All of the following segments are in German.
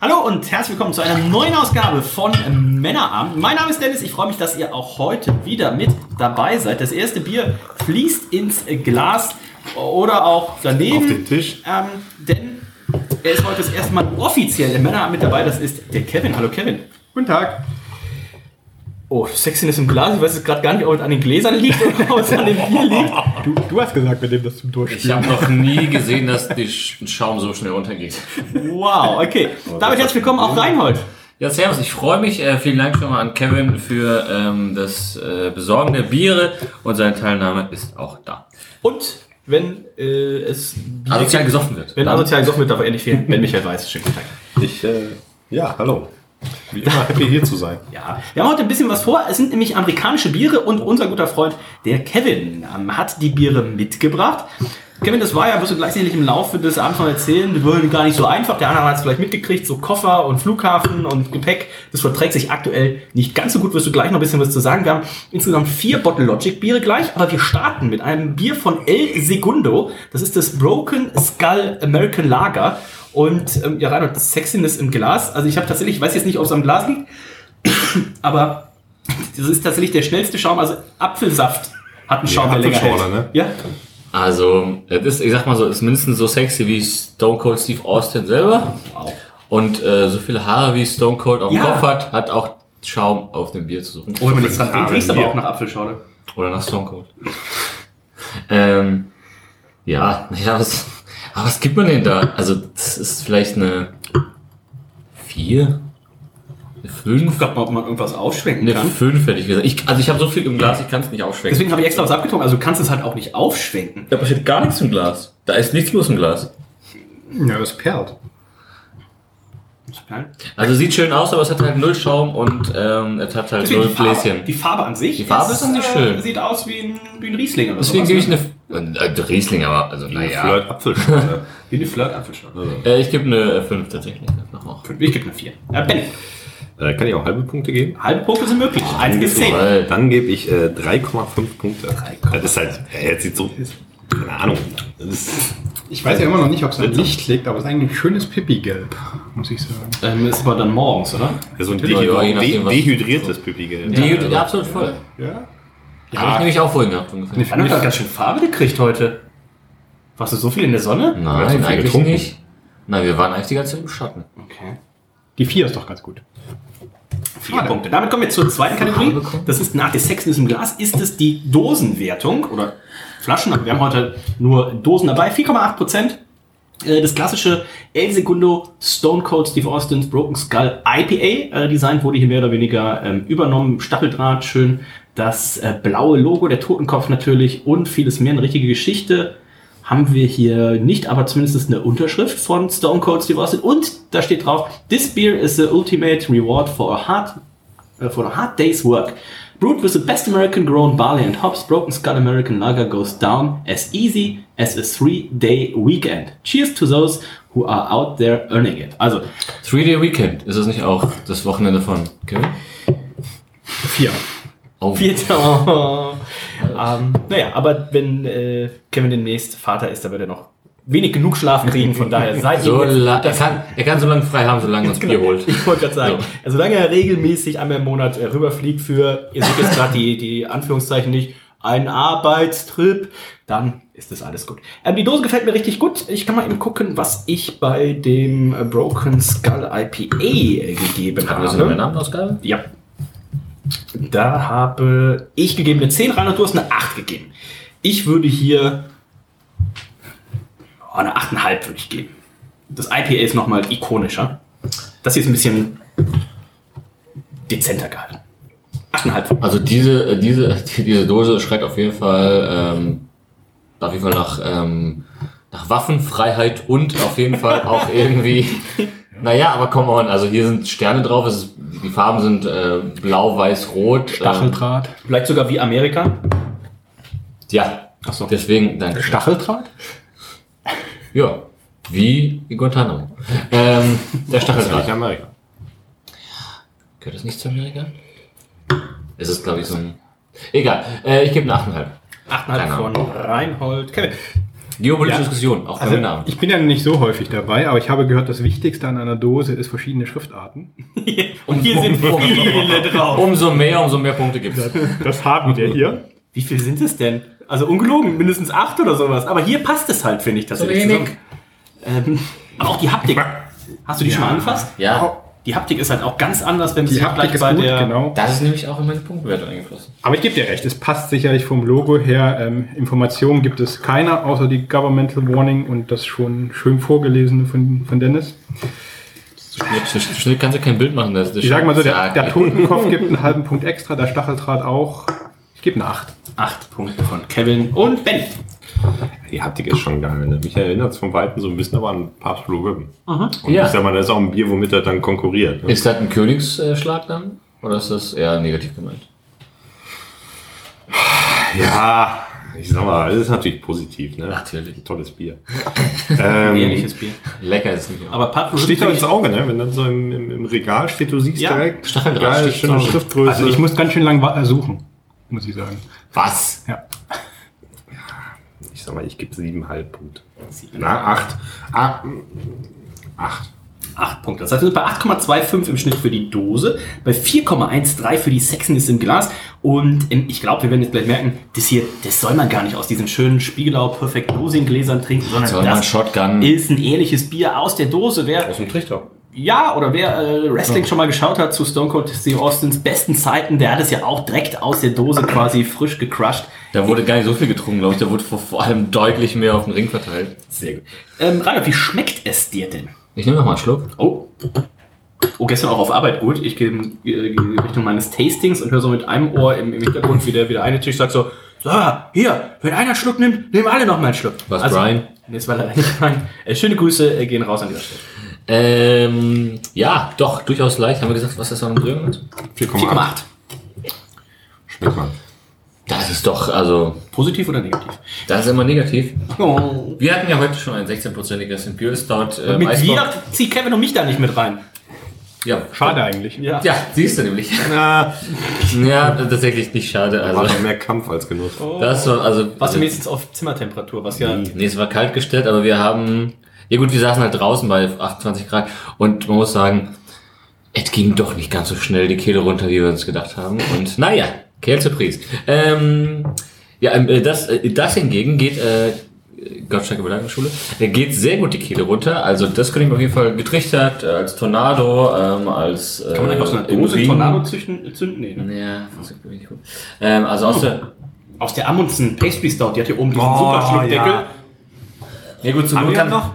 Hallo und herzlich willkommen zu einer neuen Ausgabe von Männerabend. Mein Name ist Dennis, ich freue mich, dass ihr auch heute wieder mit dabei seid. Das erste Bier fließt ins Glas oder auch daneben. Auf den Tisch. Ähm, denn er ist heute das erste Mal offiziell im Männerabend mit dabei. Das ist der Kevin. Hallo Kevin. Guten Tag. Oh, Sexiness im Glas. Ich weiß jetzt gerade gar nicht, ob es an den Gläsern liegt oder ob es an dem Bier liegt. Du, du hast gesagt, wir nehmen das zum Ich Durchspielen. habe noch nie gesehen, dass der Schaum so schnell runtergeht. Wow, okay. Oh, Damit herzlich willkommen auch Reinhold. Ja, Servus, ich freue mich. Äh, vielen Dank schon mal an Kevin für ähm, das äh, Besorgen der Biere und seine Teilnahme ist auch da. Und wenn äh, es Bier Asozial gesoffen wird. Wenn asozial gesoffen wird, darf er nicht fehlen. Wenn Michael Weiß, schönen guten Tag. Ich, äh, ja, hallo. Wie immer happy hier zu sein. Ja, wir haben heute ein bisschen was vor. Es sind nämlich amerikanische Biere und unser guter Freund, der Kevin, ähm, hat die Biere mitgebracht. Kevin, das war ja, wirst du gleich sicherlich im Laufe des Abends noch erzählen, würde gar nicht so einfach. Der andere hat es vielleicht mitgekriegt, so Koffer und Flughafen und Gepäck. Das verträgt sich aktuell nicht ganz so gut, wirst du gleich noch ein bisschen was zu sagen. Wir haben insgesamt vier Bottle Logic Biere gleich, aber wir starten mit einem Bier von El Segundo. Das ist das Broken Skull American Lager. Und ähm, ja, Reinhold, das Sexiness im Glas. Also ich habe tatsächlich, ich weiß jetzt nicht, ob es am Glas liegt, aber das ist tatsächlich der schnellste Schaum. Also Apfelsaft hat einen Schaum, der länger hält. Apfelschorle, ne? Ja, Also, das ist, ich sag mal so, ist mindestens so sexy wie Stone Cold Steve Austin selber. Und äh, so viele Haare wie Stone Cold auf dem Ja. Kopf hat, hat auch Schaum auf dem Bier zu suchen. Oh, wenn man nichts dran denkt, Abend riecht aber Bier. auch nach Apfelschorle. Oder nach Stone Cold. ähm, ja, naja, was, aber was gibt man denn da? Also, das ist vielleicht eine vier, eine Ich fünf, glaube mal, Oh ob man irgendwas aufschwenken eine kann. Ne, fünf hätte ich gesagt. Ich, also, ich habe so viel im Glas, ich kann es nicht aufschwenken. Deswegen habe ich extra was abgezogen. Also du kannst es halt auch nicht aufschwenken. da passiert gar nichts im Glas. Da ist nichts los im Glas. Ja, das perlt. Also, sieht schön aus, aber es hat halt null Schaum und ähm, es hat halt Deswegen null die Bläschen. Farbe, die Farbe an sich äh, Die Farbe ist an sich schön. sieht aus wie ein, wie ein Riesling oder Deswegen gebe sowas, ne? ich eine. Äh, Riesling, aber also naja. Flirt Apfelschorle. ne? Wie eine Flirt-Apfelschorle. Äh, ich gebe eine 5 tatsächlich. Noch auch. Ich gebe eine 4. Ja, ben, äh, kann ich auch halbe Punkte geben? halbe Punkte sind möglich. Eins bis zehn. Weil Dann gebe ich äh, 3,5 Punkte. Das ist halt, äh, jetzt sieht so, keine Ahnung. Das ist, Ich weiß ja immer noch nicht, ob es an Licht liegt, aber es ist eigentlich ein schönes Pipi-Gelb, muss ich sagen. Ähm, ist aber dann morgens, oder? so ein Natürlich, aber Genau, dehydri je nachdem, de was- dehydriertes Pipi-Geld. Die Jute ist absolut voll. Ja? Die habe ich nämlich auch vorhin gehabt ungefähr. Dann hat ganz schön Farbe gekriegt heute. Warst du so viel in der Sonne? Hm. Wir haben so Nein, viel eigentlich getrunken. nicht. Nein, wir waren eigentlich die ganze Zeit im Schatten. Okay. Die 4 ist doch ganz gut. Vier Punkte. Damit kommen wir zur zweiten Kategorie. Das ist nach der Sexiness im Glas. Ist es die Dosenwertung oder Flaschen? Aber wir haben heute nur Dosen dabei. 4,8 Prozent. Äh, Das klassische El Segundo Stone Cold Steve Austin's Broken Skull IPA. Äh, Design wurde hier mehr oder weniger ähm, übernommen. Stacheldraht, schön. Das äh, blaue Logo, der Totenkopf natürlich und vieles mehr. Eine richtige Geschichte haben wir hier nicht, aber zumindest eine Unterschrift von Stone Cold Steve Austin. Und da steht drauf, This beer is the ultimate reward for a hard uh, for a hard day's work. Brewed with the best American grown barley and hops, Broken Skull American Lager goes down as easy as a three-day weekend. Cheers to those who are out there earning it. Also, Three Day Weekend ist es nicht auch das Wochenende von Kevin? 4. Oh, Peter. ähm, naja, aber wenn äh, Kevin demnächst Vater ist, dann wird er noch wenig genug Schlaf kriegen. Von daher seid so ihm jetzt- la- er, kann, er kann so lange frei haben, solange er uns Bier holt. genau. Ich wollte gerade sagen, also solange er regelmäßig einmal im Monat äh, rüberfliegt für, ihr seht jetzt gerade die, die Anführungszeichen nicht, einen Arbeitstrip, dann ist das alles gut. Ähm, die Dose gefällt mir richtig gut. Ich kann mal eben gucken, was ich bei dem äh, Broken Skull IPA äh, gegeben Haben wir so eine habe. Namenausgabe? Ja. Da habe ich gegeben eine 10 rein und du hast eine 8 gegeben. Ich würde hier oh, eine 8,5 würde ich geben. Das IPA ist nochmal ikonischer. Das hier ist ein bisschen dezenter gehalten. 8,5. Also diese, äh, diese, diese Dose schreit auf jeden Fall, ähm, auf jeden Fall nach, ähm, nach Waffenfreiheit und auf jeden Fall auch irgendwie Naja, aber come on, also hier sind Sterne drauf, es ist, die Farben sind äh, blau, weiß, rot. Äh, Stacheldraht. Vielleicht sogar wie Amerika. ja, so. deswegen, danke. Stacheldraht? Ja, wie in Guantanamo. Ähm, der Stacheldraht. Amerika. Gehört das nicht zu Amerika? Es ist, glaube ich, so ein... Egal, äh, ich gebe eine 8,5. 8,5 von Reinhold. Kevin. Geopolitische Ja. Diskussion, auch beim Also, Namen. ich bin ja nicht so häufig dabei, aber ich habe gehört, das Wichtigste an einer Dose ist verschiedene Schriftarten. Und hier sind viele drauf. Um- Umso mehr, umso mehr Punkte gibt's. Das haben wir hier. Wie viel sind es denn? Also ungelogen, mindestens acht oder sowas. Aber hier passt es halt, finde ich, tatsächlich. wenig. zusammen. Ähm, aber auch die Haptik. Hast du die schon mal angefasst? Ja, Die Haptik ist halt auch ganz anders, wenn du Die sie Haptik vergleichst ist bei gut, der. genau. das ist nämlich auch in meine Punktbewertung eingeflossen. Aber ich gebe dir recht, es passt sicherlich vom Logo her. Ähm, Informationen gibt es keine, außer die Governmental Warning und das schon schön vorgelesene von, von Dennis. Schnell, schnell kannst du kein Bild machen. Das, das Ich sag mal so, der, Ja, der geht. Totenkopf gibt einen halben Punkt extra, der Stacheldraht auch. Ich gebe eine 8. Acht Punkte von Kevin und Ben. Die Haptik ist schon geil. Ne? Mich erinnert es vom Weiten so ein bisschen aber an Papst Blue Ribbon. Und Ja. ich sag mal, das ist auch ein Bier, womit er dann konkurriert. Ne? Ist das ein Königsschlag dann? Oder ist das eher negativ gemeint? Ja, ich sag mal, das ist natürlich positiv. Ne? Natürlich. Ein tolles Bier. ähm, Ähnliches Bier. Lecker ist nicht. Aber Patrick steht doch ins Auge, ne? wenn dann so im, im, im Regal steht, du siehst Ja, direkt. Stacheldraht geil, steht schöne ins Auge. Schriftgröße. Also ich muss ganz schön lang wa- äh, suchen, muss ich sagen. Was? Ja. ich sag mal, ich gebe siebeneinhalb Punkte. Na, acht. Ah, mh, acht. 8 Punkte. Das heißt, wir sind bei 8,25 im Schnitt für die Dose, bei 4,13 für die Sexiness im Glas. Und ähm, ich glaube, wir werden jetzt gleich merken, das hier, das soll man gar nicht aus diesen schönen Spiegelau Perfect Dosing Gläsern trinken, sondern Soll Also man das Shotgun? E- ist ein ehrliches Bier aus der Dose. Wer dem Trichter. ja, oder wer äh, Wrestling schon mal geschaut hat zu Stone Cold Steve Austins besten Zeiten, der hat es ja auch direkt aus der Dose quasi frisch gecrushed. Da wurde gar nicht so viel getrunken, glaube ich. Da wurde vor, vor allem deutlich mehr auf den Ring verteilt. Sehr gut. Ähm, Reinhard, wie schmeckt es dir denn? Ich nehme noch mal einen Schluck. Oh. Oh, gestern auch auf Arbeit gut. Ich gehe in äh, gehe Richtung meines Tastings und höre so mit einem Ohr im, im Hintergrund, wie der, wie der eine Tisch sagt so, so, hier, wenn einer einen Schluck nimmt, nehmen alle noch mal einen Schluck. Also, Was, Brian? Nee, das war leider nicht Brian. Äh, schöne Grüße äh, gehen raus an dieser Stelle. Ähm, ja, doch, durchaus leicht. Haben wir gesagt, was das noch drin ist? 4,8. 4,8. Schmeckt man. Das ist doch, also, Positiv oder negativ? das ist immer negativ. Oh. Wir hatten ja heute schon ein 16-prozentiges Imperial Stout. Äh, Mit jeder zieht Kevin und mich da nicht mit rein. Ja, Schade eigentlich. Ja. ja, siehst du nämlich. Na, ja, tatsächlich nicht schade. war Also, doch mehr Kampf als Genuss. das war, also, Was wenigstens auf Zimmertemperatur, was ja. Nee, es war kalt gestellt, aber wir haben. Ja gut, wir saßen halt draußen bei 28 Grad und man muss sagen, es ging doch nicht ganz so schnell die Kehle runter, wie wir uns gedacht haben. Und naja, Kehl Surprise. Ähm, ja, ähm, äh, das, äh, das hingegen geht, äh, Gottschalk Überleitungsschule, äh, geht sehr gut die Kehle runter. Also das könnte ich mir auf jeden Fall getrichtert, äh, als Tornado, ähm, als äh, Kann man aus einer Dose Urin. Tornado züchten- zünden? Nee, ne? Ja, das ist wirklich gut. Ähm, also aus der... Aus der Amundsen Pastry Stout, die hat hier oben diesen Oh, super Schluckdeckel. ja. Ja gut, zur Haben Not wir kann, noch?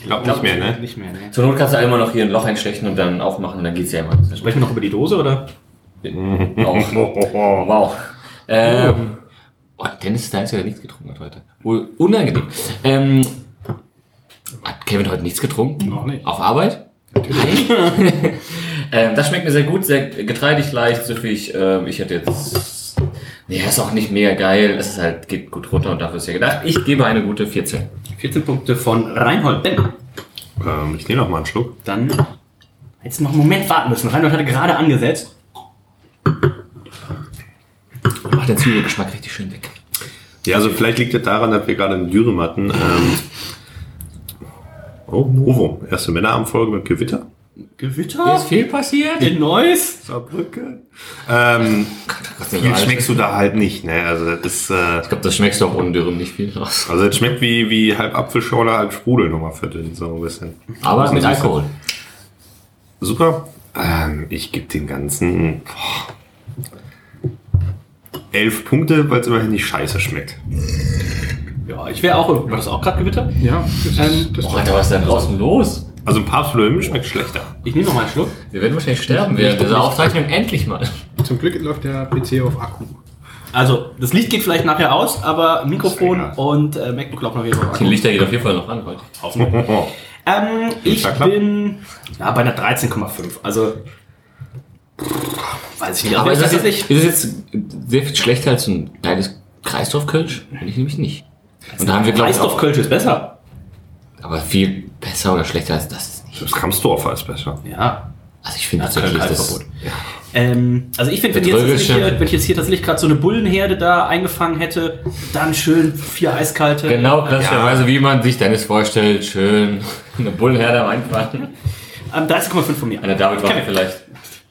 Ich glaube nicht mehr, ne? Nicht mehr, ne? zur Not kannst du einmal noch hier ein Loch einstechen und dann aufmachen und dann geht's ja immer. Sprechen wir noch über die Dose, oder? Auch. Wow. Ähm, oh, Dennis ist der Einzige, der nichts getrunken hat heute. Wohl unangenehm. Ähm, hat Kevin heute nichts getrunken? Noch nicht. Auf Arbeit? Natürlich. ähm, das schmeckt mir sehr gut, sehr getreidig, leicht, süffig. Ähm, ich hätte jetzt... Nee, ist auch nicht mega geil. Es ist halt, geht gut runter und dafür ist ja gedacht. Ich gebe eine gute 14. 14 Punkte von Reinhold Ben. Ähm, ich nehme noch mal einen Schluck. Dann hättest du noch einen Moment warten müssen. Reinhold hatte gerade angesetzt. Macht den Zwiebelgeschmack richtig schön weg. Ja, also vielleicht liegt es daran, dass wir gerade in Dürüm hatten. Ähm, oh, Novum. Erste Männerabendfolge mit Gewitter. Hier Gewitter? ist viel passiert. In Neuss? Saarbrücken. Ähm, viel schmeckst du da halt nicht, ne? Also das ist, äh, Ich glaube, das schmeckst du auch ohne Dürren nicht viel raus. also das schmeckt wie, wie halb Apfelschorle, halb Sprudel nochmal verdünnt, so ein bisschen. Aber mit Alkohol. Super. Ähm, ich gebe den ganzen boah, elf Punkte, weil es immerhin nicht scheiße schmeckt. Ja, ich wäre auch. War das auch gerade Gewitter? Ja, das ist, Ähm, das Boah, Alter, was ist da draußen los? Also ein paar Flöhen schmeckt schlechter. Ich nehme noch mal einen Schluck. Wir werden wahrscheinlich sterben während dieser Aufzeichnung endlich mal. zum Glück läuft der PC auf Akku. Also, das Licht geht vielleicht nachher aus, aber Mikrofon Ist egal. und äh, MacBook laufen noch wieder auf. Die Lichter geht auf jeden Fall noch an heute. Hoffentlich. Ähm, ich da klappen? bin ja, bei einer 13,5. Also pff, weiß ich nicht. Also, Aber ich ist weiß das, jetzt, nicht. ist das jetzt sehr viel schlechter als ein geiles Kreisdorf-Kölsch? Finde ich nämlich nicht. Und da haben wir, glaube ich, Weißt doch, auch, Kölsch ist besser. aber viel besser oder schlechter als das ist nicht. Das Kramsdorfer ist besser. Ja. Also ich finde Ja, Köln tatsächlich, das, Kreisverbot. Ähm, also ich finde, wenn, Der jetzt tatsächlich Drögelsche. hier- wenn ich jetzt hier tatsächlich gerade so eine Bullenherde da eingefangen hätte, dann schön vier eiskalte. Genau, klassischerweise, wie man sich Dennis vorstellt, schön eine Bullenherde am Einfahren. Ähm, 13,5 von mir. Eine Davidwaffe Kevin. vielleicht.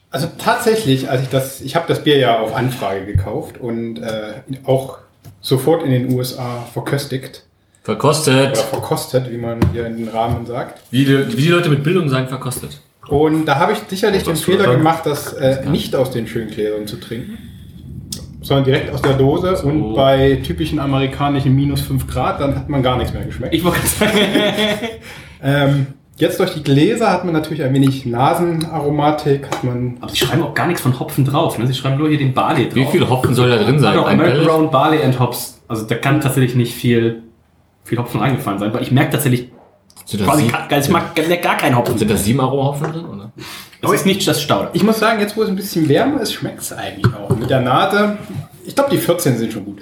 Also tatsächlich, als ich das, ich habe das Bier ja auf Anfrage gekauft und äh, auch sofort in den USA verköstigt oder Verkostet. verkostet, wie man hier in den Rahmen sagt. Wie die, wie die Leute mit Bildung sagen, verkostet. Und da habe ich sicherlich den Was hast du Fehler da? gemacht, das äh, nicht aus den schönen Gläsern zu trinken, sondern direkt aus der Dose und bei typischen amerikanischen minus 5 Grad, dann hat man gar nichts mehr geschmeckt. Ich wollte gerade sagen. Ähm, jetzt durch die Gläser hat man natürlich ein wenig Nasenaromatik, hat man Aber sie schreiben auch gar nichts von Hopfen drauf. Ne? Sie schreiben nur hier den Barley drauf. Wie viel Hopfen soll da drin Ah, sein? doch, Ein American Barrel? Brown Barley and Hops. Also da kann tatsächlich nicht viel, viel Hopfen reingefallen sein, weil ich merke tatsächlich Sind das, quasi sieben, gar, ich mag gar keinen Hopfen. sind das sieben Aroma Hopfen drin, oder? Das ist nicht das Stauder. Ich muss sagen, jetzt wo es ein bisschen wärmer ist, schmeckt es eigentlich auch. Mit der Nate, ich glaube, die 14 sind schon gut.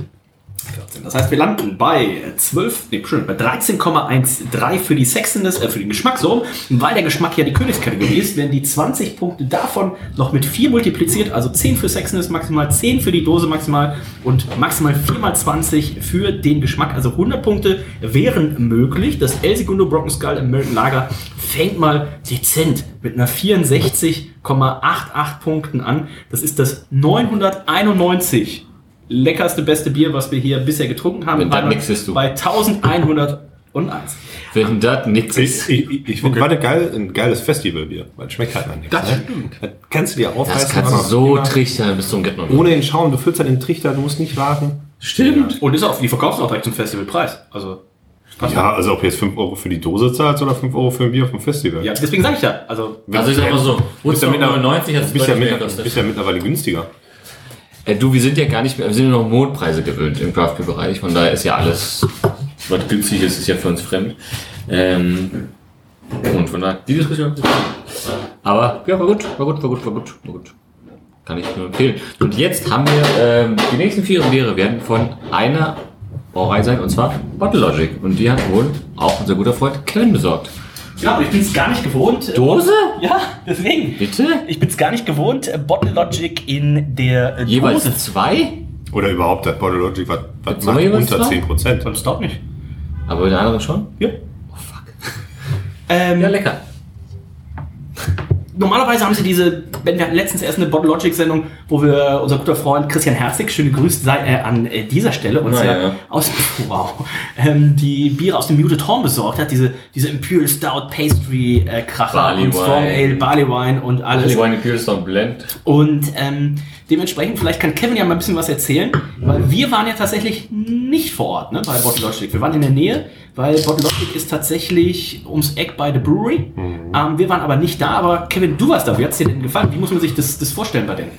14. Das heißt, wir landen bei 12, nee, bestimmt, bei 13,13 für die Sexiness, äh, für den Geschmack so rum. Und weil der Geschmack ja die Königskategorie ist, werden die 20 Punkte davon noch mit 4 multipliziert, also 10 für Sexiness maximal, 10 für die Dose maximal und maximal 4 mal 20 für den Geschmack. Also 100 Punkte wären möglich. Das El Segundo Broken Skull American Lager fängt mal dezent mit einer 64,88 Punkten an. Das ist das 991 leckerste, beste Bier, was wir hier bisher getrunken haben. Wenn das Bei- nix ist, du. Bei 1101. Wenn das nichts Ich, ist. ich, ich ich finde, warte, geil, ein geiles Festivalbier. Man schmeckt halt an nichts. Das stimmt. Das kannst du dir aufreißen. Das kannst du aber so immer trichtern bis zum Gettner. Ohne den Schaum, du füllst halt den Trichter, du musst nicht warten. Stimmt. Und ist auch, die verkaufst auch direkt zum Festivalpreis. Also, passt Ja, also ob du jetzt 5 Euro für die Dose zahlst oder 5 Euro für ein Bier vom Festival. ja deswegen sage ich ja. Also, Also ich sag mal so, bist ja Woodstock mittlerweile- 99 hat es bist ja, deutlich mehr mit, gekostet. bist ja mittlerweile günstiger. Äh, du, wir sind ja gar nicht mehr, wir sind ja noch Mondpreise gewöhnt im Craft Beer Bereich, von daher ist ja alles, was günstig ist, ist ja für uns fremd. Ähm, und von daher, die Diskussion. Aber ja, war gut, war gut, war gut, war gut, war gut. Kann ich nur empfehlen. Und jetzt haben wir ähm, die nächsten vier Biere werden von einer Brauerei sein, und zwar Bottle Logic. Und die hat wohl auch unser guter Freund Kevin besorgt. genau, ich bin es gar nicht gewohnt. äh, Dose? Ja, deswegen. Bitte? Ich bin es gar nicht gewohnt, äh, Bottle Logic in der äh, Jeweils Dose zu zwei? Oder überhaupt, das Bottle Logic, was, was Sollen macht wir was unter sagen? 10 Prozent? Das dauert nicht. Aber bei den anderen schon? Ja. Oh fuck. Ähm, Ja, lecker. Normalerweise haben sie diese, wenn wir hatten letztens erst eine Bottle Logic Sendung, wo wir unser guter Freund Christian Herzig, schöne Grüße sei, äh, an äh, dieser Stelle, uns Na ja, ja, ja. aus, wow, ähm, die Biere aus dem Muted Horn besorgt hat, diese, diese Imperial Stout Pastry äh, Kracher, Barley und Strong Wine. Ale, Barley Wine und alles. Die Wine Pure Stone Blend. Und ähm, dementsprechend, vielleicht kann Kevin ja mal ein bisschen was erzählen, weil wir waren ja tatsächlich nicht vor Ort ne, bei Bottle Logic. Wir waren in der Nähe, weil Bottle Logic ist tatsächlich ums Eck bei The Brewery. Mhm. Ähm, wir waren aber nicht da, aber Kevin, du warst da. Wie hat's dir denn gefallen? Wie muss man sich das, das vorstellen bei denen?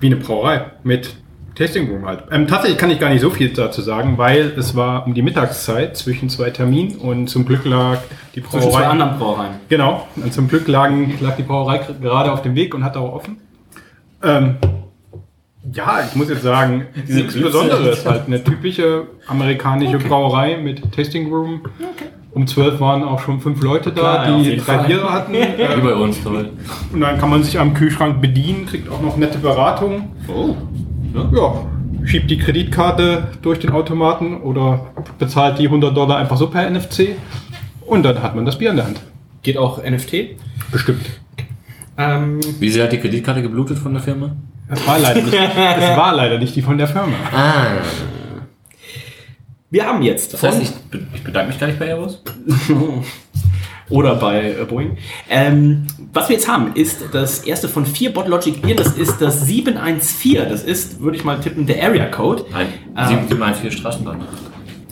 Wie eine Brauerei mit Tasting Room halt. Ähm, tatsächlich kann ich gar nicht so viel dazu sagen, weil es war um die Mittagszeit zwischen zwei Terminen und zum Glück lag die Zwischen zwei Brauerei. anderen Brauereien. Genau, und zum Glück lagen, lag die Brauerei gr- gerade auf dem Weg und hatte auch offen. Ähm, ja, ich muss jetzt sagen, nichts Besonderes. Halt eine typische amerikanische Brauerei mit Tasting Room. Um zwölf waren auch schon fünf Leute da, Klar, ja, auf die jeden drei Fall. Biere hatten. Wie Ähm, bei uns, toll. und dann kann man sich am Kühlschrank bedienen, kriegt auch noch nette Beratung. Oh. Ja, schiebt die Kreditkarte durch den Automaten oder bezahlt die 100 Dollar einfach so per NFC. Und dann hat man das Bier in der Hand. Geht auch NFT? Bestimmt. Ähm, Wie sehr hat die Kreditkarte geblutet von der Firma? Das war leider nicht, das war leider nicht die von der Firma. Ah, wir haben jetzt. das heißt, ich, be- ich bedanke mich gar nicht bei Airbus. oder bei äh, Boeing. Ähm, was wir jetzt haben, ist das erste von vier Botlogic Bier, das ist das 714. Das ist, würde ich mal tippen, der Area Code. Nein, Ah. 714 Straßenbahn.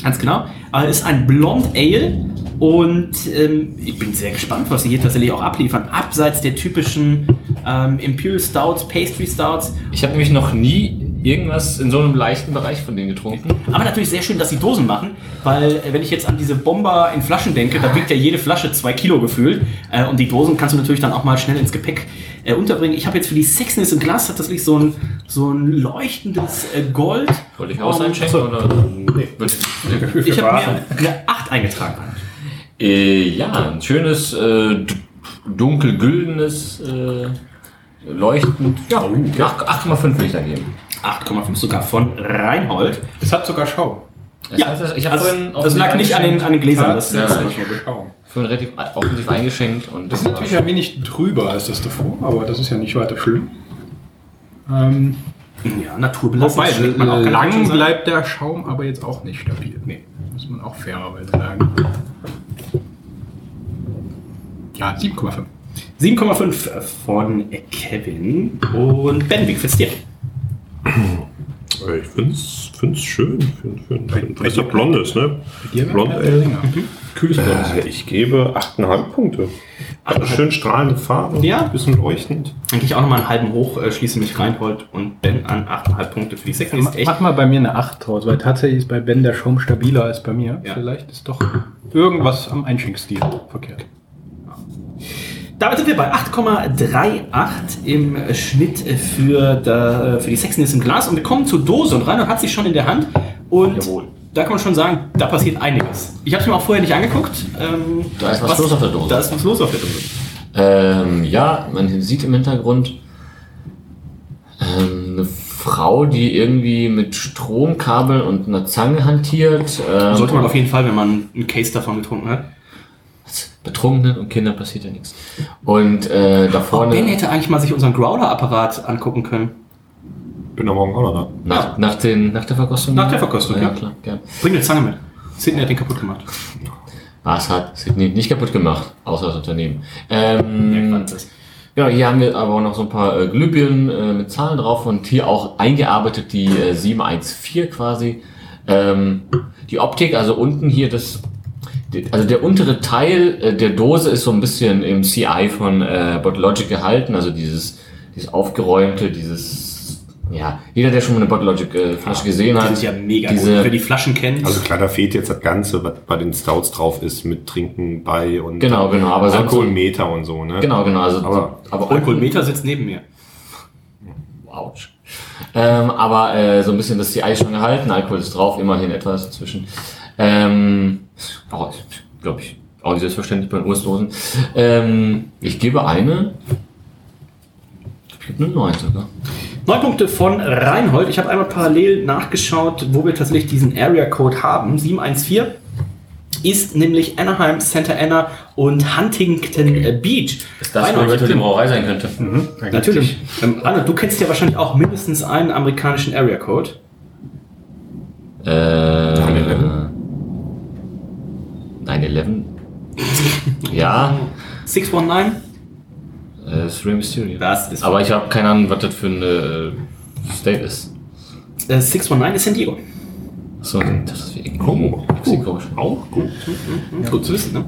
Ganz genau. Aber es ist ein Blond Ale und ähm, ich bin sehr gespannt, was sie hier tatsächlich auch abliefern. Abseits der typischen ähm, Imperial Stouts, Pastry Stouts. Ich habe nämlich noch nie irgendwas in so einem leichten Bereich von denen getrunken. Aber natürlich sehr schön, dass sie Dosen machen, weil äh, wenn ich jetzt an diese Bomber in Flaschen denke, da wiegt ja jede Flasche zwei Kilo gefühlt. Äh, und die Dosen kannst du natürlich dann auch mal schnell ins Gepäck äh, unterbringen. Ich habe jetzt für die Sexiness im Glas tatsächlich so ein, so ein leuchtendes äh, Gold. Wollte ich auch Ähm, einschenken? Oder? Nee. Ich habe mir eine 8 eingetragen. Äh, ja, ein schönes, äh, d- dunkelgüldenes, äh, leuchtend. Ja, Oh, ach- 8,5 will ich da geben. 8,5 sogar von Reinhold. Es hat sogar Schau. Das Ja, heißt, ich habe Also, vorhin das lag nicht an den, an den Gläsern. Das, Ja. das Schau. vorhin relativ offensiv eingeschenkt und Das ist natürlich ein wenig drüber als das davor, aber das ist ja nicht weiter schlimm. Ähm, ja, naturbelassen. wobei, das schmeckt man auch ganz schön lang sein. bleibt der Schaum aber jetzt auch nicht stabil. Nee, muss man auch fairerweise sagen. Ja, 7,5. 7,5 von Kevin und Ben, wie gefällt's dir? Äh, Ich find's, find's schön. Find, find, find. Weil es ja blond ist, ne? Blond äh, Bleibt der Ale. länger. Kühles Blond. Äh, ich gebe 8,5 Punkte. Also schön strahlende Farbe. Ja. Bisschen leuchtend. Dann gehe ich auch nochmal einen halben hoch, äh, schließe mich Reinhold und Ben an 8,5 Punkte für die Sechsen. Ist echt Mach mal bei mir eine 8 draus, weil tatsächlich ist bei Ben der Schaum stabiler als bei mir. Ja. Vielleicht ist doch irgendwas am Einschenkstil verkehrt. Damit sind wir bei 8,38 im Schnitt äh, für, da, äh, für die Sexen ist im Glas und wir kommen zur Dose und Reinhold hat sie schon in der Hand und da kann man schon sagen, da passiert einiges. Ich habe es mir auch vorher nicht angeguckt. Ähm, Da ist was los auf der Dose. Da ist was los auf der Dose. Ähm, ja, man sieht im Hintergrund ähm, eine Frau, die irgendwie mit Stromkabeln und einer Zange hantiert. Ähm, Sollte man auf jeden Fall, wenn man einen Case davon getrunken hat. Betrunkenen und Kindern passiert ja nichts. Und äh, da vorne, Ben hätte eigentlich mal sich unseren Growler-Apparat angucken können. Bin am Morgen auch noch da. nach, nach, den, nach der Verkostung. Nach der Verkostung, ja. ja. klar, gern. Bring eine Zange mit. Sidney hat den kaputt gemacht. Ah, es hat Sydney nicht kaputt gemacht, außer das Unternehmen. Ähm, das. ja, hier haben wir aber auch noch so ein paar äh, Glühbirnen äh, mit Zahlen drauf und hier auch eingearbeitet die äh, 714 quasi. Ähm, die Optik, also unten hier das, die- also der untere Teil äh, der Dose ist so ein bisschen im CI von äh, Bottlelogic gehalten, also dieses, dieses aufgeräumte, dieses, ja, jeder, der schon mal eine Bottlelogic äh, Flasche gesehen Die hat, sind ja mega diese, gut. Wer die Flaschen kennt, Also klar, da fehlt jetzt das Ganze, was bei den Stouts drauf ist, mit Trinken bei und Genau, genau, aber sonst- Alkoholmeter und so, ne? genau, genau, also, Aber- aber Alkoholmeter sitzt neben mir. Autsch. Ähm, aber äh, so ein bisschen das CI schon gehalten, Alkohol ist drauf, immerhin etwas dazwischen. Ähm, glaube ich, auch nicht selbstverständlich bei den US-Dosen. Ähm, ich gebe eine. Ich gebe eine ne? 9 sogar. Neun Punkte von Reinhold. Ich habe einmal parallel nachgeschaut, wo wir tatsächlich diesen Area Code haben. 714 ist nämlich Anaheim, Santa Ana und Huntington äh, Beach. Ist das, Reinhold, wo die Brauerei sein könnte? Natürlich. Ähm, Arne, du kennst ja wahrscheinlich auch mindestens einen amerikanischen Area Code. Äh, 9-11? ja, 619? äh, Three Mysterious. Das ist- aber ich habe keine Ahnung, was das für eine äh, State ist. Äh, 619 ist San Diego. Hm, So, das ist wie irgendwie Oh, Mexiko. Auch gut. Gut zu wissen, ne?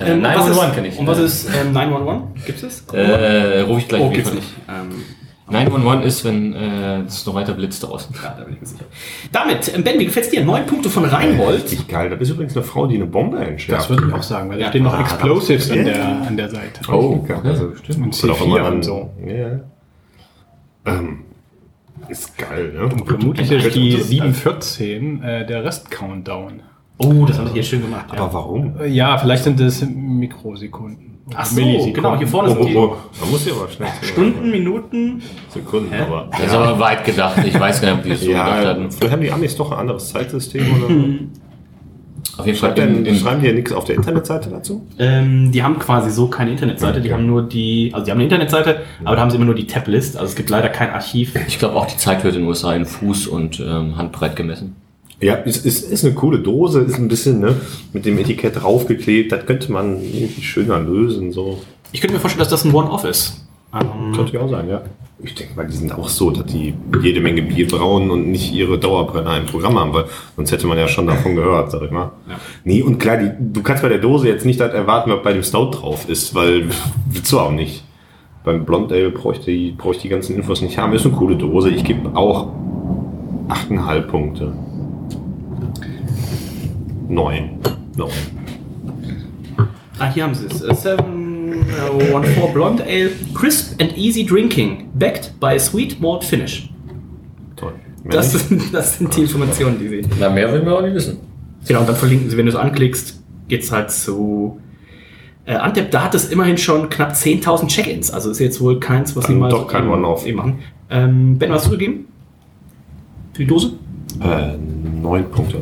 Äh, und was 911 ist- kenn ich. Und was ist ähm, 911? Gibt es? Äh, rufe ich gleich Oh, wieder. gibt's nicht. Ähm, 911 ist, wenn äh, es noch weiter blitzt draußen. ja, da bin ich mir sicher. Damit, ähm, Ben, wie gefällt's dir? Neun Punkte von Reinhold. Richtig geil. Da ist übrigens eine Frau, die eine Bombe entschärft. Das würde ich auch sagen, weil da Ja. stehen noch Ah, Explosives an der, an der Seite. Oh, Ja, okay. also Und Oder auch immer C4 dann- und so. Ja. Ähm, ist geil, ne? Und vermutlich ist die 714 äh, der Rest-Countdown. Oh, das haben sie hier schön gemacht. Ja. Aber warum? Äh, Ja, vielleicht sind es Mikrosekunden. Ach so, genau, hier vorne Oh, sind oh, die oh. Man muss ja aber schnell. Stunden, Minuten. Sekunden, aber. Das ist aber weit gedacht. Ich weiß gar nicht, ob die das so Ja, gedacht hatten. vielleicht haben die Amis doch ein anderes Zeitsystem oder so. Auf jeden Fall in, Dann in, schreiben die ja nichts auf der Internetseite dazu. Ähm, die haben quasi so keine Internetseite, die Ja. haben nur die, also die haben eine Internetseite, aber da haben sie immer nur die Tab-List, also es gibt leider kein Archiv. ich glaube auch die Zeit wird in den USA in Fuß und ähm, Handbreit gemessen. Ja, ist, ist, ist eine coole Dose, ist ein bisschen ne, mit dem Etikett draufgeklebt. Das könnte man irgendwie schöner lösen. So. Ich könnte mir vorstellen, dass das ein One-Off ist. Ähm, Könnte ja auch sein, ja. Ich denke mal, die sind auch so, dass die jede Menge Bier brauen und nicht ihre Dauerbrenner im Programm haben, weil sonst hätte man ja schon davon gehört, sag ich mal. Nee, und klar, die, du kannst bei der Dose jetzt nicht das erwarten, was bei dem Stout drauf ist, weil willst du auch nicht. Beim Blond Ale brauche ich, die- brauch ich die ganzen Infos nicht haben. Ist eine coole Dose. Ich gebe auch 8,5 Punkte. 9. 9. Ah, hier haben sie es. Äh, 714 Blonde Ale. Crisp and easy drinking. Backed by sweet malt finish. Toll. Mehr Das, nicht? sind- das sind die Informationen, die sie. Na, mehr will man auch nicht wissen. Genau, und dann verlinken sie, wenn du es anklickst, geht's halt zu. Äh, Antep, da hat es immerhin schon knapp 10.000 Check-ins. Also ist jetzt wohl keins, was sie Ähm, mal doch kein eben- One-Off. eben machen. Ähm, ben, was hast du gegeben? Für die Dose? Äh, 9 Punkte.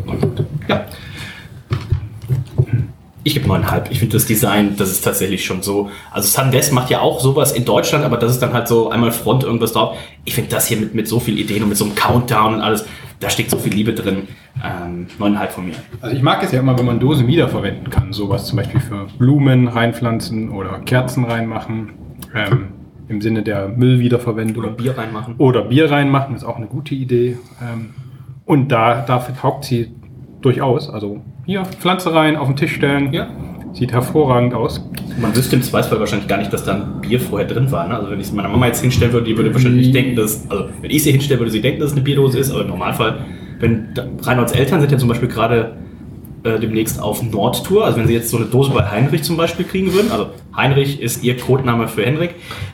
Ja. Ich gebe neuneinhalb. Ich finde das Design, das ist tatsächlich schon so. Also Sundesk macht ja auch sowas in Deutschland, aber das ist dann halt so einmal Front irgendwas drauf. Ich finde das hier mit, mit so viel Ideen und mit so einem Countdown und alles, da steckt so viel Liebe drin. Ähm, neuneinhalb von mir. Also ich mag es ja immer, wenn man Dosen wiederverwenden kann. Sowas zum Beispiel für Blumen reinpflanzen oder Kerzen reinmachen. Ähm, Im Sinne der Müllwiederverwendung. Oder Bier reinmachen. Oder Bier reinmachen ist auch eine gute Idee. Ähm, und da, dafür taugt sie durchaus. Also hier Pflanze rein, auf den Tisch stellen. Ja. Sieht hervorragend aus. Man wüsste im Zweifel wahrscheinlich gar nicht, dass da ein Bier vorher drin war. Ne? Also wenn ich es meiner Mama jetzt hinstellen würde, die würde wahrscheinlich nicht denken, dass, also wenn ich sie hinstellen würde, sie denken, dass es eine Bierdose ist, aber im Normalfall, wenn da- Reinholds Eltern sind ja zum Beispiel gerade äh, demnächst auf Nordtour, also wenn sie jetzt so eine Dose bei Heinrich zum Beispiel kriegen würden, also Heinrich ist ihr Codename für Henrik,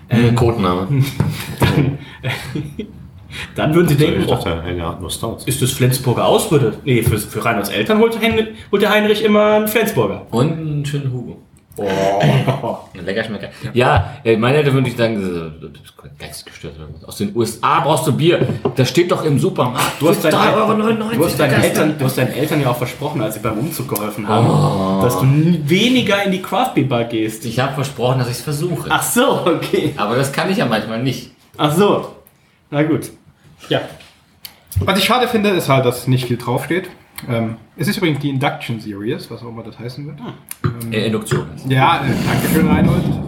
Äh, Codename. dann würden sie denken, Ich oh, dachte, er hat nur Stouts. ist das Flensburger aus? Würde, nee, für, für Reinholds Eltern holt, Hen, holt der Heinrich immer einen Flensburger. Und einen schönen Hugo. Lecker schmecker. Ja, äh, meine Eltern würden ich sagen, äh, du bist geistesgestört. oder was. Aus den USA braust du Bier. Das steht doch im Supermarkt. Du hast, deinen, 3,99 Euro. du, hast deinen Eltern, du hast deinen Eltern ja auch versprochen, als sie beim Umzug geholfen haben, Oh. dass du n- weniger in die Craft Beer Bar gehst. Ich habe versprochen, dass ich es versuche. Ach so, okay. Aber das kann ich ja manchmal nicht. Ach so. Na gut. Ja. Was ich schade finde, ist halt, dass nicht viel draufsteht. Ähm, es ist übrigens die Induction Series, was auch immer das heißen wird. Äh, Induktion. Ja, äh, danke schön, Reinhold.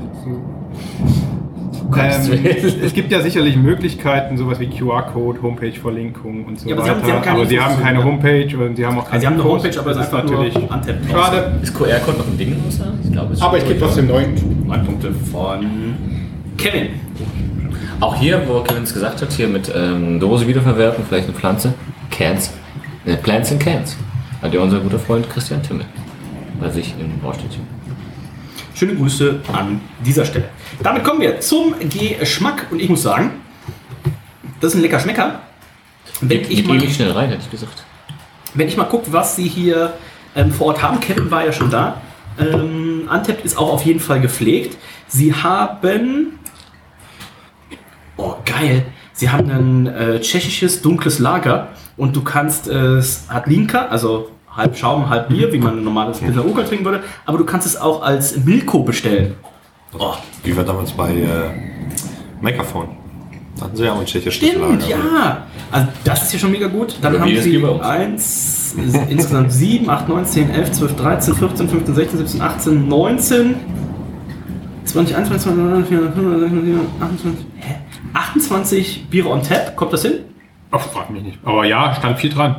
Ähm, es gibt ja sicherlich Möglichkeiten, sowas wie QR-Code, Homepage-Verlinkung und so Ja, aber sie weiter. haben- sie haben keine aber sie haben Infos. keine Homepage und sie haben auch keine Also sie haben eine Post. Homepage, aber es ist Das einfach natürlich nur Antep. schade. Ist QR-Code noch ein Ding? außer? Ich glaube, es ist Aber ich gebe trotzdem neun. Neun Punkte von Kevin. Auch hier, wo Kevin es gesagt hat, hier mit ähm, Dose wiederverwerten, vielleicht eine Pflanze. Cans. Äh, Plants in Cans. Hat ja unser guter Freund Christian Timmel. Bei sich im Baustädtchen. Schöne Grüße an dieser Stelle. Damit kommen wir zum Geschmack und ich muss sagen, das ist ein lecker Schmecker. Wenn Geht ich geht mal ewig schnell rein, hätte ich gesagt. Wenn ich mal gucke, was sie hier ähm, vor Ort haben, Kevin war ja schon da. Ähm, Antept ist auch auf jeden Fall gepflegt. Sie haben. Oh, geil. Sie haben ein äh, tschechisches dunkles Lager und du kannst äh, es hat Linka, also halb Schaum, halb Bier, wie man ein normales Pilsner Urkel trinken würde, aber du kannst es auch als Milko bestellen. Oh, Wie war damals bei äh, Megaphone. Da hatten sie ja auch ein tschechisches Stimmt, Lager. ja. Also das ist hier schon mega gut. Dann Ja, wie haben das sie geht bei 1, uns. insgesamt 7, 8, 9, 10, 11, 12, 13, 14, 15, 16, 17, 18, 19, 20, 21, 22, 24, 25, 28, hä? 28 Biere on Tap. Kommt das hin? Ach, frag mich nicht. Aber ja, stand viel dran.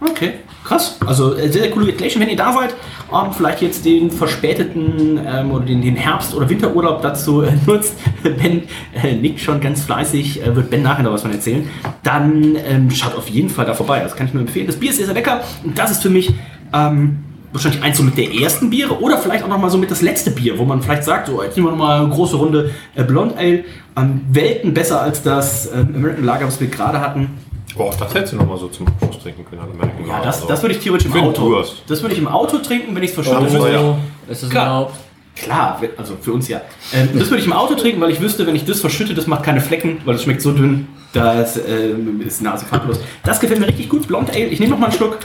Okay, krass. Also äh, sehr, sehr coole Collection, wenn ihr da seid. ähm, vielleicht jetzt den verspäteten ähm, oder den, den Herbst- oder Winterurlaub dazu äh, nutzt. Ben äh, nickt schon ganz fleißig, äh, wird Ben nachher noch was von erzählen. Dann ähm, schaut auf jeden Fall da vorbei. Das kann ich nur empfehlen. Das Bier ist sehr, sehr lecker und das ist für mich ähm, wahrscheinlich eins so mit der ersten Biere oder vielleicht auch nochmal so mit das letzte Bier, wo man vielleicht sagt, so jetzt nehmen wir nochmal eine große Runde äh, Blonde Ale. Ähm, Welten besser als das ähm, American Lager, was wir gerade hatten. Boah, das hättest du nochmal so zum Schluss trinken können. hat American Ja, Lager. das, Also, das würde ich theoretisch im Für den Auto. Durst. Das würde ich im Auto trinken, wenn ich es verschüttet Oh, würde. ja. Ist das Klar. überhaupt? Klar, wir- also für uns ja. Ähm, das würde ich im Auto trinken, weil ich wüsste, wenn ich das verschütte, das macht keine Flecken, weil das schmeckt so dünn, das ähm, ist Nase farblos. Das gefällt mir richtig gut. Blond Ale. Ich nehme noch mal einen Schluck.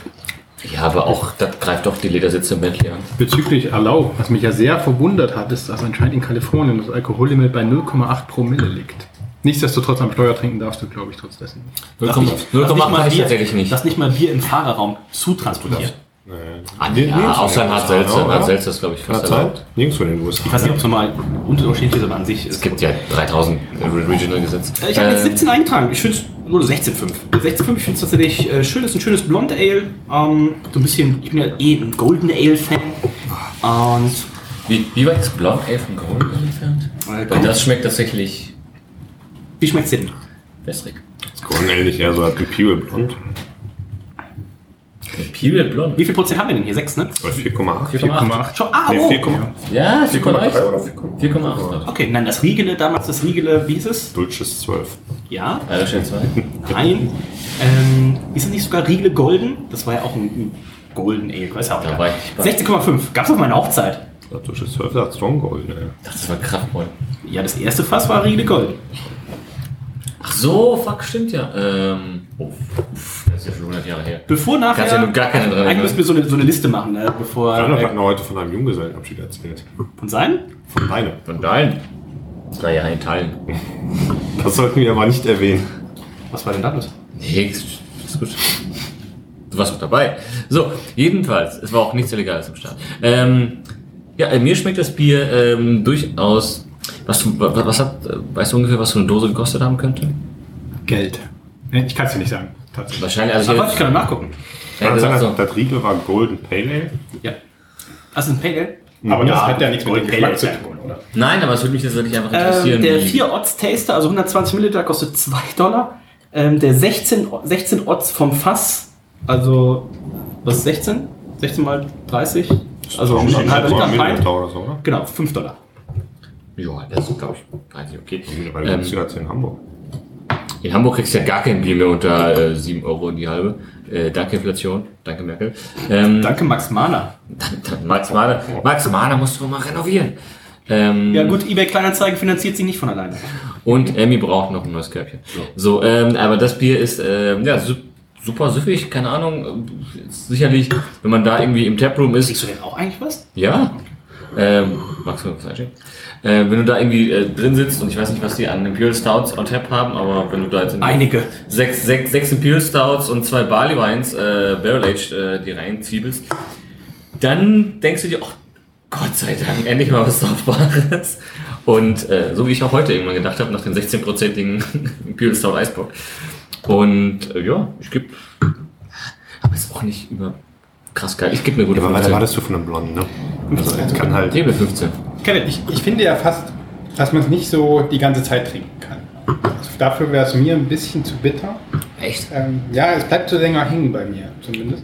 Ja, aber auch, das greift doch die Ledersitze im Bentley an. Bezüglich Allow, was mich ja sehr verwundert hat, ist, dass anscheinend in Kalifornien das Alkohollimit bei 0,8 Promille liegt. Nichtsdestotrotz am Steuer trinken darfst du, glaube ich, trotz dessen. Lass 0,8 nicht- lass 0,8 nicht mal mach ich Bier- tatsächlich nicht. Lass nicht mal Bier im Fahrerraum zutransportieren. Ah, Nee, nee, ja, außer ein ist Hart ja Seltzer. genau, Hart oder? Seltzer ist, glaube ich, Kann fast das erlaubt. sein? Nirgendwo in den USA. Ich weiß nicht, ob es nochmal unterschiedlich ist, aber an sich ist Es gibt ja 3000 Original Gesetz. Äh, Ich habe jetzt Ähm, 17 eingetragen. Ich finde es, oder 16,5. 16,5, ich finde es tatsächlich äh, schön. Ist ein schönes Blond Ale. Ähm, so ein bisschen, ich bin ja eh ein Golden Ale-Fan. Und Wie, wie weit ist Blond Ale von Gold entfernt? Äh, Weil das schmeckt tatsächlich wie schmeckt's dir denn? wässrig. Das Kornell nicht eher so als Imperial Blond. Imperial Blond? Wie viel Prozent haben wir denn hier? 6, ne? Oder 4,8. 4,8. Schon, ah, Nee, oh. 4,8. Ja, 4,3 4,8. oder 4,8. 4,8. Okay, nein, das Riegele, damals das Riegele, wie hieß es? Dulces 12. Ja, Also schön zwei. nein. Ähm, ist es nicht sogar Riegele Golden? Das war ja auch ein, ein Golden Ale, weiß ja auch Da egal. war ich nicht bei. 16,5, gab's auf meiner Hochzeit. Ja, Dulces 12 sagt Stronghold, ne? Ich dachte, das war Kraftball. Ja, das erste Fass war Riegele Golden. Ach so, fuck, stimmt ja. Ähm, oh, pff, das ist ja schon 100 Jahre her. Bevor nachher... Kannst ja nun gar keine dran Eigentlich erinnern. müssen wir so eine, so eine Liste machen, ne? bevor... Werner Äh, hat mir heute von einem Junggesellenabschied erzählt. von seinen? Von meinem. Von deinen? Naja, in Teilen. Das sollten wir aber nicht erwähnen. Was war denn da los? Nee, ist ist gut. Du warst auch dabei. So, jedenfalls, es war auch nichts Illegales im Start. Ähm, ja, äh, mir schmeckt das Bier ähm, durchaus. Was, was, was hat, äh, weißt du ungefähr, was so eine Dose gekostet haben könnte? Geld. Nee, Ich kann es dir nicht sagen. Tatsächlich. Wahrscheinlich, also ich Aber hätte, ich kann mal nachgucken. ich hätte gesagt, so, Das Riegel war Golden Pale Ja. Das ist ein Pale Ale. Aber das Ja, hat ja nichts mit dem Golden Geschmack Pale zu Ale. tun, oder? nein, aber es würde mich jetzt wirklich einfach Ähm, interessieren. der wie- 4 Odds Taster, also 120 Milliliter, kostet 2 Dollar. Ähm, der 16, O- 16 Odds vom Fass, also was ist 16? 16 mal 30? Also Ale. ein halber Liter Pint. oder so, oder? Genau, 5 Dollar. ja, das ist, glaube ich, weiß nicht, okay. Weil Ähm, du bist ja jetzt in Hamburg. In Hamburg kriegst du ja gar kein Bier mehr unter äh, 7 Euro und die halbe. Äh, danke Inflation, danke Merkel. Ähm, Danke, Max Mahner. Max Mahler, Max Mahler musst du mal renovieren. Ähm, Ja gut, eBay Kleinanzeigen finanziert sich nicht von alleine. Und Emmy braucht noch ein neues Körbchen. So, ähm, aber das Bier ist ähm, ja, su super süffig, keine Ahnung. äh, ist Sicherlich, wenn man da irgendwie im Taproom ist, Kriegst du denn auch eigentlich was? Ja. Ähm, magst du mir was einschenken? Äh, wenn du da irgendwie äh, drin sitzt und ich weiß nicht, was die an Imperial Stouts on tap haben, aber wenn du da jetzt in Einige. sechs, sechs, sechs Imperial Stouts und zwei Barley Wines äh, Barrel Aged äh, die reinzwiebelst, dann denkst du dir, oh Gott sei Dank, endlich mal was Saufbares. Und äh, so wie ich auch heute irgendwann gedacht habe, nach dem 16-prozentigen Imperial Stout Eisbock. Und äh, ja, ich gebe, aber ist auch nicht über krass geil. Ich gebe mir gute Ja, aber was 15. erwartest du von einem Blonden, ne? Also, jetzt kann halt. Table 15. Kevin, ich, ich finde ja fast, dass man es nicht so die ganze Zeit trinken kann. Also dafür wäre es mir ein bisschen zu bitter. Echt? Ähm, ja, es bleibt so länger hängen bei mir zumindest.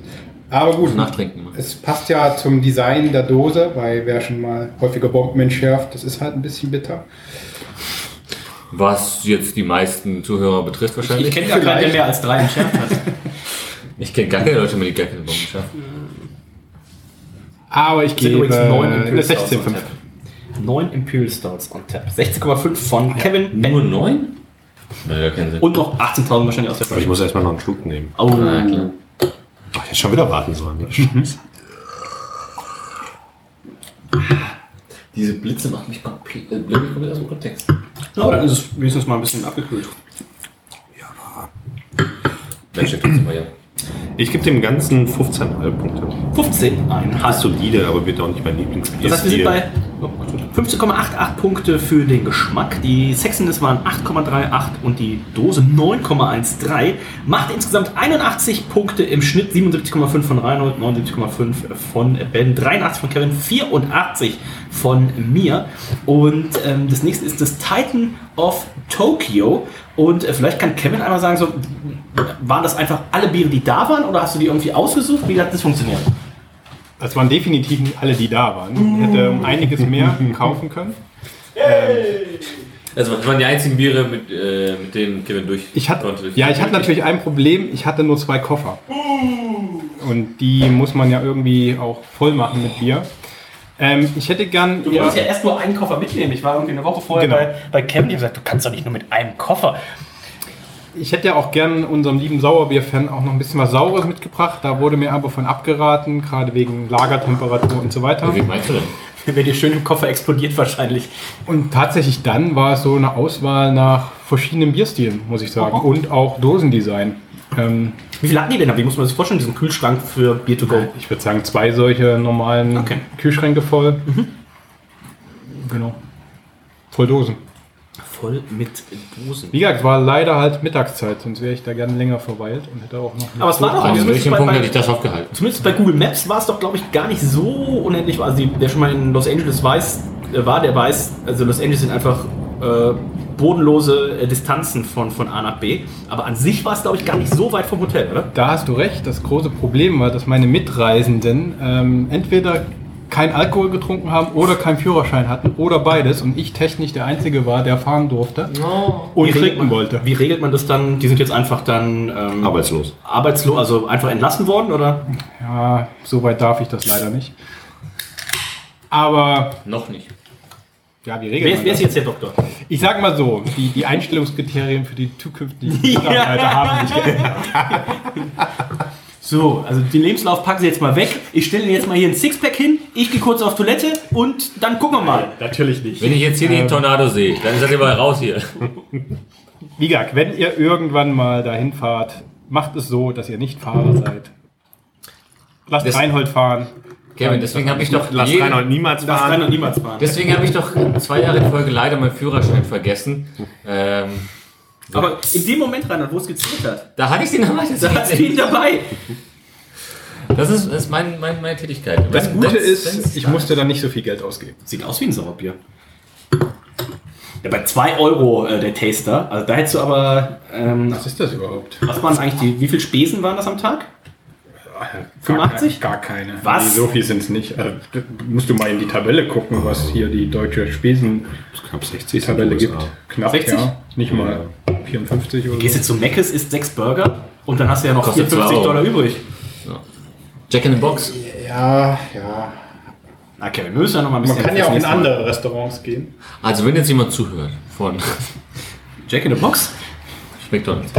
Aber gut, Nachtrinken. ne? es passt ja zum Design der Dose, weil wer schon mal häufiger Bomben entschärft, das ist halt ein bisschen bitter. Was jetzt die meisten Zuhörer betrifft wahrscheinlich. Ich kenne gar keinen, der Vielleicht. mehr als drei entschärft hat. Ich kenn gar keine Leute mehr, die gar keine Bomben schaffen. Aber ich Sind gebe äh, übrigens neun eine Imperial Stouts 16,5. on tap. 9 Imperial Stouts on tap. 16,5 Ah von Kevin Nur Ben. neun? Naja, keinen Sinn. Und noch 18.000 wahrscheinlich aus der Aber ich Flasche. muss erstmal noch einen Schluck nehmen. Oh. Ja, klar. Ach, ich hätte schon wieder warten sollen. Ne? Scheiße. Diese Blitze machen mich komplett äh, blöd, ich komme aus dem Kontext. Ja, dann ist es wenigstens mal ein bisschen abgekühlt. Mensch, der tut's immer, ja. Ich gebe dem Ganzen 15,5 Punkte. 15, ein Das ist hast du. solide, aber wird auch nicht mein Lieblingsbier. Das heißt, wir sind Stil. bei oh, Gott, 15,88 Punkte für den Geschmack. Die Sexiness waren 8,38 und die Dose 9,13. Macht insgesamt 81 Punkte im Schnitt. 77,5 von Reinhold, 79,5 von Ben, 83 von Kevin, 84 von mir. Und ähm, das nächste ist das Titan of Tokyo. Und äh, vielleicht kann Kevin einmal sagen, so, waren das einfach alle Biere, die da waren oder hast du die irgendwie ausgesucht? Wie hat das funktioniert? Das waren definitiv nicht alle, die da waren. Ich hätte um einiges mehr kaufen können. Also, das waren die einzigen Biere, mit, äh, mit denen Kevin durch Ich hatte, konnte. ja, ich hatte natürlich ein Problem. Ich hatte nur zwei Koffer. Und die muss man ja irgendwie auch voll machen mit Bier. Ähm, ich hätte gern. Du eher- wolltest ja erst nur einen Koffer mitnehmen. Ich war irgendwie eine Woche vorher Genau. bei, bei Kevin, die haben gesagt, du kannst doch nicht nur mit einem Koffer. Ich hätte ja auch gern unserem lieben Sauerbier-Fan auch noch ein bisschen was Saures mitgebracht. Da wurde mir aber von abgeraten, gerade wegen Lagertemperatur und so weiter. Wie meinst du denn? Wäre dir schön im Koffer explodiert wahrscheinlich. Und tatsächlich dann war es so eine Auswahl nach verschiedenen Bierstilen, muss ich sagen. Und auch Dosendesign. Ähm, Wie viel hatten die denn? Wie muss man sich vorstellen, diesen Kühlschrank für Beer to go? ich würde sagen, zwei solche normalen Okay. Mhm. Kühlschränke voll. Genau. Voll Dosen. Voll mit Dosen. Wie gesagt, war leider halt Mittagszeit, sonst wäre ich da gerne länger verweilt und hätte auch noch. Aber es war doch An zumindest welchem bei, Punkt hätte ich bei, das aufgehalten? zumindest bei Google Maps war es doch, glaube ich, gar nicht so unendlich. Also die, wer schon mal in Los Angeles weiß, äh, war, der weiß, also Los Angeles sind einfach äh, bodenlose äh, Distanzen von, von A nach B. Aber an sich war es, glaube ich, gar nicht so weit vom Hotel, oder? Da hast du recht. Das große Problem war, dass meine Mitreisenden ähm, entweder kein Alkohol getrunken haben oder keinen Führerschein hatten oder beides und ich technisch der Einzige war, der fahren durfte und regelt trinken man, wollte. Wie regelt man das dann? Die sind jetzt einfach dann ähm, Arbeitslos. arbeitslos, also einfach entlassen worden, oder? Ja, so weit darf ich das leider nicht. Aber Noch nicht. ja, wie Wer, regelt ist- wer man ist das? jetzt der Doktor? Ich sag mal so, die, die Einstellungskriterien für die zukünftigen Mitarbeiter haben sich geändert. So, also den Lebenslauf packen sie jetzt mal weg. Ich stelle ihnen jetzt mal hier ein Sixpack hin. Ich gehe kurz auf Toilette und dann gucken wir mal. Natürlich nicht. Wenn ich jetzt hier den Tornado sehe, dann seid ihr mal raus hier. Wie gesagt, wenn ihr irgendwann mal dahin fahrt, macht es so, dass ihr nicht Fahrer seid. Lasst Das- Reinhold fahren. Kevin, deswegen habe ich doch Lass jeden- Reinhold niemals Das kann doch fahren. niemals fahren. Deswegen habe ich doch zwei Jahre in Folge leider meinen Führerschein vergessen. Ähm, Aber in dem Moment, Reinhard, wo es gezählt hat, da hatte ich den Hammer jetzt. da hat sie ihn dabei. Das ist, das ist mein, mein, meine Tätigkeit. Das Wenn- Gute wenn's- ist, wenn's- ich musste dann nicht so viel Geld ausgeben. Sieht aus wie ein Sauerbier. Ja, bei 2 Euro äh, der Taster. Also da hättest du aber. Ähm, Was ist das überhaupt? was waren eigentlich die. Wie viel Spesen waren das am Tag? 85? Gar keine. Was? Nee, so viel sind es nicht. Äh, d- musst du mal in die Tabelle gucken, was hier die deutsche Spesen-Tabelle Knapp 60 gibt. Knapp, 60? ja. Nicht mal 54 oder Gehst so. jetzt zu Meckes, isst 6 Burger und dann hast du ja noch Kostet 54 2 Euro. Dollar übrig. Jack in the Box. Ja, ja. Na, Kevin, wir müssen ja noch mal ein bisschen. Man kann ja fürs auch in nächste Mal. andere Restaurants gehen. Also wenn jetzt jemand zuhört von Jack in the Box. McDonalds.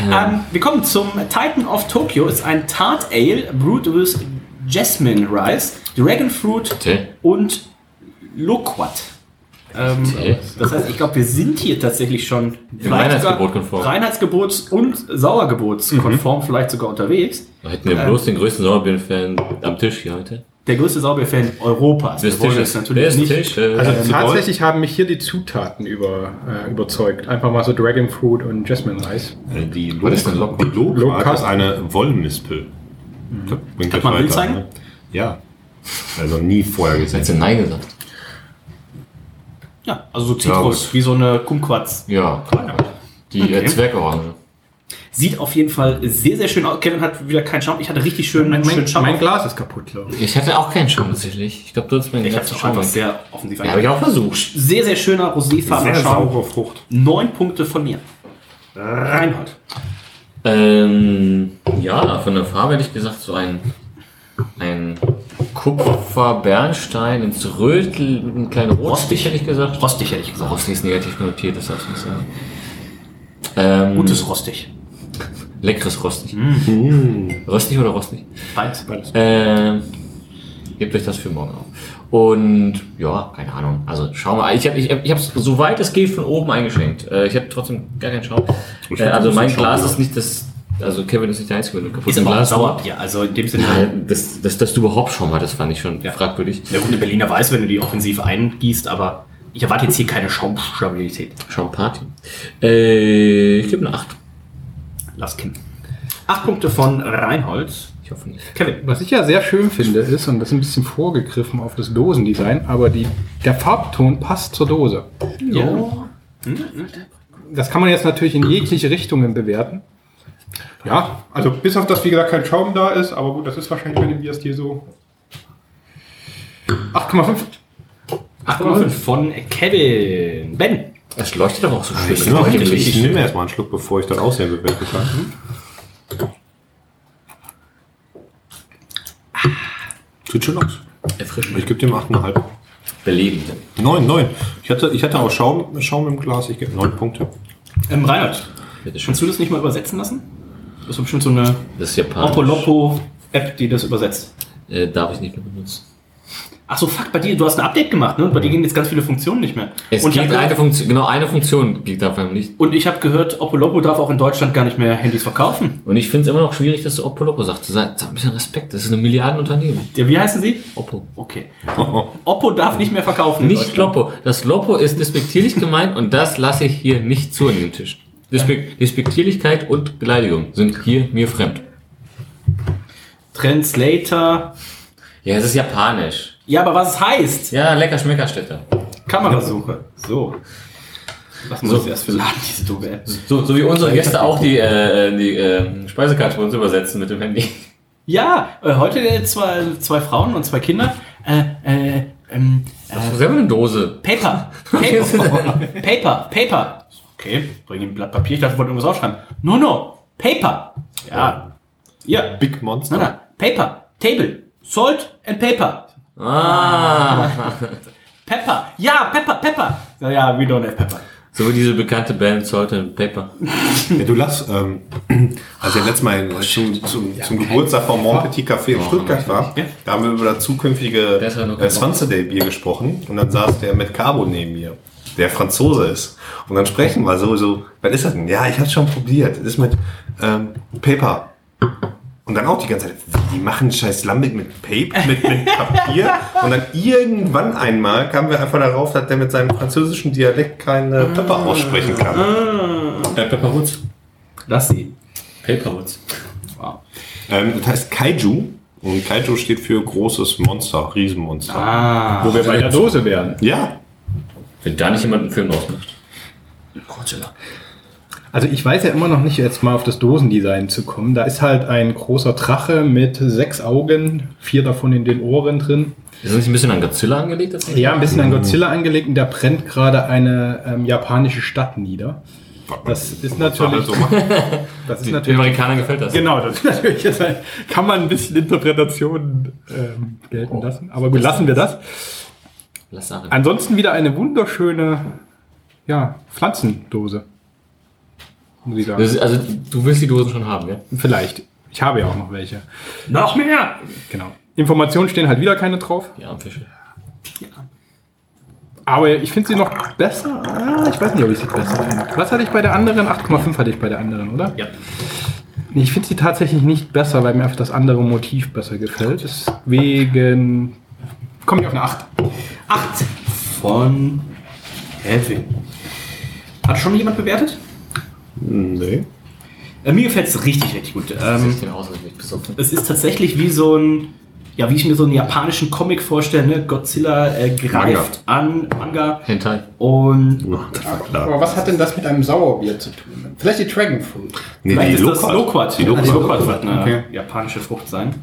Ähm, wir kommen zum Titan of Tokyo. Ist ein Tart Ale brewed with Jasmine Rice, Dragon Fruit Tee. und Loquat. Ähm, Tee. das heißt, ich glaube, wir sind hier tatsächlich schon vielleicht Reinheitsgebot sogar konform. Reinheitsgebots- und Sauergebotskonform vielleicht sogar unterwegs. Da hätten wir bloß den größten Sauerbier-Fan am Tisch hier heute. Der größte Sauerbier-Fan Europas. Wir Des wollen Tisches. jetzt natürlich Des nicht. Tisches. Äh, Also Ähm, tatsächlich haben mich hier die Zutaten über, äh, überzeugt. Einfach mal so Dragon Fruit und Jasmine Reis. Äh, Die ist denn Lok- Lokwart Lokart? ist eine Wollmispel. Bringt Kann euch man weiter, Bild zeigen? ne? Ja. Also nie vorher Jetzt hättest gesehen. du Nein gesagt. Ja, also so Zitrus, wie so eine Kumquats. Ja, die äh, Zwergorange. Sieht auf jeden Fall sehr, sehr schön aus. Kevin hat wieder keinen Schaum. Ich hatte richtig schön, schönen Schaum. Glas ist kaputt, glaube ich. Ich hatte auch keinen Schaum tatsächlich. Ich glaube, du hast meinen ich hab's ganzen doch Schaum. einfach weg. sehr offensiv Ja, habe ich auch versucht. Sehr, sehr schöner roséfarbener Sehr Schaum. saure Frucht. Neun Punkte von mir. Reinhold. Ähm, ja, von der Farbe hätte ich gesagt, so ein, ein Kupfer-Bernstein ins Rötel mit einem kleinen Rotstich, hätte ich gesagt. Rostig hätte ich Also gesagt. Rostig ist negativ konnotiert, das darfst du nicht sagen. Ähm, Gutes Rostig. Leckeres Rostig. Mm. Röstig oder Rostig? Beides. Beides. Ähm, gebt euch das für morgen auf. Und ja, keine Ahnung. Also schau mal, ich habe ich hab, ich hab's, soweit es geht von oben eingeschenkt. Äh, ich habe trotzdem gar keinen Schaum. Ich Äh, hab also ein bisschen mein Schaum, Glas ja. ist nicht das. Also Kevin ist nicht der Einzige mit einem Ist kaputten aber auch Glas. Sauerbier. Also in dem Sinne. Ja, dass, dass, dass du überhaupt Schaum hattest, fand ich schon Ja. fragwürdig. Der gute Berliner weiß, wenn du die offensiv eingießt, aber ich erwarte jetzt hier keine Schaumstabilität. Schaumparty. Äh, ich gebe eine 8. Lass Kim. Acht Punkte von Reinhold. Ich hoffe nicht. Kevin. Was ich ja sehr schön finde, ist, und das ist ein bisschen vorgegriffen auf das Dosendesign, aber die, der Farbton passt zur Dose. Ja. Das kann man jetzt natürlich in jegliche Richtungen bewerten. Ja, also bis auf das, wie gesagt, kein Schaum da ist, aber gut, das ist wahrscheinlich bei dem Bier hier so. 8,5. 8,5 von Kevin. Ben. Das leuchtet aber Ah, auch so schön. Ich Das nehme leuchtet erstmal richtig schön. erst mal einen Schluck, bevor ich das aussehen bewerte kann. Sieht schön aus. Erfrischend. Ich gebe dem 8,5. Belebend. 9, 9. Ich hatte, ich hatte auch Schaum, Schaum im Glas. Ich gebe 9 Punkte. Ähm, Reinhard, Bitte schön. kannst du das nicht mal übersetzen lassen? Das ist doch bestimmt so eine Das ist japanisch. Opolopo-App, die das übersetzt. Äh, darf ich nicht mehr benutzen. Achso, fuck, bei dir, du hast ein Update gemacht, ne? Bei dir gehen jetzt ganz viele Funktionen nicht mehr. Mhm. Es und, ich geht eine hab, Funktion, genau eine Funktion geht davon nicht. und ich habe gehört, Opolopo darf auch in Deutschland gar nicht mehr Handys verkaufen. Und ich finde es immer noch schwierig, dass du Oppo Loco sagst. Sag sag ein bisschen Respekt, das ist ein Milliardenunternehmen. Ja, wie heißen sie? Oppo. Okay. Oppo darf nicht mehr verkaufen. in Nicht Deutschland. Loppo. Das Loppo ist despektierlich gemeint und das lasse ich hier nicht zu an dem Tisch. Despek Despektierlichkeit und Beleidigung sind hier mir fremd. Translator. Ja, es ist japanisch. Ja, aber was es heißt? Ja, lecker Schmeckerstätte. Kamerasuche. So. Was So. muss ich erst für laden, diese doofe App? So, so wie unsere Gäste auch die, äh, die äh, Speisekarte für uns übersetzen mit dem Handy. Ja, äh, heute äh, zwei, zwei Frauen und zwei Kinder. Äh, äh, ähm, äh, Selber eine Dose. Paper. Paper. Paper. Paper. Okay, bring ihm ein Blatt Papier. Ich dachte, wir wollten irgendwas aufschreiben. No, no. Paper. Ja. Ja. Big Na, Monster. na. Paper. Table. Salt and paper. Ah. Pepper. Ja, Pepper, Pepper. Ja, ja, we don't have Pepper. So wie diese bekannte Band Salt and Pepper. Ja, du lass, ähm, als ich letztes Mal zum, zum, zum Geburtstag vom Mon Petit Café in Stuttgart war, da haben wir über das zukünftige Der ist ja noch äh, Sunset Day Bier gesprochen und dann saß der mit Cabo neben mir, der Franzose ist. Und dann sprechen wir so, so, was ist das denn? Ja, ich hab's schon probiert. Das ist mit ähm, Paper. Und dann auch die ganze Zeit, die machen scheiß Lambic mit Paper, mit, mit Papier. und dann irgendwann einmal kamen wir einfach darauf, dass der mit seinem französischen Dialekt keine Ah. Pepper aussprechen kann. Äh, Pepperwoods. Lass sie. Pepperwoods. Ähm, das heißt Kaiju. Und Kaiju steht für großes Monster, Riesenmonster. Ah. Wo wir bei der Dose wären. Ja. Wenn da nicht jemand einen Film draus macht. Also ich weiß ja immer noch nicht, jetzt mal auf das Dosendesign zu kommen. Da ist halt ein großer Drache mit sechs Augen, vier davon in den Ohren drin. Ist das nicht ein bisschen an Godzilla angelegt? Das Ding? Ja, ein bisschen an Godzilla angelegt und da brennt gerade eine ähm, japanische Stadt nieder. Das ist natürlich. Das ist Den natürlich. Amerikanern gefällt das. Genau, das ist natürlich jetzt ein, kann man ein bisschen Interpretation ähm, gelten lassen. Aber gut, lassen wir das. Lass sagen. Ansonsten wieder eine wunderschöne ja, Pflanzendose. Muss ich sagen. Das ist, also, du willst die Dosen schon haben, ja? Vielleicht. Ich habe ja auch noch welche. Noch mehr. Genau. Informationen stehen halt wieder keine drauf. Die Armfische. Aber ich finde sie noch besser. Ah, ich weiß nicht, ob ich sie besser finde. Was hatte ich bei der anderen? 8,5 hatte ich bei der anderen, oder? Ja. Nee, Ich finde sie tatsächlich nicht besser, weil mir einfach das andere Motiv besser gefällt. Deswegen komme ich auf eine 8. Acht von Kevin. Hat schon jemand bewertet? Nee. Äh, mir gefällt's richtig, richtig gut. Ähm, Den Ausweg besoffen. Es ist tatsächlich wie so ein, ja, wie ich mir so einen japanischen Comic vorstelle, ne? Godzilla äh, greift an Manga Hentai. und Na, das war klar. Aber was hat denn das mit einem Sauerbier zu tun? Vielleicht die Dragonfruit. Nee, vielleicht die ist das Loquat. Loquat. Die Loquat. Die Loquat wird eine Okay. japanische Frucht sein.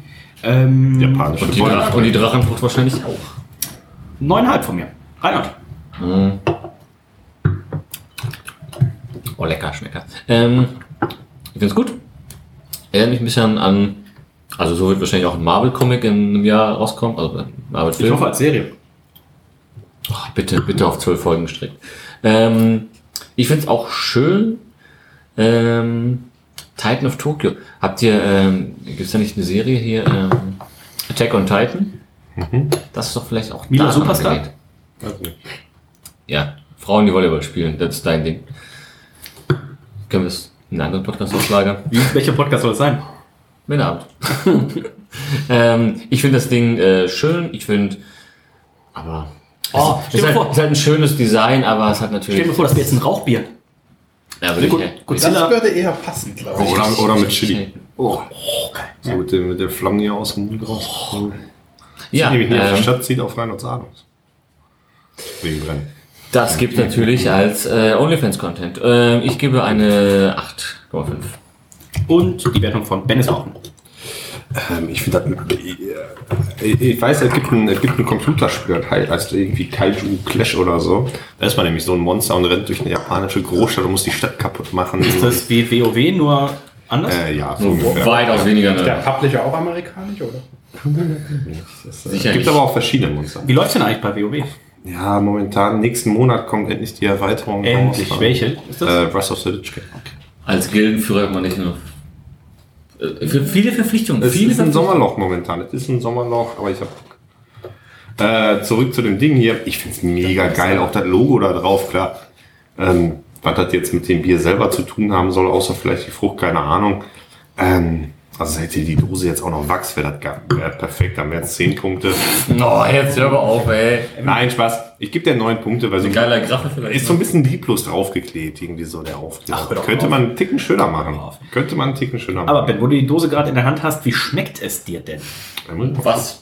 Ähm, Japanische Und die, Bäume. Drach und die Drachenfrucht wahrscheinlich auch. Neuneinhalb von mir. Reinhard. Oh, lecker, schmecker. Ähm, ich find's gut. Erinnert mich ein bisschen an, also so wird wahrscheinlich auch ein Marvel-Comic in einem Jahr rauskommen, also ein Ich Marvel-Film. hoffe als Serie. Ach, bitte, bitte auf zwölf Folgen gestreckt. Ähm, ich find's auch schön. Ähm, Titan of Tokyo. Habt ihr, ähm, gibt's da nicht eine Serie hier? Ähm, Attack on Titan? Das ist doch vielleicht auch Mila daran Superstar? angelegt. Ja, Frauen, die Volleyball spielen, das ist dein Ding. Können wir es in einen anderen Podcast auslagern? Wie, welcher Podcast soll das sein? Männerabend. ähm, ich finde das Ding äh, schön, ich finde, aber Oh, es stell ist, dir halt, vor, ist halt ein schönes Design, aber es hat natürlich... stell dir vor, das wäre jetzt ein Rauchbier. ja, würde ich, Go- äh, Godzilla. eher passen, glaube Oder, oder mit Chili. So mit, dem, mit der Flamme hier aus dem Mund raus. Oh. ja, Die mich nicht auf der ähm, Stadt zieht auf Reinhards Adams. Wegen Brennen. das gibt natürlich als äh, OnlyFans-Content. Ähm, ich gebe eine 8,5. Und die Wertung von Ben ist auch. Ähm, ich finde das. äh, Ich, ich weiß, es gibt ein, es gibt ein Computerspiel, das heißt irgendwie Kaiju Clash oder so. Da ist man nämlich so ein Monster und rennt durch eine japanische Großstadt und muss die Stadt kaputt machen. Ist das wie WoW, nur anders? Äh, ja, so ungefähr. Weitaus weniger. Der Ne? Publisher auch amerikanisch, oder? Sicher Gibt nicht. aber auch verschiedene Monster. Wie läuft's denn eigentlich bei WoW? Ja, momentan, nächsten Monat kommt endlich die Erweiterung. Endlich. raus. Welche ist das? Äh, Breath of the Lich King. Als Gildenführer hat man nicht nur... Äh, Für viele Verpflichtungen. Es viele ist ein Verpflichtungen. Sommerloch momentan. Es ist ein Sommerloch, aber ich habe Äh, zurück zu dem Ding hier. Ich find's mega geil, auch das Logo da drauf, klar. Ähm, was das jetzt mit dem Bier selber zu tun haben soll, außer vielleicht die Frucht, keine Ahnung. Ähm, also hätte die Dose jetzt auch noch Wachs, wäre das gar- wär perfekt. Dann wären es 10 Punkte. Oh, jetzt hör mal auf, ey. Nein, Spaß. Ich gebe dir 9 Punkte, weil so Geiler Graffe vielleicht. ist so ein bisschen lieblos draufgeklebt, irgendwie so der Aufkleber. Ach, hör doch Könnte auf. man einen Ticken schöner machen. auf. Könnte man einen Ticken schöner machen. Aber Ben, wo du die Dose gerade in der Hand hast, wie schmeckt es dir denn? Da muss ich noch- Was?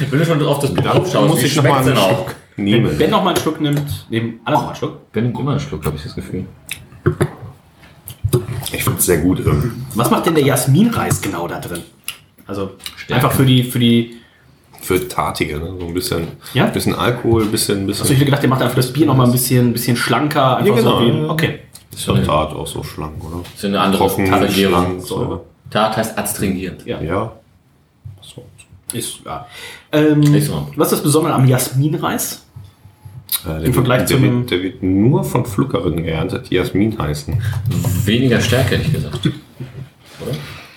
ich bin schon auf das Da Produkt schauen. muss Wie ich noch mal schmeckt's denn einen auch? Schluck- Wenn Ben noch mal einen Schluck nimmt, nehmen alle noch mal einen Schluck. Ben nimmt immer einen Schluck, habe ich das Gefühl. Ich finde es sehr gut. irgendwie. Was macht denn der Jasminreis genau da drin? Also einfach für die, für die. Für Tartige, ne? so ein bisschen, Ja? bisschen Alkohol, ein bisschen, bisschen Achso, ich hätte gedacht, der macht einfach das Bier noch mal ein bisschen, bisschen schlanker. Einfach Ja, genau. so wie, okay. ist doch Tart auch so schlank, oder? Das ist eine andere Trocken, Tartagierung. schlank, so. ne? Tat heißt adstringierend. Ja. Ja. Ist, ja. Ähm, Nächstes Mal. was ist das Besondere am Jasminreis? Äh, der Im Vergleich wird, zu der, einem- wird, der wird nur von Pflückerinnen geerntet, die Jasmin heißen. Weniger Stärke, hätte ich gesagt.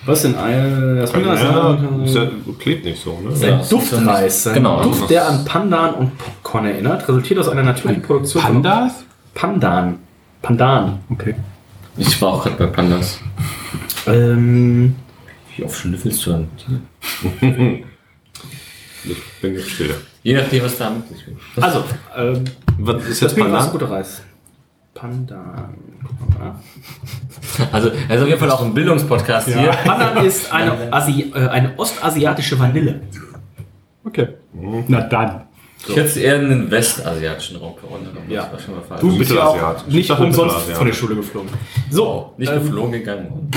Was denn? Äh, Jasminreis? Ja, ist ja, klebt nicht so, ne? Ja. Ein Duftreis. Ein Genau. Duft, der an Pandan und Popcorn erinnert, resultiert aus einer natürlichen Produktion von Pandas? Pandan. Pandan. Okay. Ich war auch gerade bei Pandas. Ähm, Wie oft schnüffelst du an Tieren? Ich bin jetzt still. Je nachdem, was da möglich ist. also, ähm, Was ist das jetzt Pandan? Ist Pandan? guter Reis. Pandan. Guck mal. Also, er ist auf jeden Fall auch ein Bildungspodcast hier. Pandan ist eine, Asi äh, eine ostasiatische Vanille. Okay. Na dann. Ich hätte es eher in den westasiatischen Raum verordnet. aber Ja. Das war schon mal falsch. Du bist ja auch Mittelasiatisch. Ich nicht dachte umsonst Mittelasiatisch. Oh. von der Schule geflogen. So, Nicht geflogen gegangen.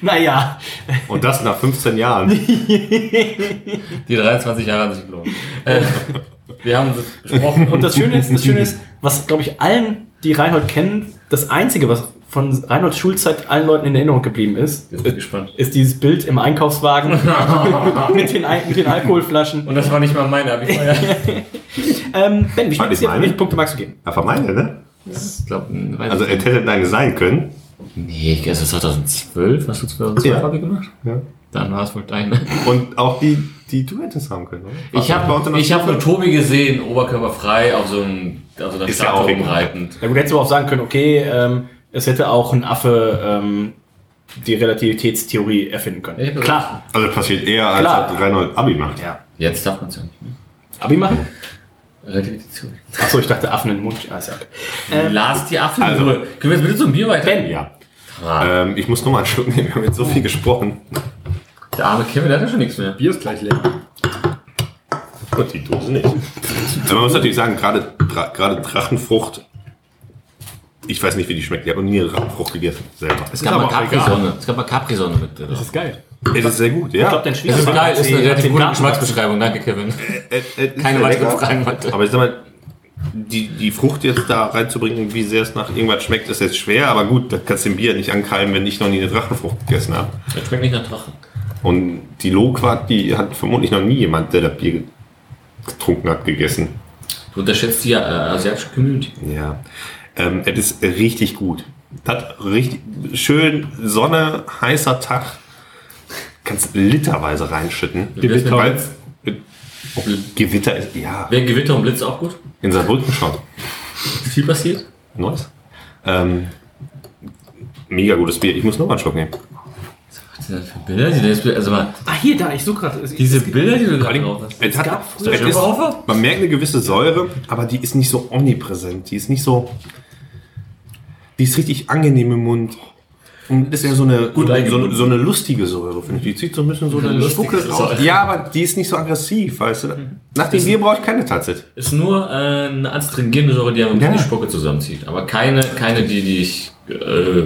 naja, Und das nach 15 Jahren. Die 23 Jahre haben sich geflogen. Äh, wir haben uns besprochen. Und das Schöne ist, das Schöne ist, was glaube ich allen, die Reinhold kennen, das einzige, was von Reinholds Schulzeit allen Leuten in Erinnerung geblieben ist, Jetzt bin ich gespannt. ist dieses Bild im Einkaufswagen mit, den, Al- mit den Alkoholflaschen. Und das war nicht mal meine, aber ich war ja. Ähm, ben, wie War das schmeckt's dir? meine? Wie viele Punkte magst du geben? Ja, vermeide, ne? Ich glaub, hm, weiß Also, ich es nicht. hätte deine sein können. Nee, ich glaube, es war 2012. Hast du 2012 Ja. Abi gemacht? Ja. Dann war es wohl deine. Und auch die, die du hättest haben können, oder? Ich Warte, habe warte, ich hab nur Tobi gesehen, oberkörperfrei, auf so einem also der Ist ja Statue auch egal. rumreitend. Ja gut, hättest du aber auch sagen können, okay, ähm, es hätte auch ein Affe ähm, die Relativitätstheorie erfinden Ja, können. aber- Klar. Also das passiert eher, als Klar. dass Reinhold Abi macht. Ja. Jetzt darf man es ja nicht mehr. Abi machen? Repetition. Achso, ich dachte Affen in den Mund. Ah, ist ja okay. Lars die Affen. Also- Können wir jetzt bitte zum Bier weiter? Ben, Ja. Ah, Ähm, ich muss nochmal einen Schluck nehmen, wir haben jetzt so viel gesprochen. der arme Kevin, der hat ja schon nichts mehr. Bier ist gleich leer. Gott, die Dose nicht. Aber man muss natürlich sagen, gerade Dra gerade Drachenfrucht, ich weiß nicht, wie die schmeckt. Ich habe noch nie eine Drachenfrucht gegessen selber. Es Es gab aber mal auch egal. Capri-Sonne. Es gab mal Capri-Sonne mit äh, drin. Das ist geil. ist sehr gut, ja. ich glaube, dein Das ist Schwiegervater geil, ist eine hat relativ den gute Garten- Geschmacksbeschreibung. Danke, Äh, Kevin. Es- es ist Keine sehr weiteren lecker. Fragen heute. Aber ich sag mal, die, die Frucht jetzt da reinzubringen, wie sehr es nach irgendwas schmeckt, ist jetzt schwer. Aber gut, das kannst du dem Bier nicht ankeimen, wenn ich noch nie eine Drachenfrucht gegessen habe. Das schmeckt nicht nach Drachen. Und die Loquat, die hat vermutlich noch nie jemand, der das Bier getrunken hat, gegessen. Du unterschätzt die äh, asiatische Community. Ja, ähm, es ist richtig gut. Hat richtig schön Sonne, heißer Tag. Kannst literweise reinschütten. Gewitter. Weil- Oh, Gewitter ist, ja, Wäre Gewitter und Blitz auch gut? in Saarbrücken schon. Ist viel passiert? Neues. Ähm, mega gutes Bier. Ich muss noch mal einen Schluck nehmen. Was sind das für Bilder? Die das- Also mal, Ah, hier, da, ich suche gerade. diese Bilder, die du gerade drauf hast. Es hat, gab früher es schon ist, Hoffe? man merkt eine gewisse Säure, aber die ist nicht so omnipräsent. Die ist nicht so. Die ist richtig angenehm im Mund. Und das ist ja so eine, Gut so, so, eingebunden. so eine lustige Säure, finde ich. Die zieht so ein bisschen so Eine eine lustige Spucke raus. Säure. Ja, aber die ist nicht so aggressiv, weißt du. Nach dem Bier brauche ich keine Tazit. Ist nur äh, eine astringierende Säure, die einem Ja. die Spucke zusammenzieht. Aber keine, keine die dich äh,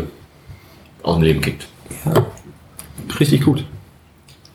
aus dem Leben kickt. Richtig gut.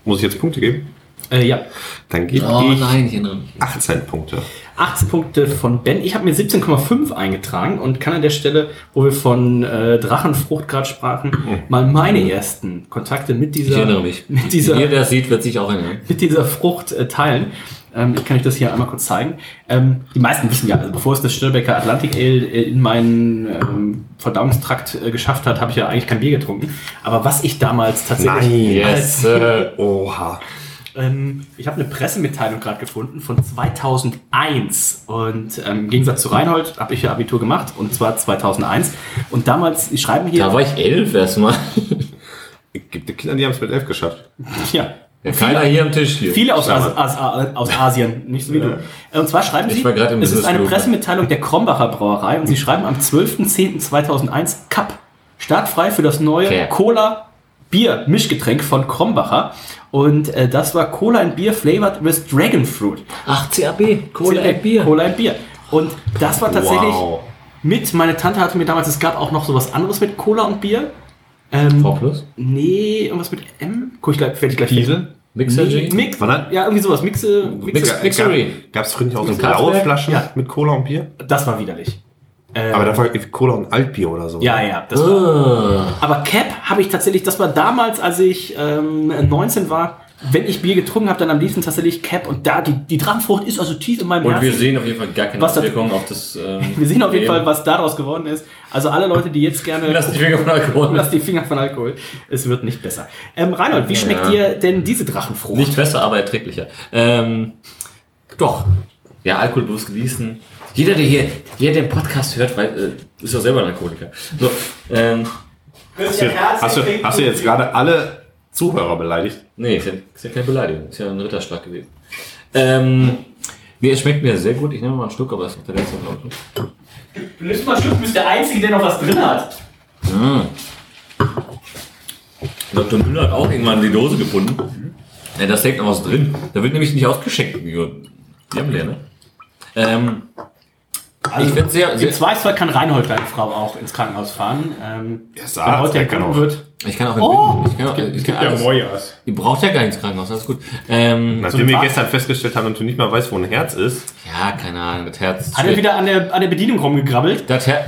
Muss ich jetzt Punkte geben? Äh, ja. Dann gebe Oh ich nein, ich erinnere mich. 18 Punkte. 18 Punkte von Ben. Ich habe mir 17,5 eingetragen und kann an der Stelle, wo wir von äh, Drachenfrucht gerade sprachen, mal meine ersten Kontakte mit Ich dieser, erinnere mich. Mit dieser, Jeder, der das sieht, wird sich auch erinnern. mit dieser Frucht äh, teilen. Ähm, ich kann euch das hier einmal kurz zeigen. Ähm, die meisten wissen ja, also bevor es das Störbecker Atlantic Ale äh, in meinen ähm, Verdauungstrakt äh, geschafft hat, habe ich ja eigentlich kein Bier getrunken. Aber was ich damals tatsächlich Yes. äh, Oha. Ähm, ich habe eine Pressemitteilung gerade gefunden von 2001 und ähm, im Gegensatz zu Reinhold habe ich ja Abitur gemacht und zwar 2001 und damals, die schreiben hier, da war ich elf erstmal. Es gibt die Kinder, die haben es mit 11 geschafft. ja, Ja, keiner hier am Tisch hier. viele aus, As As A- aus Asien, nicht so wie du. Äh, Und zwar schreiben Ich sie, war gerade im es ist eine Business-Club. Pressemitteilung der Krombacher Brauerei und sie schreiben am 12.10.2001 Cup, startfrei für das neue Okay. Cola Bier-Mischgetränk von Krombacher. Und äh, das war Cola and Beer flavored with Dragon Fruit. Ach, CAB, Cola CAB, and Bier. Cola and Bier. Und das war tatsächlich Wow. mit, meine Tante hatte mir damals, es gab auch noch sowas anderes mit Cola und Bier. Ähm, V plus? nee, irgendwas mit M? Guck, ich gleich, werde ich gleich Diesel? Mixer Nee, G? Mix, War das- ja, irgendwie sowas. Mixe, Mix- Mixery. Gab es früher nicht auch so Mix- blaue Kraftwerk? Flaschen Ja. mit Cola und Bier? Das war widerlich. Ähm, Aber da war Cola und Altbier oder so. ja, ja, Äh. das war. Ah. Aber Cap habe ich tatsächlich, das war damals, als ich ähm, 19 war, wenn ich Bier getrunken habe, dann am liebsten tatsächlich Cap und da, die, die Drachenfrucht ist also tief in meinem Und Herzen. wir sehen auf jeden Fall gar keine Was das- Auswirkungen auf das. ähm, Wir sehen auf jeden Leben. Fall, was daraus geworden ist. Also alle Leute, die jetzt gerne... Lass dich weg von Alkohol. Lass die Finger von Alkohol. Es wird nicht besser. Ähm, Reinhold, wie schmeckt Ja. dir denn diese Drachenfrucht? Nicht besser, aber erträglicher. Ähm, doch. Ja, alkoholbewusst genießen. Jeder, der hier, jeder, der den Podcast hört, weil, äh, ist doch selber ein Alkoholiker. So, ähm, Hast du, hast, du, hast du jetzt gerade alle Zuhörer beleidigt? nee, ist ja, ist ja keine Beleidigung. Ist ja ein Ritterschlag gewesen. Ähm, nee, es schmeckt mir sehr gut. Ich nehme mal einen Schluck, aber es ist noch der letzte ne? Laut. Löst mal Schluck, bist der Einzige, der noch was drin hat. Ah. Dr. Müller hat auch irgendwann die Dose gefunden. Ja, da steckt noch was drin. Da wird nämlich nicht ausgeschenkt. Die haben leer, ne? Ähm, Also, ich finde sehr, Im sehr Zweifelsfall kann Reinhold deine Frau auch ins Krankenhaus fahren. Ähm, Der ist wenn Arzt, heute der der kann Kunden auch. wird. Ich kann auch Oh! entbinden. ich kann, auch- ich kann alles. Moyas. Ihr braucht ja gar nichts Krankenhaus, das ist gut. Ähm, Nachdem wir gestern festgestellt haben, dass du nicht mal weißt, wo ein Herz ist. ja, keine Ahnung, das Herz. ist Hat er schwer. wieder an der, an der Bedienung rumgegrabbelt? Das Herz.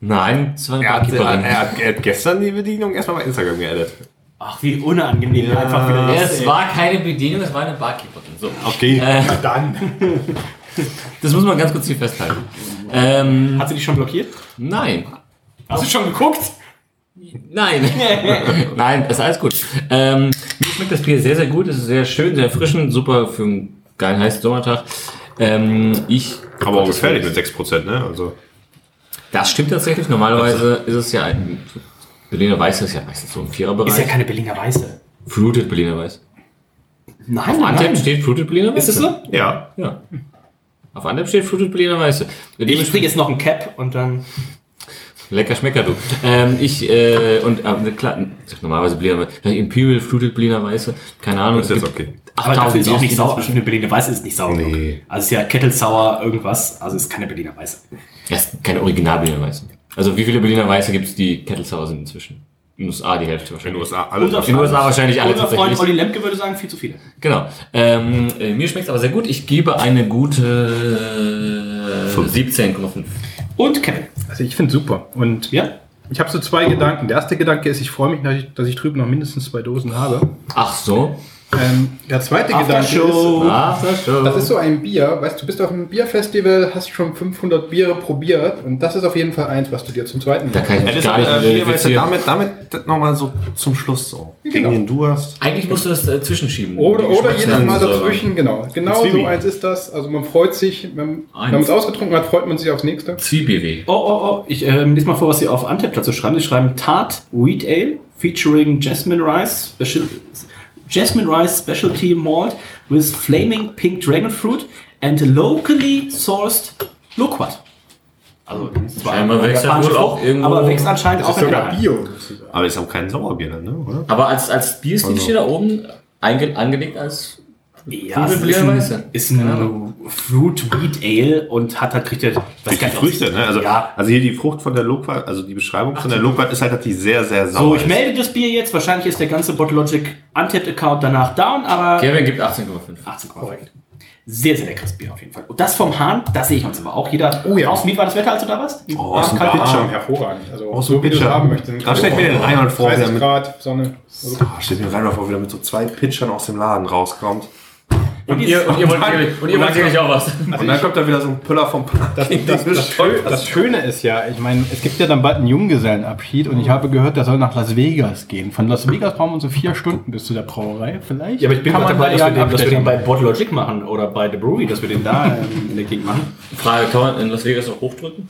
Nein, das war eine Er hat, er, Barkeeperin. hat, er hat gestern die Bedienung erstmal bei Instagram geaddet. Ach, wie unangenehm. Ja. Einfach wieder Es war keine Bedienung, es war eine Barkeeperin. So, Äh, Okay. das muss man ganz kurz hier festhalten. Ähm, Hat sie dich schon blockiert? nein, Hast du schon geguckt? nein, nein, ist alles gut. Ähm, mir schmeckt das Bier sehr, sehr gut. Es ist sehr schön, sehr frischend, super für einen geilen heißen Sommertag. Ähm, ich Aber auch gefährlich mit 6%, ne? Also, Das stimmt tatsächlich. Normalerweise ist es ja ein. Berliner Weiß ist ja meistens so im Viererbereich. Ist ja keine Berliner Weiße. Fruited Berliner Weiß. Nein, Auf Antep steht Fruited Berliner Weiße. Ist das so? ja. Ja. Auf Antep steht Fruited Berliner Weiße. Ich krieg jetzt noch ein Cap und dann. Lecker Schmecker, du. Ähm, ich, äh, und äh, klar, ich sag normalerweise Berliner Weiße. Imperial Fruited Berliner Weiße. Keine Ahnung. Ist jetzt okay. Aber dafür ist auch nicht sauer. sauer. Also eine Berliner Weiße ist nicht sauer. Nee. Also ist ja Kettelsauer irgendwas. Also ist keine Berliner Weiße. Das ist keine Original Berliner Weiße. Also wie viele Berliner Weiße gibt es, die Kettelsauer sind inzwischen? In den USA die Hälfte In wahrscheinlich. den USA alles Unser- In den USA wahrscheinlich alle Unser Freund tatsächlich. Olli Lemke würde sagen, viel zu viele. Genau. Ähm, äh, mir schmeckt es aber sehr gut. Ich gebe eine gute äh, 17,5. Und Kevin. Also ich finde super. Und Ja? ich habe so zwei Gedanken. Der erste Gedanke ist, ich freue mich, dass ich, dass ich drüben noch mindestens zwei Dosen habe. Ach so. Ähm, der zweite Gedanke ist, Ach, das ist so ein Bier, weißt du, bist auf einem Bierfestival, hast schon 500 Biere probiert und das ist auf jeden Fall eins, was du dir zum zweiten da kann ich mich gar Elisabeth, nicht äh, weißt du, identifizieren. damit, damit das nochmal so zum Schluss so. Genau. Gegen den Durst. Eigentlich musst du das äh, zwischenschieben. Oder, Die oder jedes Mal Geschmacksnerven- dazwischen, genau. Genau Zwiebel. so eins ist das. Also man freut sich, wenn, Eins. wenn man es ausgetrunken hat, freut man sich aufs nächste. Zwiebelweh. Oh, oh, oh. Ich ähm, lese mal vor, was sie auf Antep dazu schreiben. Sie schreiben Tart Wheat Ale featuring Jasmine Rice Special Jasmine Rice Specialty Malt with Flaming Pink Dragon Fruit and locally sourced Loquat. Also, zwar Scheinbar wächst japanisch das wohl Frucht, auch irgendwo- Aber wächst anscheinend auch in der Bio. Aber ist auch kein Sauerbier dann, ne? Oder? Aber als, als Bierstil steht da oben einge, angelegt als. Ja, Fruit es ist Berliner ein, Weiße. ist ein Fruit Wheat Ale und hat halt, kriegt er, weiß Die gar nicht, ob es- Früchte, ne? Also, ja. also hier die Frucht von der Loquat, also die Beschreibung von der Loquat ist halt, dass die sehr, sehr sauer So, ich ist. melde das Bier jetzt. Wahrscheinlich ist der ganze Botlogic Untapped Account danach down, aber Kevin gibt 18,5. 18 korrekt. Sehr, sehr leckeres Bier auf jeden Fall. Und das vom Hahn, das sehe ich uns aber auch. Jeder. Oh ja. Wie war das Wetter, als du da warst? Oh, ist ein kalt. Pitcher. Schon hervorragend. Also Auch so so wie du es Pitcher. haben möchtest. Da stellt mir den Reinhold vor, der 30 mit- Grad, Sonne. Also, Ah, steht mir Reinhold vor, wieder mit so zwei Pitchern aus dem Laden rauskommt. Und ihr, und ihr wollt sicherlich- und ihr wollt sicherlich auch was. und dann kommt da wieder so ein Pöller vom Park. das, das, das, Schö- das Schöne ist ja, ich meine, es gibt ja dann bald einen Junggesellenabschied und ich habe gehört, der soll nach Las Vegas gehen. Von Las Vegas brauchen wir so vier Stunden bis zu der Brauerei, vielleicht. Ja, aber ich bin Kann gerade man dabei, da dass ja wir, den, einen dass wir den bei Abstecher Botlogic machen oder bei The Brewery, dass wir den da ähm, in der Gegend machen. Frage: Kann man in Las Vegas auch hochdrücken?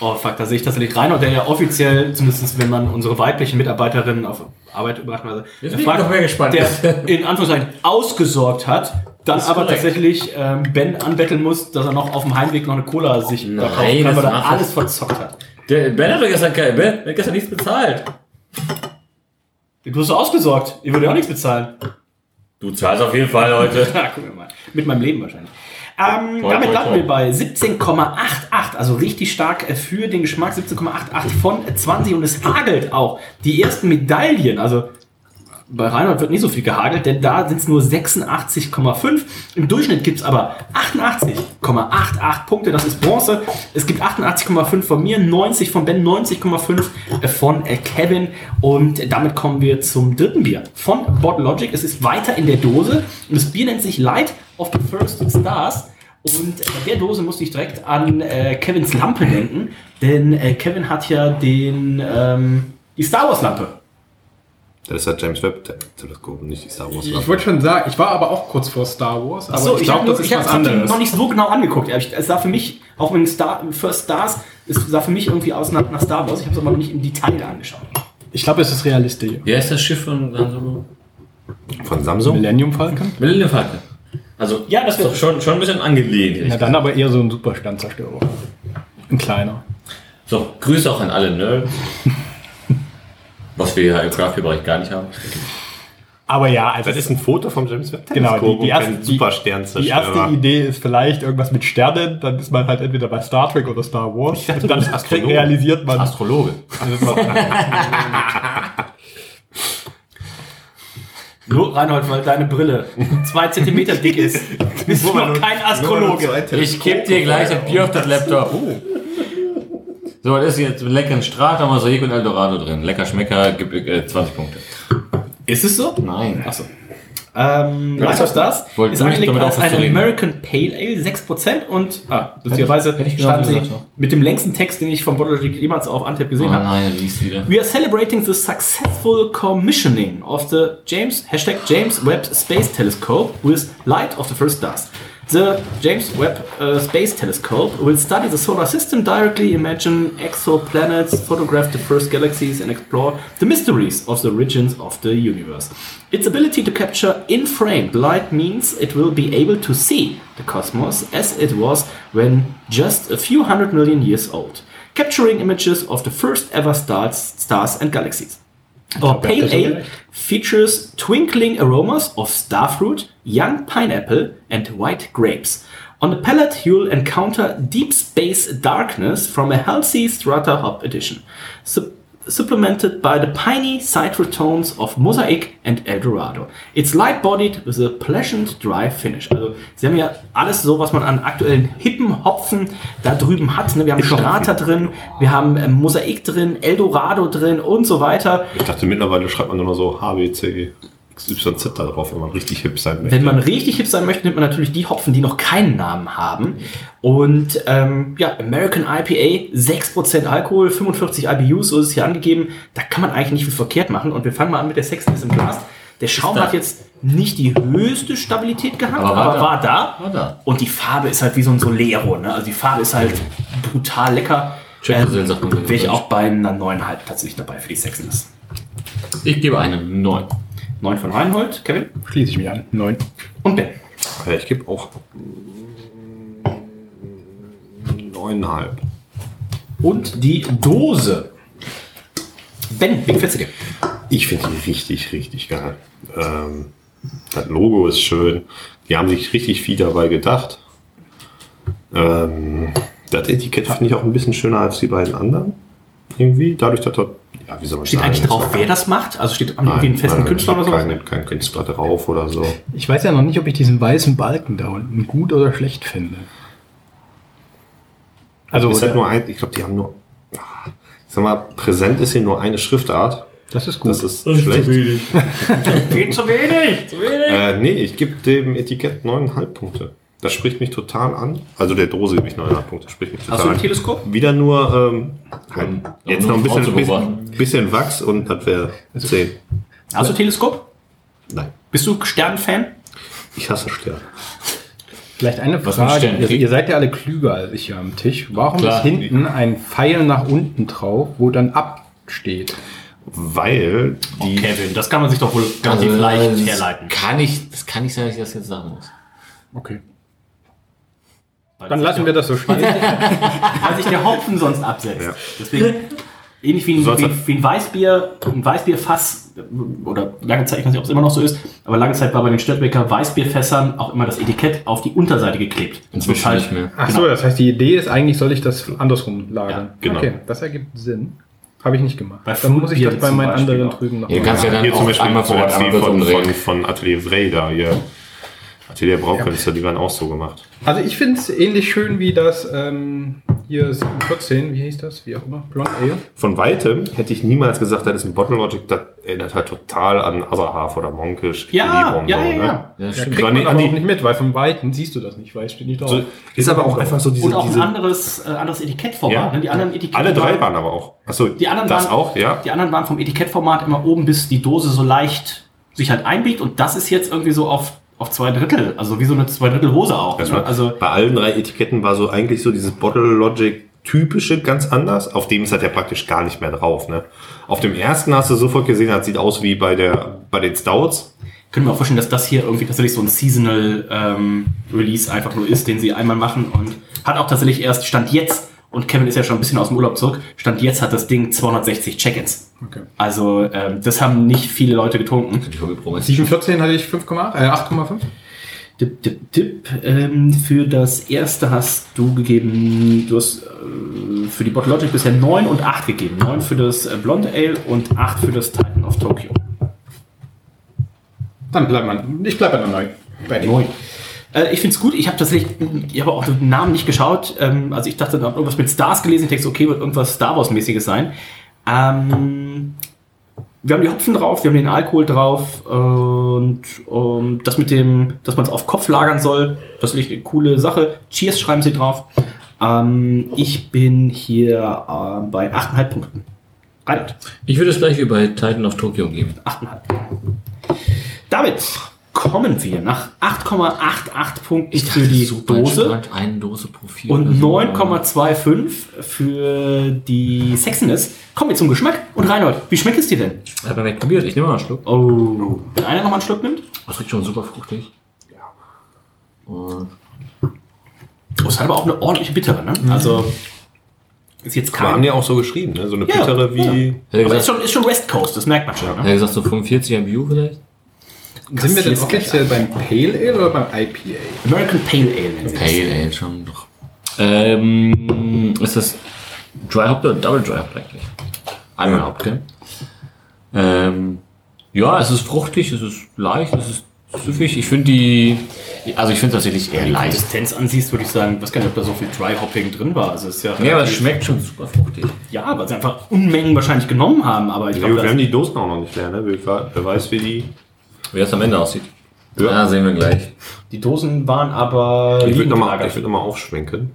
Oh fuck, da sehe ich tatsächlich Reinhold, der ja offiziell, zumindest wenn man unsere weiblichen Mitarbeiterinnen auf Arbeit überrascht, also, Jetzt der bin ich noch mehr gespannt. der in Anführungszeichen ausgesorgt hat, dann Ist aber korrekt. tatsächlich ähm, Ben anbetteln muss, dass er noch auf dem Heimweg noch eine Cola sich Nein, da kaufen kann, das weil er macht er- alles verzockt hat. Der Ben hat doch gestern, kein- Ben hat gestern nichts bezahlt. Den wirst du ausgesorgt. Ihr würdet ja auch nichts bezahlen. Du zahlst auf jeden Fall heute. Na, Also, gucken wir mal. Mit meinem Leben wahrscheinlich. Ähm, Toi, damit toi, landen toi. wir bei 17,88, also richtig stark äh, für den Geschmack 17,88 von 20 und es hagelt auch. Die ersten Medaillen, also bei Reinhold wird nicht so viel gehagelt, denn da sind es nur 86,5. Im Durchschnitt gibt es aber 88,88 Punkte, das ist Bronze. Es gibt 88,5 von mir, 90 von Ben, 90,5 von äh, Kevin. Und damit kommen wir zum dritten Bier von Bot Logic. Es ist weiter in der Dose und das Bier nennt sich Light of the First Stars. Und bei der Dose musste ich direkt an äh, Kevins Lampe denken, denn äh, Kevin hat ja den, ähm, die Star Wars Lampe. Das ist das James Webb-Teleskop, nicht die Star Wars. Ich wollte schon sagen, ich war aber auch kurz vor Star Wars, aber Ach so, ich glaube, das nur- ist ich hab- was ich hab die anderes. noch nicht so genau angeguckt. ehrlich. Es sah für mich, auch mit Star, First Stars, es sah für mich irgendwie aus nach, nach Star Wars. Ich habe es aber noch nicht im Detail angeschaut. Ich glaube, es ist realistisch. Wie heißt das Schiff von Han Solo? Von Samsung? Millennium Falcon? Millennium Falcon. Also, Ja, das ist wär- doch schon, schon ein bisschen angelehnt. Na dann aber eher so ein Supersternzerstörer. Ein kleiner. So, Grüße auch an alle Nerds. Was wir ja im Craftbeer-Bereich gar nicht haben. Aber ja, also Das ist ein Foto vom James Webb-Teleskop. Genau, die, die, und erste, kein die, die erste Supersternzerstörer. Idee ist vielleicht irgendwas mit Sternen, dann ist man halt entweder bei Star Trek oder Star Wars. Ich dachte, und dann du bist Astronom. realisiert man. Astrologe. Nur, Reinhold, weil deine Brille zwei Zentimeter dick ist. Bist du noch kein Astrologe. Ich kipp dir gleich das Bier auf das Laptop. Oh. So, das ist jetzt mit leckeren Strat, haben wir Mosaik und Eldorado drin. Lecker Schmecker, gibt äh, 20 Punkte. Ist es so? Nein. Achso. Ähm, Light of Stars Wollte ist nicht angelegt damit als aufhören zu ein reden. American Pale Ale, 6% und, ah, lustigerweise Hätte ich- hätte ich genau standen sie gesagt, ja. mit dem längsten Text, den ich von Bottle Logic jemals auf Antep Oh gesehen habe. nein, du liest wieder. We are celebrating the successful commissioning of the James hashtag James Webb Space Telescope with light of the first stars. The James Webb uh, Space Telescope will study the solar system directly, imagine exoplanets, photograph the first galaxies, and explore the mysteries of the origins of the universe. Its ability to capture in frame light means it will be able to see the cosmos as it was when just a few hundred million years old capturing images of the first ever stars, stars and galaxies. Our pale ale features twinkling aromas of starfruit, young pineapple, and white grapes. On the palate, you'll encounter deep space darkness from a healthy strata hop edition, sup- supplemented by the piney citrus tones of Mosaic and Eldorado. It's light-bodied with a pleasant dry finish. Also, sie haben ja alles so, was man an aktuellen hippen Hopfen da drüben hat. Ne? Wir haben Strata drin, wir haben ähm, Mosaik drin, Eldorado drin und so weiter. Ich dachte, mittlerweile schreibt man nur noch so HBC XYZ da drauf, wenn man richtig hip sein möchte. Wenn man richtig hip sein möchte, nimmt man natürlich die Hopfen, die noch keinen Namen haben. Und ähm, ja, American IPA, 6% Alkohol, 45 IBUs, so ist es hier angegeben. Da kann man eigentlich nicht viel verkehrt machen. Und wir fangen mal an mit der Sexiness im Glas. Der Schaum da. hat jetzt nicht die höchste Stabilität gehabt, aber, Aber war da. war, da. War da. Und die Farbe ist halt wie so ein Solero. Ne? Also die Farbe ist halt brutal lecker. Ähm, Check the sagt man so. Wäre ich auch bei einer 9,5 tatsächlich dabei für die Sexiness. Ich gebe eine 9. 9 von Reinhold, Kevin Schließe ich mich an. Neun. und Ben. Ja, ich gebe auch mm, neuneinhalb. und die Dose. Ben, wie gefällt's dir? Ich finde die richtig, richtig geil. Ähm, das Logo ist schön. Die haben sich richtig viel dabei gedacht. Ähm, das Etikett finde ich auch ein bisschen schöner als die beiden anderen. Irgendwie. Dadurch, dass dort. Ja, wie soll man Steht sagen? eigentlich drauf, wer das macht? Also steht an irgendwie einen festen Künstler oder so? Kein, kein Künstler drauf oder so. Ich weiß ja noch nicht, ob ich diesen weißen Balken da unten gut oder schlecht finde. Also, ist das, halt nur ein, ich glaube, die haben nur. ah, Ich sag mal, präsent ist hier nur eine Schriftart. ist gut. Das ist schlecht. Viel zu wenig! Äh, nee, ich gebe dem Etikett 9,5 Punkte. Das spricht mich total an. Also der Dose gebe ich 9,5 Punkte. Spricht mich total Hast du ein an. Teleskop? Wieder nur ähm, halt Um- jetzt um noch ein eine Frau bisschen, zu bisschen, beobachten. bisschen Wachs und das wäre 10. Hast du ein Teleskop? Nein, Bist du Sternfan? ich hasse Sterne. Vielleicht eine Was mit Frage. Also, Sternen Ihr, kriegt? ihr seid ja alle klüger als ich hier am Tisch. Warum Klar. ist hinten ein Pfeil nach unten drauf, wo dann ab steht? Weil die Oh, Kevin, das kann man sich doch wohl relativ Also, leicht das herleiten. Kann ich, das kann nicht sein, dass ich das jetzt sagen muss. Okay. Dann lassen wir das so stehen. Weil sich der Hopfen sonst absetzt. Ja. Deswegen ähnlich wie ein, Du sollst wie, halt- wie ein Weißbier, ein Weißbierfass, äh, oder lange Zeit, ich weiß nicht, ob es immer noch so ist, aber lange Zeit war bei den Störtbeker Weißbierfässern auch immer das Etikett auf die Unterseite geklebt. Inzwischen Das ist nicht mehr. Ach so, das heißt, die Idee ist eigentlich, soll ich das andersrum lagern? Ja, genau. Okay, das ergibt Sinn. Habe ich nicht gemacht. Bei Dann muss ich das Foodbier bei zum meinen Beispiel anderen auch. drüben noch Ihr mal- kannst ja dann Hier zum auch Beispiel einmal vor Ort, zuletzt die einmal kurz von, von, umdrehen. von Atelier Vreda hier. Atelier Braukünstler, die waren auch so gemacht. Also ich finde es ähnlich schön wie das ähm, hier 14, wie hieß das? Wie auch immer. Blond Ale. Von weitem hätte ich niemals gesagt, das ist ein Bottle Logic, das erinnert halt total an Other Half oder Monkish. Ja, Equilibrium, ja, so, ja, ne? ja. Ja, Ja, stimmt. kriegt Aber man nee, aber nee. auch nicht mit, weil vom Weiten siehst du das nicht, weil es steht nicht drauf. So, ist aber auch einfach so diese. Und auch ein diese anderes, äh, anderes Etikettformat. Ja. Ne? Die anderen Etiketten alle drei waren aber auch. Achso, Die anderen das waren- auch, ja. Die anderen waren vom Etikettformat immer oben, bis die Dose so leicht sich halt einbiegt. Und das ist jetzt irgendwie so auf, auf zwei Drittel. Also wie so eine zwei Drittel Hose auch. Das Ne? war, Also bei allen drei Etiketten war so eigentlich so dieses Bottle Logic typische ganz anders. Auf dem ist halt ja praktisch gar nicht mehr drauf. Ne? Auf dem ersten hast du sofort gesehen, das sieht aus wie bei der bei den Stouts. können wir auch vorstellen, dass das hier irgendwie tatsächlich so ein Seasonal ähm, Release einfach nur ist, den sie einmal machen. Und hat auch tatsächlich erst Stand jetzt, und Kevin ist ja schon ein bisschen aus dem Urlaub zurück, Stand jetzt hat das Ding 260 Check-ins. Okay. Also ähm, das haben nicht viele Leute getrunken. Die Vogelbrumme ist- 714 hatte ich 5,8, äh, 8,5. Dip, dip, dip. Ähm, für das erste hast du gegeben, du hast äh, für die Bottle Logic bisher 9 und 8 gegeben. 9 für das äh, Blonde Ale und 8 für das Titan of Tokyo. Dann bleibt man, ich bleibe bei neu. Bei den. Äh, ich finde es gut. Ich habe tatsächlich, ich habe auch den Namen nicht geschaut. Ähm, also ich dachte, da hab irgendwas mit Stars gelesen. Ich denke, okay, wird irgendwas Star Wars-mäßiges sein. Ähm, wir haben die Hopfen drauf, wir haben den Alkohol drauf und ähm, das mit dem, dass man es auf Kopf lagern soll, das ist echt eine coole Sache. Cheers schreiben sie drauf. Ähm, ich bin hier äh, bei 8,5 Punkten. Reinhard, Ich würde es gleich wie bei Titan of Tokyo geben. 8,5. Damit kommen wir nach 8,88 Punkten für die Dose entspannt, eine Dose Profil. und 9,25 für die Sexiness. Kommen wir zum Geschmack. Und Reinhold, wie schmeckt es dir denn? Hat man nicht probiert, ich nehme mal einen Schluck. Oh. Wenn einer nochmal einen Schluck nimmt? Das riecht schon super fruchtig. Ja. Und Oh, es hat aber auch eine ordentliche Bittere, ne? Also, ist jetzt Wir haben kein... ja auch so geschrieben, ne? so eine Ja, bittere wie. hätte er Aber ist gesagt, schon, ist schon West Coast, das merkt man schon. hätte Ne? er gesagt so 45 MBU vielleicht? Sind wir denn Kassier's gleich offiziell beim Pale Ale oder beim IPA? American Pale Ale. nennt sich das. Pale Ale schon doch. Ähm, ist das Dry Hop oder Double Dry Hop eigentlich? Einmal Hop, gell? Ähm, ja, es ist fruchtig, es ist leicht, es ist süffig. Ich finde die, also ich finde es tatsächlich Wenn eher du die leicht. Konsistenz ansiehst, würde ich sagen, weiß gar nicht, ob da so viel Dry Hopping drin war. Also, es ist ja Ja, aber es relativ- schmeckt schon super fruchtig. Ja, weil sie einfach Unmengen wahrscheinlich genommen haben, aber ich Wir, glaube, wir das- haben die Dosen auch noch nicht leer, ne? Wer, wer weiß, wie die. Wie das am Ende aussieht. Ja. Ja, sehen wir gleich. die Dosen waren aber Ich würde liegend nochmal gelagert. würd noch mal aufschwenken.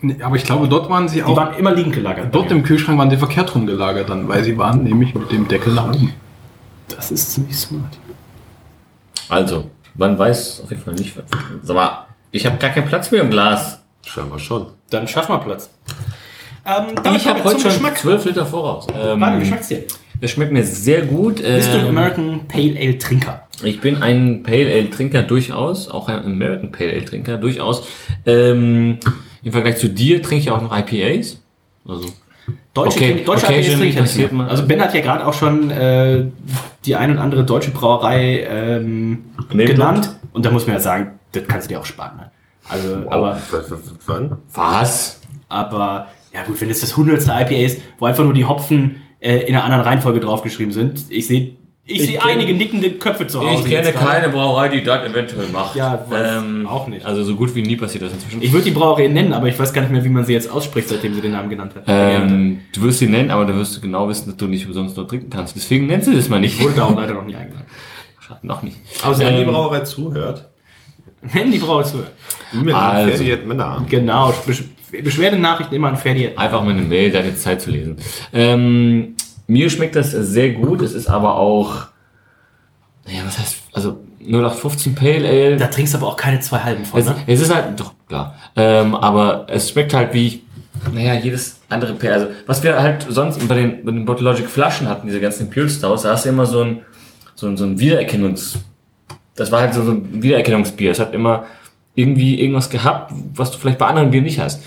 Nee, aber ich glaube, dort waren sie Die auch. waren immer liegend gelagert. dort im Kühlschrank waren sie verkehrt rum gelagert dann, weil sie waren nämlich mit dem Deckel nach oben. das ist ziemlich smart. Also, man weiß auf jeden Fall nicht, was. Sag mal, ich habe gar keinen Platz mehr im Glas. Scheinbar schon. Dann schaff mal Platz. Ähm, damit Ich habe kommen wir heute zum schon Geschmack. 12 Liter voraus. Warte, wie Ähm, schmeckt's dir? das schmeckt mir sehr gut. Bist du ein Ähm, American Pale Ale Trinker? ich bin ein Pale Ale Trinker durchaus, auch ein American Pale Ale Trinker durchaus. Ähm, Im Vergleich zu dir trinke ich auch noch IPAs. Also, Deutsche, Okay, deutsche IPAs occasionally trinke ich ja nicht passiert mehr. mal. Also Ben hat ja gerade auch schon äh, die ein und andere deutsche Brauerei ähm, Nee, genannt. Und da muss man ja sagen, das kannst du dir auch sparen. Ne? Also, aber Wann? was? Aber ja gut, wenn es das hundertste IPA ist, wo einfach nur die Hopfen äh, in einer anderen Reihenfolge draufgeschrieben sind. Ich sehe ich Ich seh kenn- einige nickende Köpfe zu Hause. Ich kenne jetzt gerade. keine Brauerei, die das eventuell macht. Ja, weiß auch nicht. Also so gut wie nie passiert das inzwischen. Ich würde die Brauerei nennen, aber ich weiß gar nicht mehr, wie man sie jetzt ausspricht, seitdem sie den Namen genannt hat. ähm, du wirst sie nennen, aber du wirst genau wissen, dass du nicht umsonst dort trinken kannst. Deswegen nennst du das mal nicht. Äh, Wurde da auch leider noch nie eingeladen. Noch nicht. Also Wenn die Ähm, Brauerei zuhört, nennen die Brauerei zu. E-Mail Also. also. Männer an. Genau, Besch Beschwerdenachrichten immer an Ferdi. einfach mal eine Mail, deine Zeit zu lesen. Ähm, mir schmeckt das sehr gut. Es ist aber auch, naja, was heißt, also 0815 Pale Ale. Da trinkst du aber auch keine zwei halben von, es, ne? es ist halt, doch, klar. Ähm, aber es schmeckt halt wie, naja, jedes andere Pale. Also, was wir halt sonst bei den, bei den Bottle Logic Flaschen hatten, diese ganzen Imperial Stouts, da hast du immer so ein, so ein, so ein Wiedererkennungs, das war halt so so ein Wiedererkennungsbier. Es hat immer irgendwie irgendwas gehabt, was du vielleicht bei anderen Bieren nicht hast.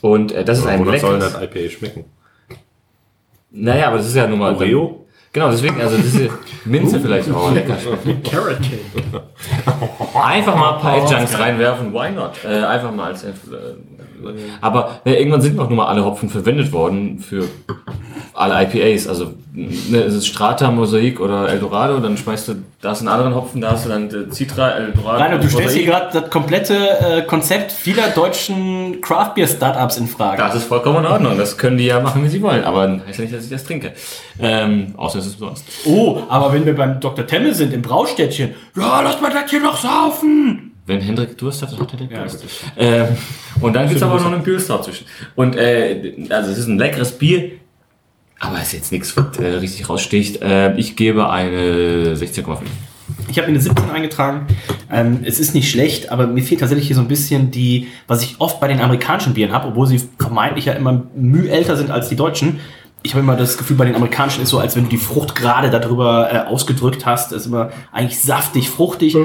Und äh, das ist ein Oder soll leckeres. das IPA schmecken? Naja, aber das ist ja nun mal. Oreo? Genau, deswegen, also diese Minze vielleicht auch lecker schmecken. Carrot Cake. Einfach mal ein paar Junks reinwerfen, why not? Äh, einfach mal als. Äh, aber ne, irgendwann sind noch nur mal alle Hopfen verwendet worden für alle IPAs. Also ne, es ist Strata, Mosaik oder Eldorado, dann schmeißt du, da ist einen anderen Hopfen, da hast du dann äh, Citra, Eldorado. Rainer, du stellst Mosaik. hier gerade das komplette äh, Konzept vieler deutschen Craft Beer Startups in Frage. Das ist vollkommen in Ordnung. Das können die ja machen, wie sie wollen. Aber heißt ja nicht, dass ich das trinke. Ähm, außer es ist umsonst. Oh, aber wenn wir beim Dr. Temme sind, im Braustädtchen, ja, lass mal das hier noch saufen. Wenn Hendrik Durst hat, dann hat er den Durst. ähm, und dann gibt's aber noch einen Pilsner zwischen. Und äh, also es ist ein leckeres Bier, aber es ist jetzt nichts, was äh, richtig raussticht. Äh, ich gebe eine 16,5. Ich habe mir eine 17 eingetragen. Ähm, es ist nicht schlecht, aber mir fehlt tatsächlich hier so ein bisschen die, was ich oft bei den amerikanischen Bieren habe, obwohl sie vermeintlich ja immer müh älter sind als die deutschen. Ich habe immer das Gefühl, bei den amerikanischen ist so, als wenn du die Frucht gerade darüber äh, ausgedrückt hast. Ist immer eigentlich saftig, fruchtig.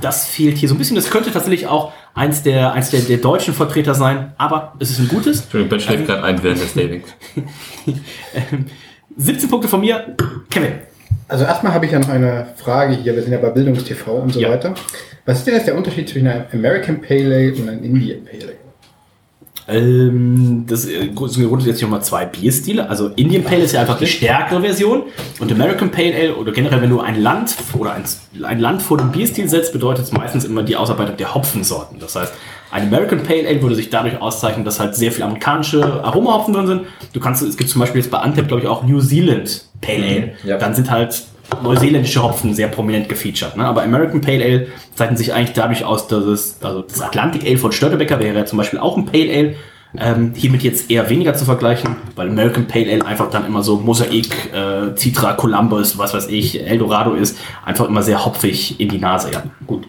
Das fehlt hier so ein bisschen. Das könnte tatsächlich auch eins der, eins der, der deutschen Vertreter sein, aber es ist ein gutes. Entschuldigung, Ben schläft gerade ein während des Datings. 17 Ähm, Punkte von mir. Kevin. Also erstmal habe ich ja noch eine Frage hier. Wir sind ja bei Bildungstv und so weiter. Was ist denn jetzt der Unterschied zwischen einem American Pale Ale und einem Indian Pale Ale? Ähm, das äh, sind grundsätzlich nochmal zwei Bierstile. Also Indian Pale ist ja einfach die stärkere Version und American Pale Ale oder generell, wenn du ein Land oder ein, ein Land vor den Bierstil setzt, bedeutet es meistens immer die Ausarbeitung der Hopfensorten. Das heißt, ein American Pale Ale würde sich dadurch auszeichnen, dass halt sehr viel amerikanische Aromahopfen drin sind. Du kannst, es gibt zum Beispiel jetzt bei Antep, glaube ich, auch New Zealand Pale Ale. Dann sind halt neuseeländische Hopfen sehr prominent gefeatured. Ne? Aber American Pale Ale zeichnet sich eigentlich dadurch aus, dass es, also das Atlantic Ale von Störtebecker wäre ja zum Beispiel auch ein Pale Ale. Ähm, hiermit jetzt eher weniger zu vergleichen, weil American Pale Ale einfach dann immer so Mosaik, äh, Citra, Columbus, was weiß ich, Eldorado ist, einfach immer sehr hopfig in die Nase. Ja, gut.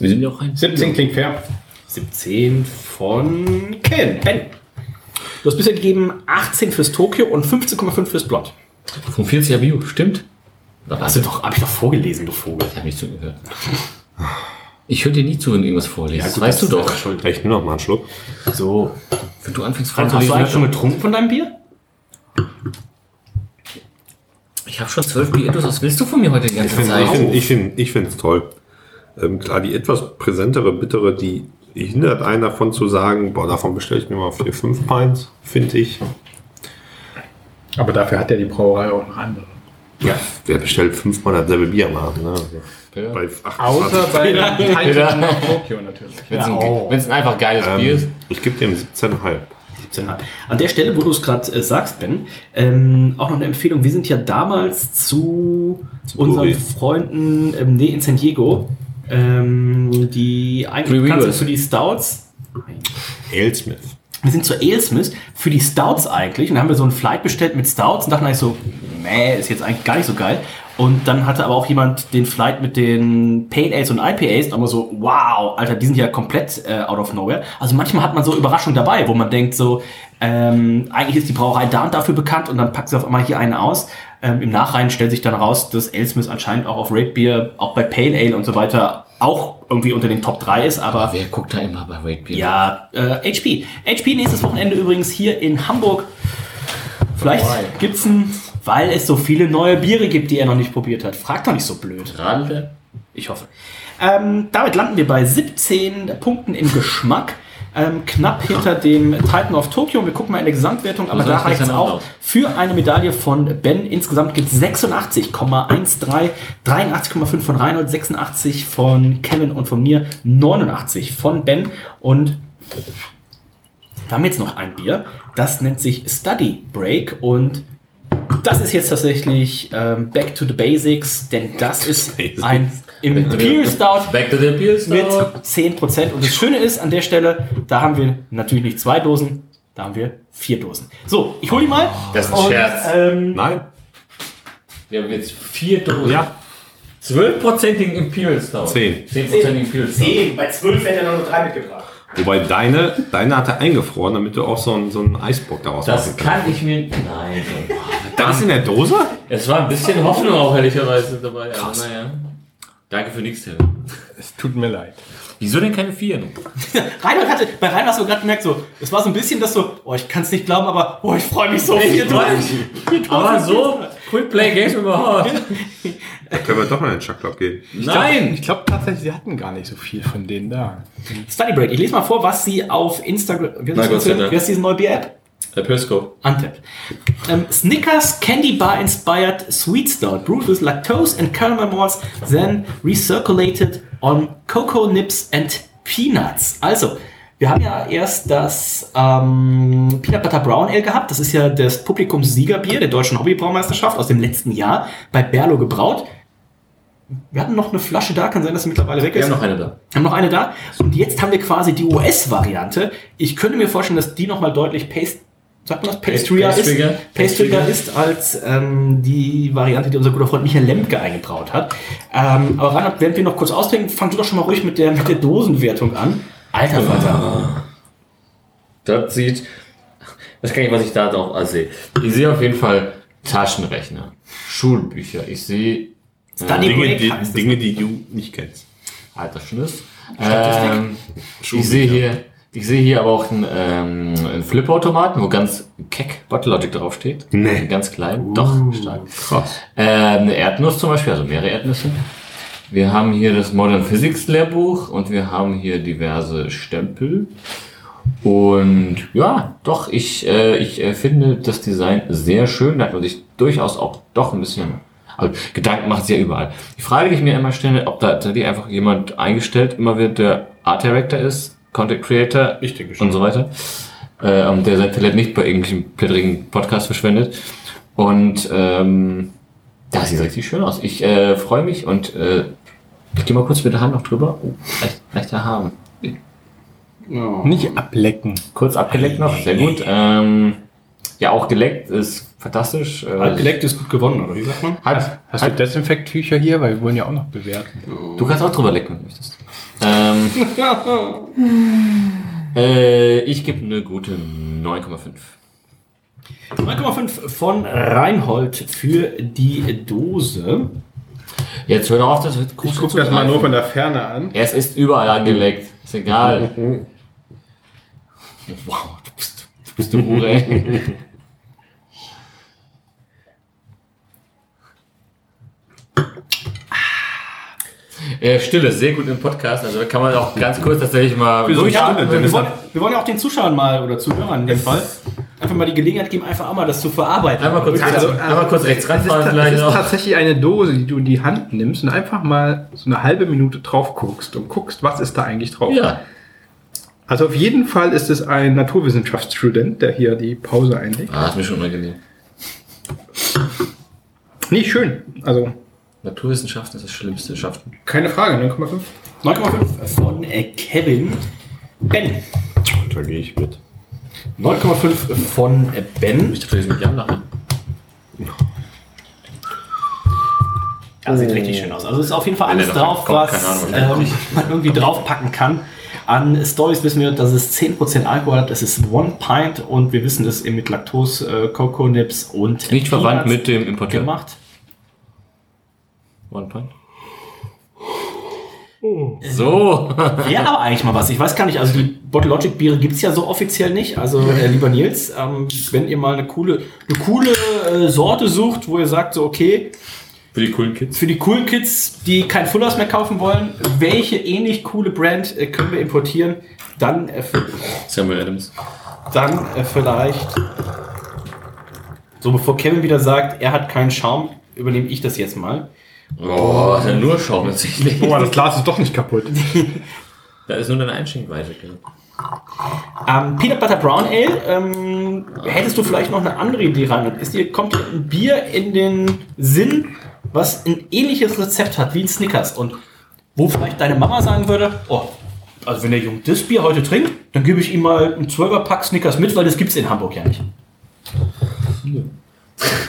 Wir sind ja auch ein 17 klingt fair. 17 von Ken. Ben. Du hast bisher gegeben 18 fürs Tokio und 15,5 fürs Blond. Vom 40er Bio, stimmt? Hast du doch, hab ich doch vorgelesen, du Vogel. Ich habe nicht zugehört. Ich höre dir nie zu, wenn du irgendwas vorliest. das weißt du Also das ist doch. deine Schuld. Ich nehme noch mal einen Schluck. So. Wenn du anfängst Hast du eigentlich schon vorzulesen, getrunken von deinem Bier? ich habe schon zwölf Bier-Intos. Was willst du von mir heute die Ich ganze finde es Zeit? ich find, ich find's toll. Ähm, klar, die etwas präsentere, bittere, die hindert einen davon zu sagen, boah, davon bestelle ich mir mal vier, fünf Pints, finde ich. Aber dafür hat ja die Brauerei auch noch andere. Ja, wer bestellt fünfmal dasselbe Bier am Abend? Ne? Also, Ja. Bei 28 Außer bei der Peter. Titan nach Tokio natürlich. Wenn es ein, wenn's ein einfach geiles Bier ist. ähm, ich gebe dem 17,5. 17,5. An der Stelle, wo du es gerade äh, sagst, Ben, ähm, auch noch eine Empfehlung. Wir sind ja damals zu unseren Buri. Freunden ähm, nee, in San Diego, ähm, die Three eigentlich bekannt sind Weavers. für die Stouts. Alesmith. Wir sind zu Alesmith für die Stouts eigentlich und dann haben wir so einen Flight bestellt mit Stouts und dachten eigentlich so, nee, ist jetzt eigentlich gar nicht so geil. Und dann hatte aber auch jemand den Flight mit den Pale Ales und IPAs und aber so, wow, Alter, die sind ja komplett äh, out of nowhere. Also manchmal hat man so Überraschungen dabei, wo man denkt so, ähm, eigentlich ist die Brauerei da und dafür bekannt und dann packt sie auf einmal hier einen aus. Ähm, Im Nachhinein stellt sich dann raus, dass Alesmith anscheinend auch auf Red Beer, auch bei Pale Ale und so weiter auch irgendwie unter den Top 3 ist, aber Wer guckt da immer bei Weight Beer? ja, äh, HP. HP nächstes Wochenende übrigens hier in Hamburg. Vielleicht gibt's ein, weil es so viele neue Biere gibt, die er noch nicht probiert hat. Frag doch nicht so blöd. Radler? Ich hoffe. Ähm, damit landen wir bei 17 Punkten im Geschmack. Ähm, knapp hinter dem Titan of Tokyo. Wir gucken mal in der Gesamtwertung, aber soll da ich das reicht es denn auch anders? für eine Medaille von Ben. Insgesamt gibt es 86,13, 83,5 von Reinhold, 86 von Kevin und von mir, 89 von Ben. Und wir haben jetzt noch ein Bier. Das nennt sich Study Break und das ist jetzt tatsächlich ähm, Back to the Basics, denn das ist ein Imperial Stout Back to the Beer mit Stout. 10%. Und das Schöne ist an der Stelle, da haben wir natürlich nicht zwei Dosen, da haben wir vier Dosen. So, ich hol die mal. Oh, Das ist ein Oh, Und, Scherz. Ähm, Nein? Wir haben jetzt vier Dosen. Ja. 12%igen Imperial Stout. Zehn. 10%igen Imperial Stout. bei 12 hätte er nur drei mitgebracht. Wobei deine, deine hat er eingefroren, damit du auch so einen, so einen Eisbock daraus Das machen kann ich mir. Nein. Das in der Dose? Es war ein bisschen Hoffnung auch ehrlicherweise dabei. Krass. Naja. Danke für nichts, Tim. Es tut mir leid. Wieso denn keine vier? Reinhold hatte, bei Reinhold hast du gerade gemerkt, so, es war so ein bisschen das so, oh, ich kann es nicht glauben, aber, oh, ich freue mich so Ich viel freu drauf. Aber so, Quick Play Games überhaupt. Da können wir doch mal in den Chucklock gehen. Nein! Ich glaube tatsächlich, sie hatten gar nicht so viel von denen da. Study Break, ich lese mal vor, was sie auf Instagram, wie heißt, Na, Gott sei das, Dank. wie heißt diese neue Bier-App? Der Persco. Untapped. Ähm, Snickers Candy Bar Inspired Sweet Stout brewed with lactose and caramel malts, then recirculated on cocoa nibs and peanuts. Also, wir haben ja erst das ähm, Peanut Butter Brown Ale gehabt. Das ist ja das Publikumssiegerbier der deutschen Hobbybraumeisterschaft aus dem letzten Jahr bei Berlo gebraut. Wir hatten noch eine Flasche da, kann sein, dass sie mittlerweile weg ist. Wir haben noch eine da. Wir haben noch eine da. Und jetzt haben wir quasi die US-Variante. Ich könnte mir vorstellen, dass die nochmal deutlich Paste, sagt man das? Pastryer ist. Pastriger. Pastryer Pastriger. ist als ähm, die Variante, die unser guter Freund Michael Lemke eingebraut hat. Ähm, aber Reinhard, während wir noch kurz austrinken, fang du doch schon mal ruhig mit der, mit der Dosenwertung an. Alter Vater. Das sieht. Das kann ich, was ich da drauf sehe. Ich sehe auf jeden Fall Taschenrechner, Schulbücher. Ich sehe. Study Dinge, Break die, heißt es. Dinge, die du nicht kennst. Alter Schniss. Statistik? Ähm, ich sehe hier, ich sehe hier aber auch einen, ähm, einen Flipperautomaten, wo ganz keck Bottle Logic draufsteht. Nee. Ganz klein. Doch, stark. Krass. Äh, eine Erdnuss zum Beispiel, also mehrere Erdnüsse. Wir haben hier das Modern Physics Lehrbuch und wir haben hier diverse Stempel. Und ja, doch, ich, äh, ich äh, finde das Design sehr schön. Da hat man sich durchaus auch doch ein bisschen. Also Gedanken macht es ja überall. Die Frage, die ich mir immer stelle, ob da tatsächlich einfach jemand eingestellt immer wird, der Art Director ist, Content Creator Ich denke schon. und so weiter. Äh, und der sein Talent nicht bei irgendwelchen plätterigen Podcasts verschwendet. Und ähm, das sieht richtig schön aus. Ich äh, freue mich und äh, ich gehe mal kurz mit der Hand noch drüber. Oh, leicht, leichter Haaren. Nicht ablecken. Kurz abgeleckt noch, sehr gut. Ähm, ja, auch geleckt ist fantastisch. Äh, Halb geleckt ist gut gewonnen, oder wie sagt man? Halb, Hast du halb, Desinfekttücher hier? Weil wir wollen ja auch noch bewerten. du kannst auch drüber lecken, wenn du möchtest. Ähm, äh, ich gebe eine gute 9,5. 9,5 von Reinhold für die Dose. Jetzt hör doch auf, das wird Ich gucke das mal nur von der Ferne an. Es ist überall angeleckt. Ist egal. Wow, du bist, du bist eine Hure. ey. Äh, Stille, sehr gut im Podcast. Also da kann man auch ganz kurz tatsächlich mal Ja, durchatmen. wir, wollen, wir wollen ja auch den Zuschauern mal oder Zuhörern in dem Fall einfach mal die Gelegenheit geben, einfach auch mal das zu verarbeiten. Einmal kurz, Also, einmal kurz rechts Es ist, ranfahren ta- es vielleicht ist noch. tatsächlich eine Dose, die du in die Hand nimmst und einfach mal so eine halbe Minute drauf guckst und guckst, was ist da eigentlich drauf. Ja, Also auf jeden Fall ist es ein Naturwissenschaftsstudent, der hier die Pause einlegt. ah, ist mir schon unangenehm. Nicht schön. Also Naturwissenschaften ist das Schlimmste. Schaffen. keine Frage, 9,5. 9,5 von äh, Kevin. Ben. Da gehe ich mit. 9,5 von äh, Ben. Ich dachte, wir sind mit Jan nachher. Ja, sieht richtig schön aus. Also ist auf jeden Fall Wenn alles der davon drauf, kommt, was keine Ahnung, ähm, man irgendwie draufpacken kann. An Stories wissen wir, dass es 10% Alkohol hat. Das ist One Pint und wir wissen das eben mit Laktose, äh, Cocoa Nips und Nicht verwandt Peanuts mit dem Importeur. gemacht. One Point. Oh. So. Ja, aber eigentlich mal was. Ich weiß gar nicht, also die Bottle Logic Biere gibt's ja so offiziell nicht. Also äh, lieber Nils, ähm, wenn ihr mal eine coole, eine coole äh, Sorte sucht, wo ihr sagt, so okay, Für die coolen Kids. für die coolen Kids, die kein Fullers mehr kaufen wollen, welche ähnlich coole Brand äh, können wir importieren, dann, äh, für- Samuel Adams. dann äh, vielleicht. So, bevor Kevin wieder sagt, er hat keinen Schaum, übernehme ich das jetzt mal. Boah, ist ja nur Schaum tatsächlich. Boah, das Glas ist doch nicht kaputt. Da ist nur deine Einschenkweite. gell? Ähm, Peanut Butter Brown Ale, ähm, hättest du vielleicht noch eine andere Idee ran? Ist dir, kommt dir ein Bier in den Sinn, was ein ähnliches Rezept hat wie ein Snickers und wo vielleicht deine Mama sagen würde, oh, also wenn der Junge das Bier heute trinkt, dann gebe ich ihm mal einen 12er Pack Snickers mit, weil das gibt's in Hamburg ja nicht.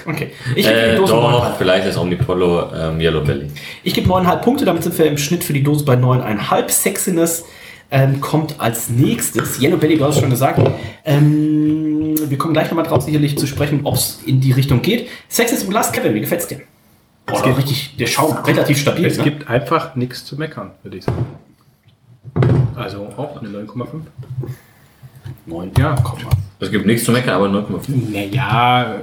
Okay. Ich gebe Äh, die Dose doch, 9,5. vielleicht ist Omnipollo ähm, Yellow Belly. Ich gebe 9,5 Punkte, damit sind wir im Schnitt für die Dose bei 9,5. Sexiness ähm, kommt als nächstes. Yellow Belly, du hast es schon gesagt. Ähm, wir kommen gleich nochmal drauf sicherlich zu sprechen, ob es in die Richtung geht. Sexiness und Last Kevin, wie gefällt's dir? Boah, geht richtig, der Schaum relativ stabil. Es ne? gibt einfach nichts zu meckern, würde ich sagen. Also auch eine 9,5. 9. Ja, komm mal. Es gibt nichts zu meckern, aber 9,5. Naja,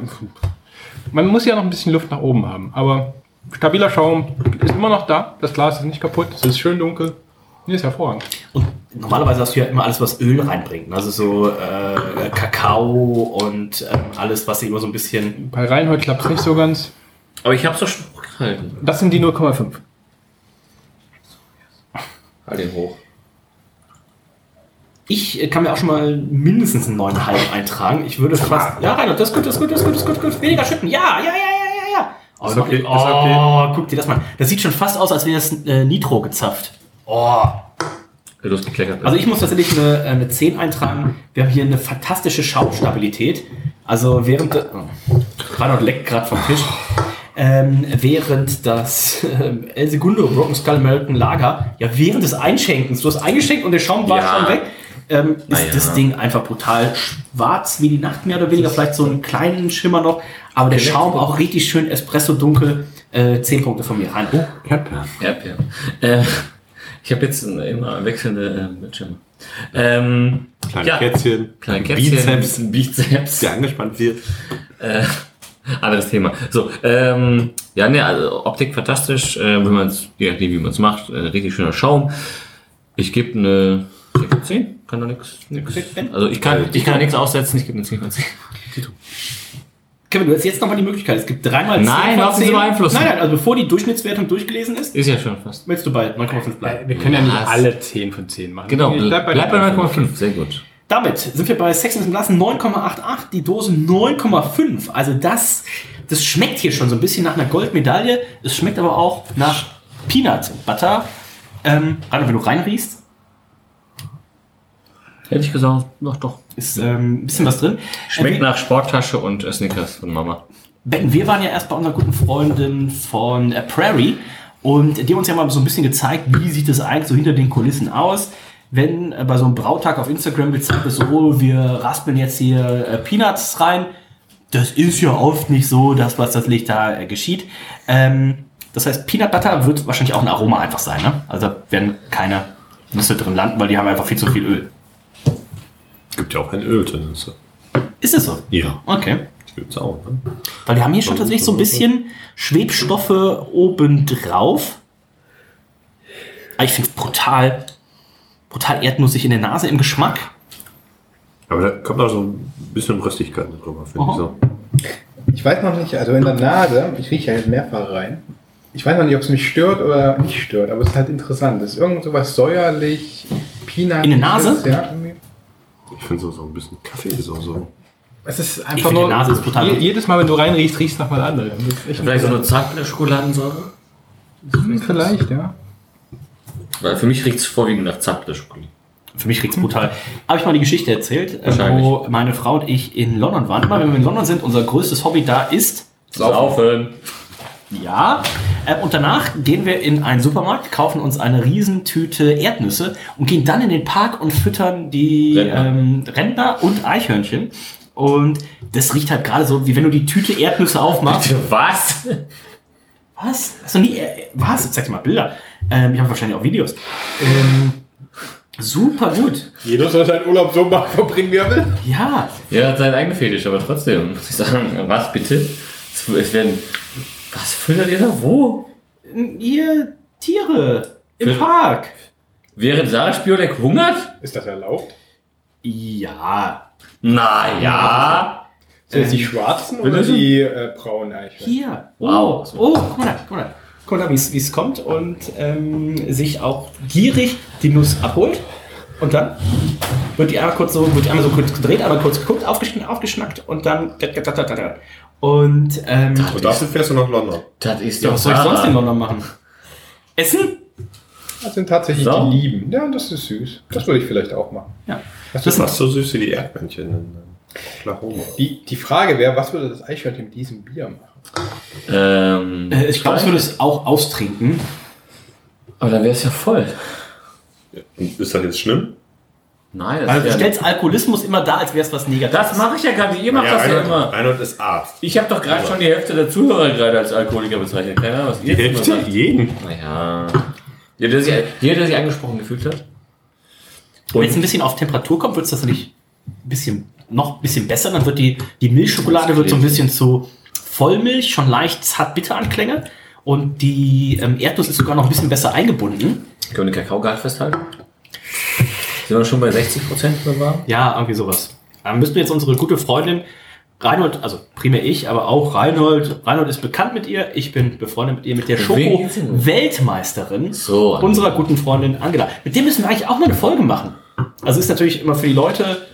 man muss ja noch ein bisschen Luft nach oben haben, aber stabiler Schaum ist immer noch da. Das Glas ist nicht kaputt, es ist schön dunkel. Nee, ist hervorragend. Normalerweise hast du ja immer alles, was Öl reinbringt. Also so äh, Kakao und ähm, alles, was immer so ein bisschen. Bei Reinhold klappt es nicht so ganz. Aber ich hab's doch schon hochgehalten. Das sind die 0,5. Halt den hoch. Ich äh, kann mir auch schon mal mindestens einen 9,5 eintragen. Ich würde fast. Ja, Reinhold, das ist gut, das ist gut, das ist gut, das ist gut, das ist gut. Weniger schütten. Ja, ja, ja, ja, ja, ja. Oh, Ist noch- okay, ist oh guck dir das mal. an. Das sieht schon fast aus, als wäre es äh, Nitro gezapft. Oh. Ja, Du hast gekleckert. ne? Also ich muss tatsächlich eine, äh, eine 10 eintragen. Wir haben hier eine fantastische Schaumstabilität. Also während... Äh, der- Oh, Reinhold leckt gerade vom Tisch. Ähm, während das ähm, El Segundo Broken Skull American Lager, ja während des Einschenkens, du hast eingeschenkt und der Schaum war Ja. schon weg, ähm, ist ja. das Ding einfach brutal schwarz wie die Nacht mehr oder weniger, vielleicht so einen kleinen Schimmer noch, aber der Schaum auch richtig schön Espresso dunkel. Äh, 10 Punkte von mir rein. Oh, Erdbeeren. Äh, ich habe jetzt immer wechselnde äh, Bildschirme. Ähm, Kleine Kätzchen. Kleine Kätzchen. Bizeps. Bizeps. Der angespannt wird. Äh, anderes Thema. So, ähm, ja, ne, also Optik fantastisch, äh, wenn man es, je nachdem, wie man es macht, äh, richtig schöner Schaum. Ich gebe eine 10 von 10, kann doch nichts. Also ich kann, ich kann nichts aussetzen, ich gebe eine 10 von 10. Kevin, du hast jetzt nochmal die Möglichkeit. Es gibt dreimal Nein, 10 von lassen Sie 10. beeinflussen. Nein, nein, also bevor die Durchschnittswertung durchgelesen ist, Ist ja schon fast. willst du bei 9,5 bleiben. Wir können ja Was? nicht alle 10 von 10 machen. Genau, Ich bleib bei 9,5, sehr gut. Damit sind wir bei Sex in the Glass 9,88, die Dose 9,5. Also das, das schmeckt hier schon so ein bisschen nach einer Goldmedaille. Es schmeckt aber auch nach Peanut Butter. Ähm, Reinhard, wenn du reinriechst, Hätte ich gesagt, doch, doch. ist ähm, ein bisschen was drin. Schmeckt Ähm, nach Sporttasche und äh, Snickers von Mama. Ben, wir waren ja erst bei unserer guten Freundin von äh, Prairie und die haben uns ja mal so ein bisschen gezeigt, wie sieht es eigentlich so hinter den Kulissen aus, wenn äh, bei so einem Brautag auf Instagram gezeigt wird, so, oh, wir raspeln jetzt hier äh, Peanuts rein. Das ist ja oft nicht so, das, was das Licht da äh, geschieht. Ähm, das heißt, Peanut Butter wird wahrscheinlich auch ein Aroma einfach sein, ne? Also da werden keine Nüsse drin landen, weil die haben einfach viel zu viel Öl. Gibt ja auch ein Öl drin. ist so. Ist es so? Ja, Okay. gibt's auch. Ne? Weil wir haben hier schon tatsächlich so ein bisschen Schwebstoffe obendrauf. Aber ich finde es brutal, brutal erdnussig in der Nase, im Geschmack. Aber da kommt auch so ein bisschen Röstigkeit mit rüber, finde ich Aha. so. Ich weiß noch nicht, also in der Nase, ich rieche ja jetzt mehrfach rein. Ich weiß noch nicht, ob es mich stört oder nicht stört, aber es ist halt interessant. Es ist irgend sowas säuerlich, Peanut. In der Nase? Ja, irgendwie. Ich finde so, so ein bisschen Kaffee ist auch so. Es ist Ich einfach finde, die nur. Nase ist brutal. je, jedes Mal, wenn du reinriechst, riechst du nach was anderem. Das ist echt- Vielleicht so eine zarte Schokoladensäure? Hm, Vielleicht, ja. Weil für mich riecht es vorwiegend nach zarter Schokolade. Für mich riecht's brutal. Habe ich mal die Geschichte erzählt, äh, Wahrscheinlich. wo meine Frau und ich in London waren. Immer wenn wir in London sind, unser größtes Hobby da ist, Saufen. ja. Äh, Und danach gehen wir in einen Supermarkt, kaufen uns eine Riesentüte Erdnüsse und gehen dann in den Park und füttern die Rentner. ähm, Rentner und Eichhörnchen. Und das riecht halt gerade so, wie wenn du die Tüte Erdnüsse aufmachst. Was? Was? Hast du nie. äh, Was? Zeig dir mal Bilder. Ähm, ich habe wahrscheinlich auch Videos. Ähm, super gut. Jeder soll seinen Urlaub so machen, verbringen wir will. Ja. Ja, hat seinen eigenen Fetisch, aber trotzdem muss ich sagen, was bitte? Es es werden. Was füttert ihr da wo? Ihr Tiere im Für- Park. Während Sarah Spiolek hungert? Ist das erlaubt? Ja. Naja. Sind das die schwarzen oder Bitte? die äh, braunen Eichhörnchen? Hier. Wow. Oh, oh, guck mal da, guck mal da. Guck mal da, wie es kommt und ähm, sich auch gierig die Nuss abholt. Und dann wird die einmal kurz so, wird die einmal so kurz gedreht, einmal kurz geguckt, aufgeschnackt, aufgeschnackt und dann. Und ähm, Und dafür fährst du nach London. Das ist ja, doch was soll ich Sarah. sonst in London machen? Essen? Das sind tatsächlich So. die Lieben. Ja, das ist süß. Das würde ich vielleicht auch machen. Ja. Das Das ist Fast so süß wie die Erdmännchen in Oklahoma. die, die Frage wäre, was würde das Eichhörnchen mit diesem Bier machen? Ähm, Äh, ich glaube, ich würde es auch austrinken. Aber dann wäre es ja voll. Ist das jetzt schlimm? Nein, das Also du ist ja stellst Alkoholismus immer da, als wäre es was Negatives. Das mache ich ja gerade. Ihr macht Ja, das ja Reinhold- immer. Reinhold ist Arzt. Ich habe doch gerade schon die Hälfte der Zuhörer gerade als Alkoholiker bezeichnet. Keine Ahnung, was ihr Die jetzt immer Hälfte? sagt. Jeden? Naja. Jeder der, sich, jeder, der sich angesprochen gefühlt hat. Wenn es ein bisschen auf Temperatur kommt, wird es das nicht ein bisschen, noch ein bisschen besser. Dann wird die, die Milchschokolade wird so ein bisschen zu Vollmilch, schon leicht zart bitter Anklänge. Und die ähm, Erdnuss ist sogar noch ein bisschen besser eingebunden. Können wir den Kakaogehalt festhalten? Sind wir schon bei 60 Prozent war? Ja, irgendwie sowas. Dann müssten wir jetzt unsere gute Freundin Reinhold, also primär ich, aber auch Reinhold. Reinhold ist bekannt mit ihr. Ich bin befreundet mit ihr, mit der Wen? Schoko-Weltmeisterin So. unserer guten Freundin Angela. Mit dem müssen wir eigentlich auch mal eine Folge machen. Also ist natürlich immer für die Leute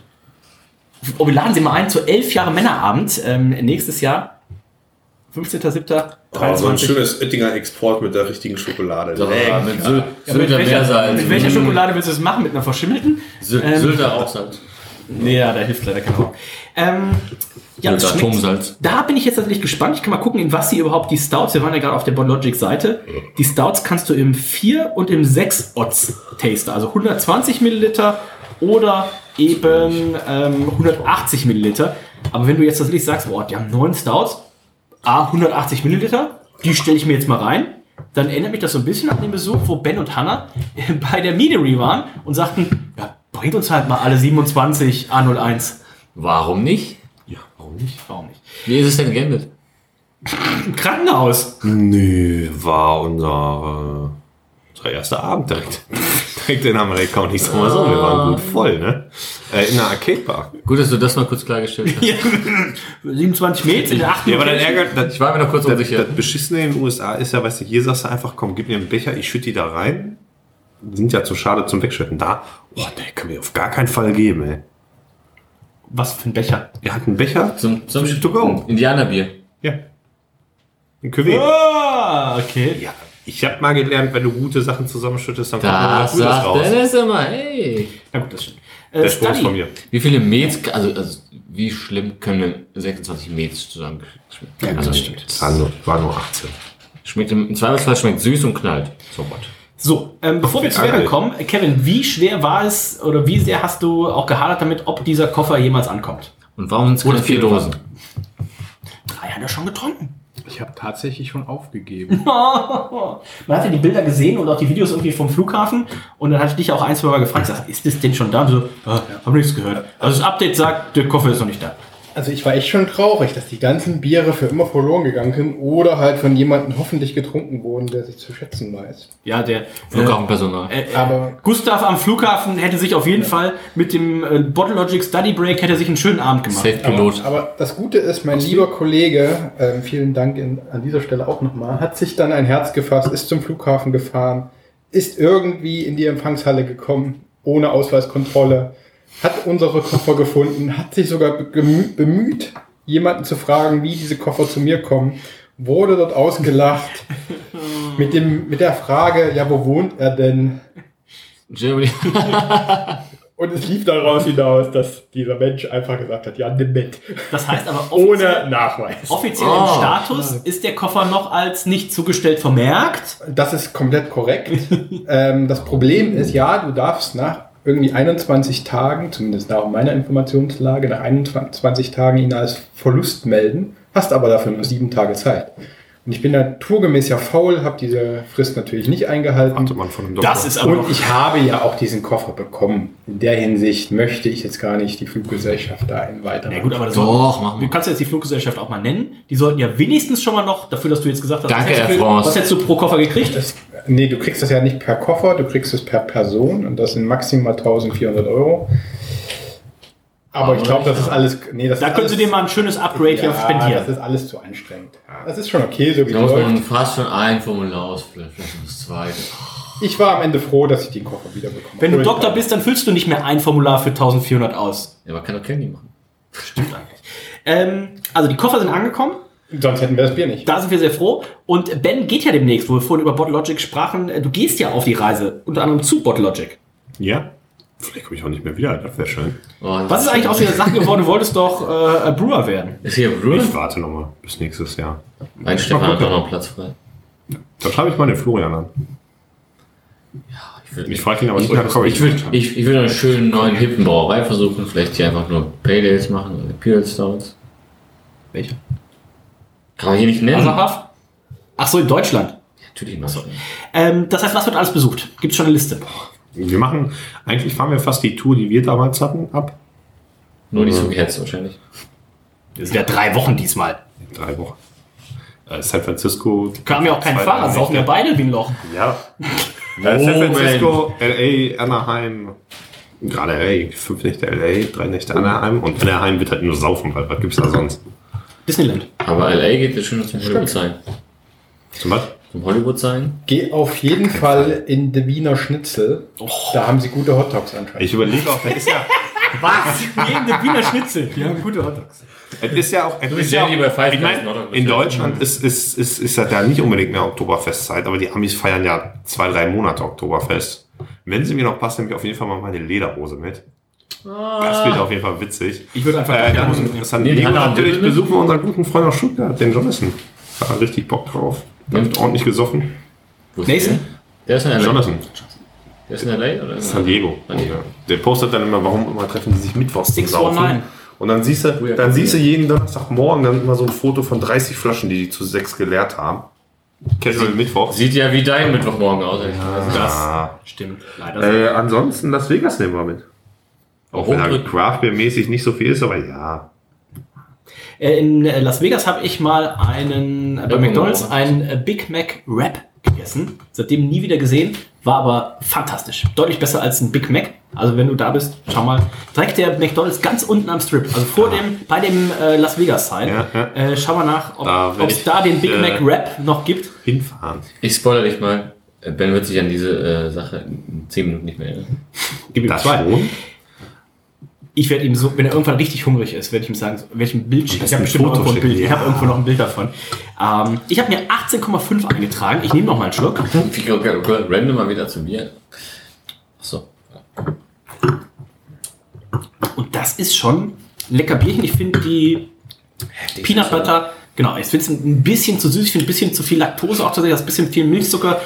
Oh, wir laden sie mal ein zu elf Jahre Männerabend ähm, nächstes Jahr. 15.07. Oh, so ein 23. schönes Oettinger Export mit der richtigen Schokolade. So, Lecker. mit Syl- Ja, mit, welcher, mit Mhm. welcher Schokolade willst du das machen? Mit einer verschimmelten? Syl- Sylter Aufsalz. Nee, ja, da hilft leider kein Bock. Ähm, ja, das Sylter schmeckt- Atomsalz. Da bin ich jetzt natürlich gespannt. Ich kann mal gucken, in was sie überhaupt die Stouts, wir waren ja gerade auf der Bonlogic-Seite, die Stouts kannst du im 4 und im 6 Odds taster, also 120 Milliliter oder eben ähm, 180 Milliliter. Aber wenn du jetzt tatsächlich sagst, boah, die haben 9 Stouts, A, 180 Milliliter, die stelle ich mir jetzt mal rein. Dann erinnert mich das so ein bisschen an den Besuch, wo Ben und Hannah bei der Meadery waren und sagten, ja, bringt uns halt mal alle 27 A01. Warum nicht? Ja, warum nicht? Warum nicht? Wie ist es denn geendet? Im Krankenhaus. Nö, war unser, äh, unser erster Abend direkt. direkt in Amerika und ich sag mal so, wir waren gut voll, ne? Äh, in der Arcade-Bar. Gut, dass du das mal kurz klargestellt hast. 27 Meter in der 8. Ja, aber dann ärgert, das, ich war mir noch kurz das, unsicher. Das Beschissene in den USA ist ja, weißt du, hier sagst du einfach, komm, gib mir einen Becher, ich schütte die da rein. Sind ja zu schade zum Wegschütten. Da, oh, der kann mir auf gar keinen Fall geben, ey. Was für ein Becher? Er hat einen Becher. Zum, zum, Indianerbier. Ja. Ein Cuvée. Ah, okay. Ja, ich habe mal gelernt, wenn du gute Sachen zusammenschüttest, dann Das kommt mal was sagt Gutes raus. Dennis immer, hey. Na gut, das Äh, stimmt. Der Spruch ist von mir. Wie viele Mets, also, also wie schlimm können 26 Mets zusammen schmecken? Ja, das stimmt. War nur, war nur 18. Schmeckt im, im Zweifelsfall schmeckt süß und knallt. So what? So, ähm, bevor wir zu Werbung kommen, Kevin, wie schwer war es oder wie sehr hast du auch gehadert damit, ob dieser Koffer jemals ankommt? Und warum sind es Oder keine vier vier Dosen? Drei hat er schon getrunken. Ich habe tatsächlich schon aufgegeben. Man hat ja die Bilder gesehen und auch die Videos irgendwie vom Flughafen und dann hatte ich dich auch ein, zwei Mal gefragt, sag, ist das denn schon da? Und so, ah, hab nichts gehört. Also das Update sagt, der Koffer ist noch nicht da. Also ich war echt schon traurig, dass die ganzen Biere für immer verloren gegangen sind oder halt von jemandem hoffentlich getrunken wurden, der sich zu schätzen weiß. Ja, der Flughafenpersonal. Äh, äh, Gustav am Flughafen hätte sich auf jeden Fall mit dem äh, Bottle Logic Study Break hätte sich einen schönen Abend gemacht. Aber, aber das Gute ist, mein lieber Kollege, ähm, vielen Dank in, an dieser Stelle auch nochmal, hat sich dann ein Herz gefasst, ist zum Flughafen gefahren, ist irgendwie in die Empfangshalle gekommen, ohne Ausweiskontrolle, hat unsere Koffer gefunden, hat sich sogar be- gemü- bemüht, jemanden zu fragen, wie diese Koffer zu mir kommen, wurde dort ausgelacht mit, dem, mit der Frage, ja, wo wohnt er denn? Germany. Und es lief daraus hinaus, dass dieser Mensch einfach gesagt hat, ja, nimm mit. Das heißt aber ohne Nachweis. Offiziell im Oh. Status ist der Koffer noch als nicht zugestellt vermerkt. Das ist komplett korrekt. ähm, das Problem ist, ja, du darfst nach irgendwie 21 Tagen, zumindest nach meiner Informationslage, nach 21 Tagen ihn als Verlust melden, hast aber dafür nur sieben Tage Zeit. Und ich bin naturgemäß ja faul, habe diese Frist natürlich nicht eingehalten. man von einem Das ist aber Und noch- ich habe ja auch diesen Koffer bekommen. In der Hinsicht möchte ich jetzt gar nicht die Fluggesellschaft da in weiter. Ja gut, aber das Also, du kannst jetzt die Fluggesellschaft auch mal nennen. Die sollten ja wenigstens schon mal noch, dafür, dass du jetzt gesagt hast, Danke, was, Herr hättest du, Franz. was hättest du pro Koffer gekriegt? Nee, du kriegst das ja nicht per Koffer, du kriegst es per Person und das sind maximal 1400 Euro. Aber ich glaube, das ist alles. Nee, das da ist können alles, sie dir mal ein schönes Upgrade hier Ja, spendieren. das ist alles zu anstrengend. Das ist schon okay, so wie Da es muss läuft. man fast schon ein Formular ausfüllen, vielleicht noch das zweite. Ich war am Ende froh, dass ich den Koffer wieder bekomme. Wenn du Doktor bist, dann füllst du nicht mehr ein Formular für 1400 aus. Ja, aber kann doch Candy machen. Stimmt eigentlich. Ähm, also die Koffer sind angekommen. Sonst hätten wir das Bier nicht. Da sind wir sehr froh. Und Ben geht ja demnächst, wo wir vorhin über Bottle Logic sprachen. Du gehst ja auf die Reise, unter anderem zu Bottle Logic. Ja. Vielleicht komme ich auch nicht mehr wieder, das wäre schön. Oh, Was ist eigentlich aus dieser Sache geworden? Du wolltest doch äh, Brewer werden. Ist hier Ich Ruth? warte nochmal bis nächstes Jahr. Ein Stefan hat auch noch Platz frei. Da schreibe ich mal den Florian an. Ich frage ihn aber Ah, ich, zurück, was ich, will, ich, ich will einen schönen neuen hippen Brauerei versuchen. Vielleicht hier einfach nur Paydays machen äh, oder Imperial Stouts. Welche? Also, Kann man hier nicht nennen. Wasserhaft? Ach so, in Deutschland. Natürlich in Deutschland. Ähm, das heißt, was wird alles besucht? Gibt es schon eine Liste? Wir machen, eigentlich fahren wir fast die Tour, die wir damals hatten, ab. Nur nicht so Mhm. gehetzt wahrscheinlich. Das sind ja drei Wochen diesmal. Drei Wochen. Äh, San Francisco. Kam ja auch kein Zwei, Fahrer, drei saufen ja Nächte. beide wie ein Loch. Ja. Äh, San Francisco, LA, Anaheim. Gerade LA, fünf Nächte LA, drei Nächte Anaheim. Und Anaheim wird halt nur saufen, weil was gibt's da sonst? Disneyland. Aber LA geht ja schon zum Hollywood sein. Zum was? Zum Hollywood sein. Geh auf jeden Fall, in die Wiener Schnitzel. Da haben sie gute Hotdogs anscheinend. Ich überlege auch, das ist ja. Was? Neben dem Wiener Schnitzel. Die haben gute Hotdogs. Es ist ja auch. Es So Also wie ist ja Jenny bei auch Five ich Guys, meine, oder? in Deutschland ist, ist, ist, ist das ja nicht unbedingt mehr Oktoberfestzeit, aber die Amis feiern ja zwei, drei Monate Oktoberfest. Wenn sie mir noch passt, nehme ich auf jeden Fall mal meine Lederhose mit. Das wird auf jeden Fall witzig. Ich würde einfach Äh, die da muss Hand- interessant. Nee, die Nee, Hand- natürlich Hand- besuchen wir unseren guten Freund aus Stuttgart, den Jonathan. Da hat er richtig Bock drauf. Da wird ordentlich gesoffen. Wo ist Nächsten? Der Der ist in LA. Jonathan. Der ist in LA oder? San Diego. San Diego. Der postet dann immer, warum immer treffen die sich mittwochs zum 619. Saufen. Und dann siehst du, dann siehst du jeden Donnerstagmorgen dann immer so ein Foto von 30 Flaschen, die die zu sechs geleert haben. Kennst du den Mittwoch? Sieht ja wie dein Mittwochmorgen aus. ehrlich gesagt. Ah. Stimmt, Äh, ansonsten Las Vegas nehmen wir mit. Oh, Auch wenn da Hochdrück- Craftbeer-mäßig nicht so viel ist, aber ja. Äh, In äh, Las Vegas habe ich mal einen, äh, bei McDonalds, genau. einen äh, Big Mac Wrap gegessen. Seitdem nie wieder gesehen. War aber fantastisch. Deutlich besser als ein Big Mac. Also wenn du da bist, schau mal. Direkt der McDonalds ganz unten am Strip. Also vor dem, bei dem äh, Las Vegas sein. Ah. Ja, ja. Äh, schau mal nach, Da ob werd es ich, da, den Big äh, Mac Wrap noch gibt. Hinfahren. Ich spoilere dich mal. Ben wird sich an diese äh, Sache in 10 Minuten nicht mehr erinnern. Gib ihm Das zwei. schon? Ich werde ihm so, wenn er irgendwann richtig hungrig ist, werde ich ihm sagen, so, werde ich ihm ein Bild schicken. Ich Am habe besten bestimmt ein Foto irgendwo ein Bild. schicken. Ich habe irgendwo noch ein Bild davon. Ähm, ich habe mir 18,5 eingetragen. Ich nehme noch mal einen Schluck. Ich glaub, glaub, glaub, Random mal wieder zu mir. Achso. Und das ist schon ein lecker Bierchen. Ich finde die Peanut Butter, genau, ich finde es ein bisschen zu süß, ich finde ein bisschen zu viel Laktose, auch tatsächlich ein bisschen viel Milchzucker.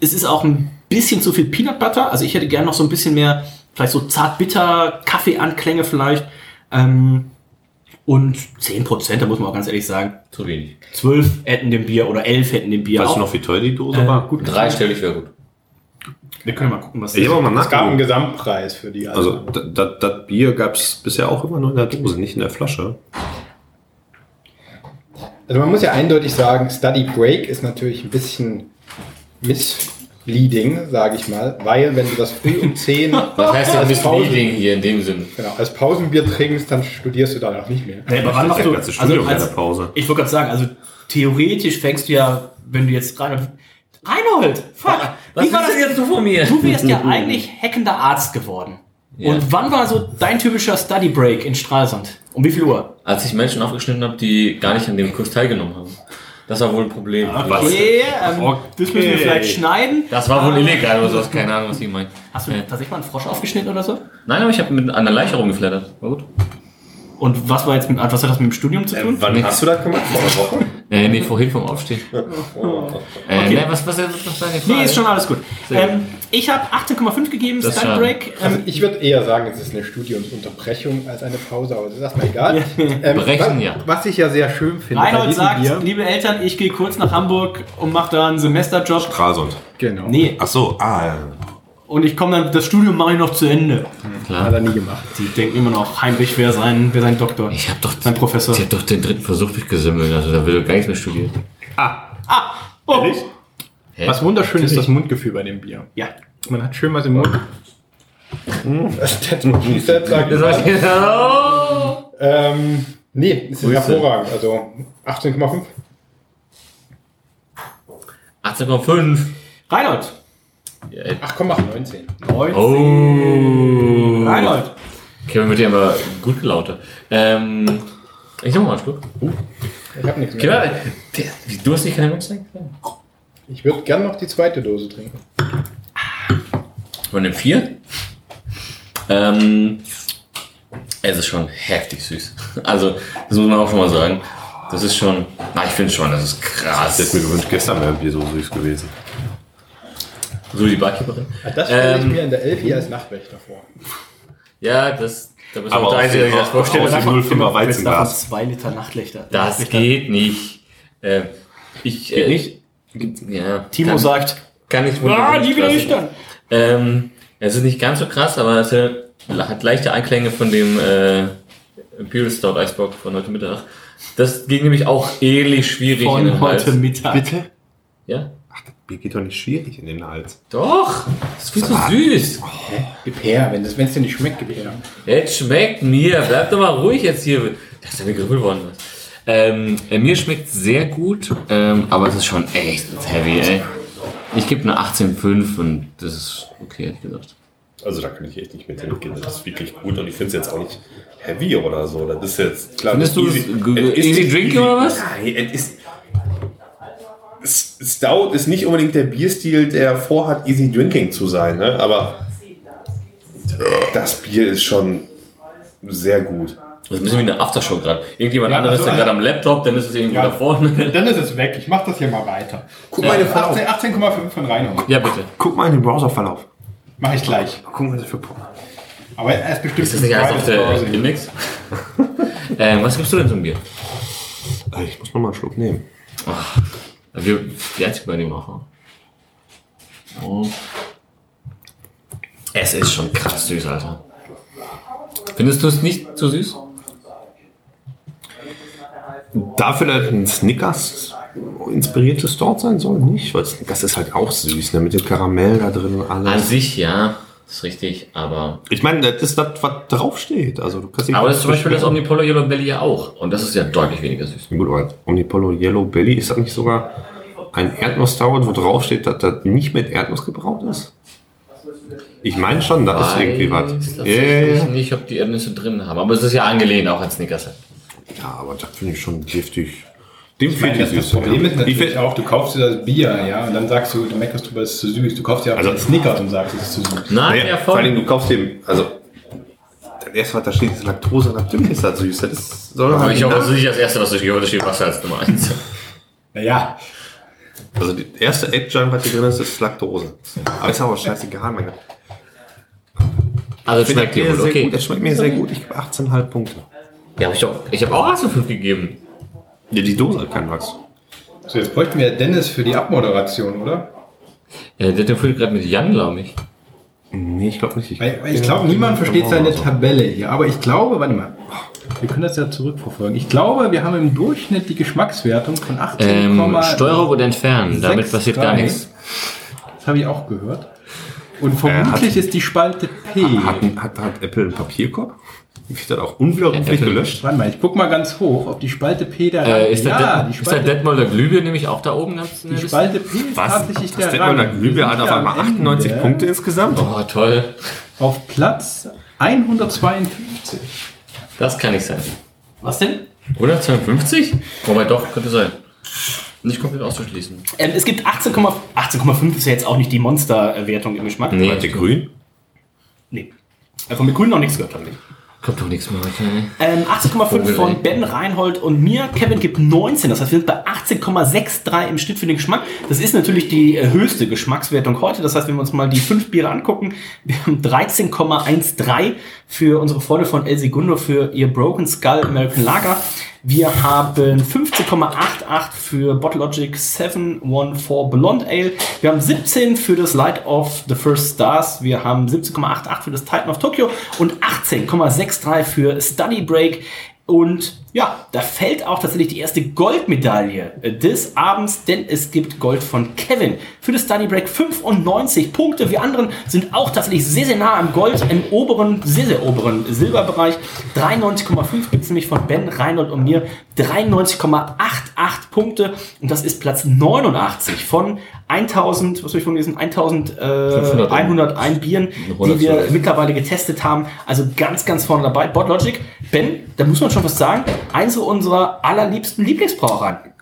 Es ist auch ein bisschen zu viel Peanut Butter. Also ich hätte gern noch so ein bisschen mehr, vielleicht so zart bitter, Kaffeeanklänge vielleicht. Ähm, und 10%, da muss man auch ganz ehrlich sagen, Zu wenig. 12 hätten dem Bier oder 11 hätten dem Bier. Weißt auch. du noch, wie teuer die Dose Äh, war? gut. Dreistellig wäre gut. Wir können mal gucken, was Ich habe mal es gab einen nachgeguckt. Gesamtpreis für die. alle. Also, das- das das Bier gab es bisher auch immer nur in der Dose, nicht in der Flasche. Also man muss ja eindeutig sagen, Study Break ist natürlich ein bisschen misleading, sage ich mal, weil wenn du das früh um 10 Was heißt denn als, Pausen, Misleading hier in dem Sinne? genau, als Pausenbier trinkst, dann studierst du danach nicht mehr. Nee, aber wann machst Das du? also ganze Studium in der Pause. Ich wollte gerade sagen, also theoretisch fängst du ja, wenn du jetzt Reinhold. Reinhold! Fuck! Was wie war willst das du jetzt so von mir? Du wärst ja eigentlich hackender Arzt geworden. Ja. Und wann war so dein typischer Study Break in Stralsund? Um wie viel Uhr? Als ich Menschen aufgeschnitten habe, die gar nicht an dem Kurs teilgenommen haben. Das war wohl ein Problem. Okay, ähm, das müssen wir vielleicht schneiden. Das war wohl illegal oder sowas. Keine Ahnung, was ich meine. Hast du tatsächlich mal einen Frosch aufgeschnitten oder so? Nein, aber ich habe mit einer Leiche rumgeflattert. War gut. Und was war jetzt mit, was hat das mit dem Studium zu tun? Wann hast du das gemacht? Vor einer Woche? Äh, nee, vorhin vom Aufstehen. Äh, Okay. nee, was, was, was, was war die Frage? Nee, ist schon alles gut. Sehr Ähm, ich habe 18,5 gegeben, Das ist Study schade. Break. Also ich würde eher sagen, es ist eine Studiumsunterbrechung als eine Pause, aber das ist erstmal egal. Ähm, Brechen, was, ja. was ich ja sehr schön finde. bei Reinhold diesem sagt, Bier- liebe Eltern, ich gehe kurz nach Hamburg und mache da einen Semesterjob. Stralsund. genau. Nee, Ach so, ah, ja. und ich komme dann, das Studium mache ich noch zu Ende. Hat er nie gemacht. Die denken immer noch, Heinrich wäre sein, wär sein Doktor. Ich habe doch, Sein Professor. ich hab doch den dritten Versuch durchgesimmelt. Also da will doch gar nichts mehr studieren. Oh. Hä? Was wunderschön ist das Mundgefühl bei dem Bier. Ja. Man hat schön was im Mund. Das ist jetzt- das ist jetzt- sagt- ähm, nee, es ist hervorragend. Also 18,5. 18,5. Reinhold. Ja, ey. 8,8, 19. Oh. Reinhold. Kevin wird ja immer gut gelauter. Ähm, ich nehme mal einen Schluck. Uh. Ich habe nichts mehr. Kevin, der, du hast nicht keine Münzen? Ich würde gern noch die zweite Dose trinken. Von dem vier? Ähm, es ist schon heftig süß. Also, das muss man auch schon mal sagen. Das ist schon, na, ich finde schon, das ist krass. Ich hätte mir gewünscht, gestern wäre Bier so süß gewesen. So die Barkeeperin. Das stelle ich Ähm. mir in der Elfi als Nachtwächter vor. Ja, das, da bist du Aber auch der aus Einzige, der sich das dem- vorstellt. aus dem Davon- 05er davon- Weizen- Davon Was? zwei Liter Nachtlichter. Das geht nicht. Äh, ich, geht nicht? Ja, Timo kann- sagt, Kann ich wohl "Ah, nicht die wieder lassen." nüchtern. Ähm, es ist nicht ganz so krass, aber es äh, hat leichte Anklänge von dem äh, Imperial Stout Eisbock von heute Mittag. Das ging nämlich auch ähnlich schwierig Von in den heute Hals. Mittag. Bitte? Ja? Ach, das Bier geht doch nicht schwierig in den Hals. Doch, das ist viel zu süß. Gib her, wenn es dir nicht schmeckt, gib her. Jetzt schmeckt mir, bleib doch mal ruhig jetzt hier. Das ist ja mir gerührt worden. Was. Ähm, äh, mir schmeckt sehr gut, ähm, aber es ist schon echt heavy, ey. Ich gebe eine 18,5 und das ist okay, hätte ich gesagt. Also da kann ich echt nicht mit mitgehen. Das ist wirklich gut und ich finde es jetzt auch nicht heavy oder so. Das ist jetzt klar. Findest du easy- es g- Es ist easy nicht drinking oder was? Nein, es ist. S- Stout ist nicht unbedingt der Bierstil, der vorhat, easy drinking zu sein, ne? aber das Bier ist schon sehr gut. Das ist ein bisschen wie eine Aftershow gerade. Irgendjemand Ja, anderes ist also- ja gerade am Laptop, dann ist es irgendwo da vorne. Dann ist es weg. Ich mach das hier mal weiter. Guck Ja. meine 18 18,5 von Reinhold. Ja, bitte. Guck mal in den Browserverlauf. Mach ich gleich. Guck mal, was das für Porno. Aber erst bestimmt. Ist das nicht alles auf der Browsing. Index? ähm, was gibst du denn zum Bier? Äh, Ich muss nochmal einen Schluck nehmen. Ach, Ah, wir, die einzige bei dem auch. Oh. Es ist schon krass süß, Alter. Findest du es nicht zu süß? Da vielleicht ein Snickers inspiriertes Dort sein soll, nicht? Weil Snickers ist halt auch süß, ne? Mit dem Karamell da drin und alles. An sich ja, ist richtig, aber. Ich meine, das ist das, was draufsteht. Also, du kannst nicht- Aber das ist zum Beispiel das Omnipolo Yellow Belly ja auch. Und das ist ja deutlich weniger süß. Gut, aber Omnipolo Yellow Belly ist das nicht sogar ein Erdnuss-Stout, wo draufsteht, dass das nicht mit Erdnuss gebraut ist? Ich meine schon, da ist irgendwie was. Ich weiß Ja, ja, ja. tatsächlich nicht, ob die Erdnüsse drin haben. Aber es ist ja angelehnt auch an Snickers. ja, aber das finde ich schon giftig. Dem Ich meine, fehlt die das, das Süße. Problem ist ja. Ich natürlich find- auch, du kaufst dir das Bier, ja, und dann sagst du, du meckerst drüber, es ist zu süß. Du kaufst dir auch also, Snickers und sagst, es ist zu süß. Naja, Vor allem, du kaufst dem, also, das erste, was da steht, ist Laktose. Natürlich ist das süß. Also, Das ist, soll Aber halt ich auch nicht- das ist nicht das erste, was ich gehört habe, steht Wasser als Nummer 1. Naja. Also die erste Adjunct, was hier drin ist, ist Laktose. Aber ist aber scheißegal, mein Gott. Also Ich find schmeckt das dir Bier wohl, sehr okay. Gut. Das schmeckt mir sehr gut. Ich gebe 18,5 Punkte. Ja, hab ich auch. Ich habe auch 18,5 gegeben. Ja, die Dose hat keinen Wachs. So, jetzt bräuchten wir Dennis für die Abmoderation, oder? Ja, der telefoniert gerade mit Jan, glaube ich. Nee, ich glaube nicht. Ich, Weil, weil ich glaube, niemand versteht seine Tabelle hier. Aber ich glaube, warte mal, Genau, also. wir können das ja zurückverfolgen. Ich glaube, wir haben im Durchschnitt die Geschmackswertung von 18,3. Ähm, Steuerung und entfernen, damit passiert gar nichts. Das habe ich auch gehört. Und vermutlich ist die Spalte P. Hat, hat, hat Apple einen Papierkorb? Wird das auch unwiderruflich Apple- gelöscht? Warte mal, ich guck mal ganz hoch, ob die Spalte P da Äh, ist, ja, der, die ist der Spalte, Detmolder Glühbirne nämlich auch da oben? die Ganz in der Liste? Spalte P ist Was? tatsächlich Das der Detmolder Rang. Wir Glühbirne sind hat auf hier einmal am Ende 98 Punkte insgesamt. Oh, toll. Auf Platz 152. Das kann nicht sein. Was denn? Oder 52? Wobei doch, könnte sein. Nicht komplett auszuschließen. Ähm, es gibt 18,5. 18,5 ist ja jetzt auch nicht die Monsterwertung im Geschmack. Nee. Warte, grün? Nee. Äh, Von mir grün noch nichts gehört, habe ich. Kommt doch nichts mehr heute. ey. Ähm, 18,5 Vogel, ey. von Ben Reinhold und mir. Kevin gibt 19. Das heißt, wir sind bei 18,63 im Schnitt für den Geschmack. Das ist natürlich die äh, höchste Geschmackswertung heute. Das heißt, wenn wir uns mal die fünf Biere angucken, wir haben 13,13 für unsere Freunde von El Segundo für ihr Broken Skull American Lager. Wir haben 15,88 für Bottle Logic 714 Blonde Ale. Wir haben 17 für das Light of the First Stars. Wir haben 17,88 für das Titan of Tokyo und 18,63 für Study Break. Und ja, da fällt auch tatsächlich die erste Goldmedaille äh, des Abends, denn es gibt Gold von Kevin für das Study Break 95 Punkte. Wir anderen sind auch tatsächlich sehr, sehr nah am Gold im oberen, sehr, sehr oberen Silberbereich. 93,5 gibt es nämlich von Ben, Reinhold und mir. 93,88 Punkte und das ist Platz 89 von 1000, was habe ich von gelesen, 500. 1101 Bieren, die wir 112. mittlerweile getestet haben. Also ganz, ganz vorne dabei. Botlogic, Ben, da muss man schon was sagen. Eins unserer allerliebsten Lieblingsbrauereien.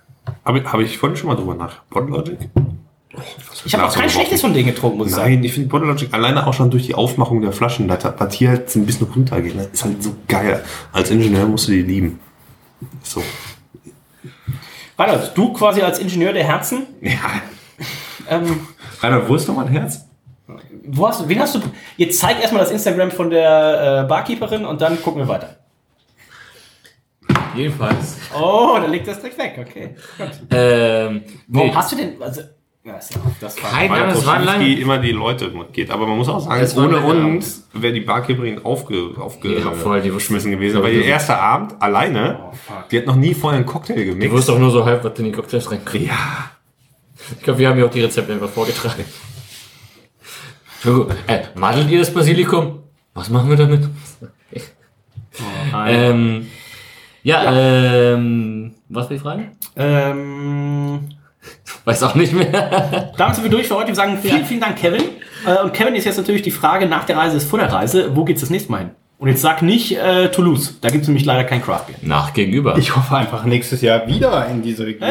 Habe hab ich vorhin schon mal drüber nach. Podlogic? Oh, was für Ich habe auch Glas kein überhaupt schlechtes von denen getrunken, muss ich sagen. Nein, ich finde Bottlelogic alleine auch schon durch die Aufmachung der Flaschen, dass das Papier halt ein bisschen runtergeht. Ne? Ist halt so geil. Als Ingenieur musst du die lieben. Ist So. Reinhard, du quasi als Ingenieur der Herzen. Ja. Ähm, Reinhold, wo ist nochmal ein Herz? Wo hast, du- wen hast du? Jetzt zeig erstmal das Instagram von der äh, Barkeeperin und dann gucken wir weiter. Jedenfalls. Oh, da liegt das direkt weg, okay. Gut. Ähm, Warum nee. hast du denn. Also, ja, ist ja auch- das war- Keine Ahnung, es waren Koschinski lange- immer die Leute mitgeht. Aber man muss auch sagen, Es waren ohne lange uns wäre die Barkeeperin aufge, Ja, voll, Oh, die aufgeschmissen äh, gewesen. glaub, Aber die ihr sind- erster Abend alleine, die hat noch nie vorher einen Cocktail gemixt. Du wirst doch nur so halb, was du in die Cocktails reinkriegst. Ja. Ich glaube, wir haben ja auch die Rezepte einfach vorgetragen. So, äh, madelt ihr das Basilikum? Was machen wir damit? ähm, ja, ähm, was will ich fragen? Ähm, Weiß auch nicht mehr. Damit sind wir durch für heute. Wir sagen vielen, vielen Dank, Kevin. Äh, und Kevin ist jetzt natürlich die Frage, nach der Reise ist vor der Reise, wo geht's das nächste Mal hin? Und jetzt sag nicht äh, Toulouse, da gibt's nämlich leider kein Craft Beer. Nach gegenüber. Ich hoffe einfach nächstes Jahr wieder in diese Region.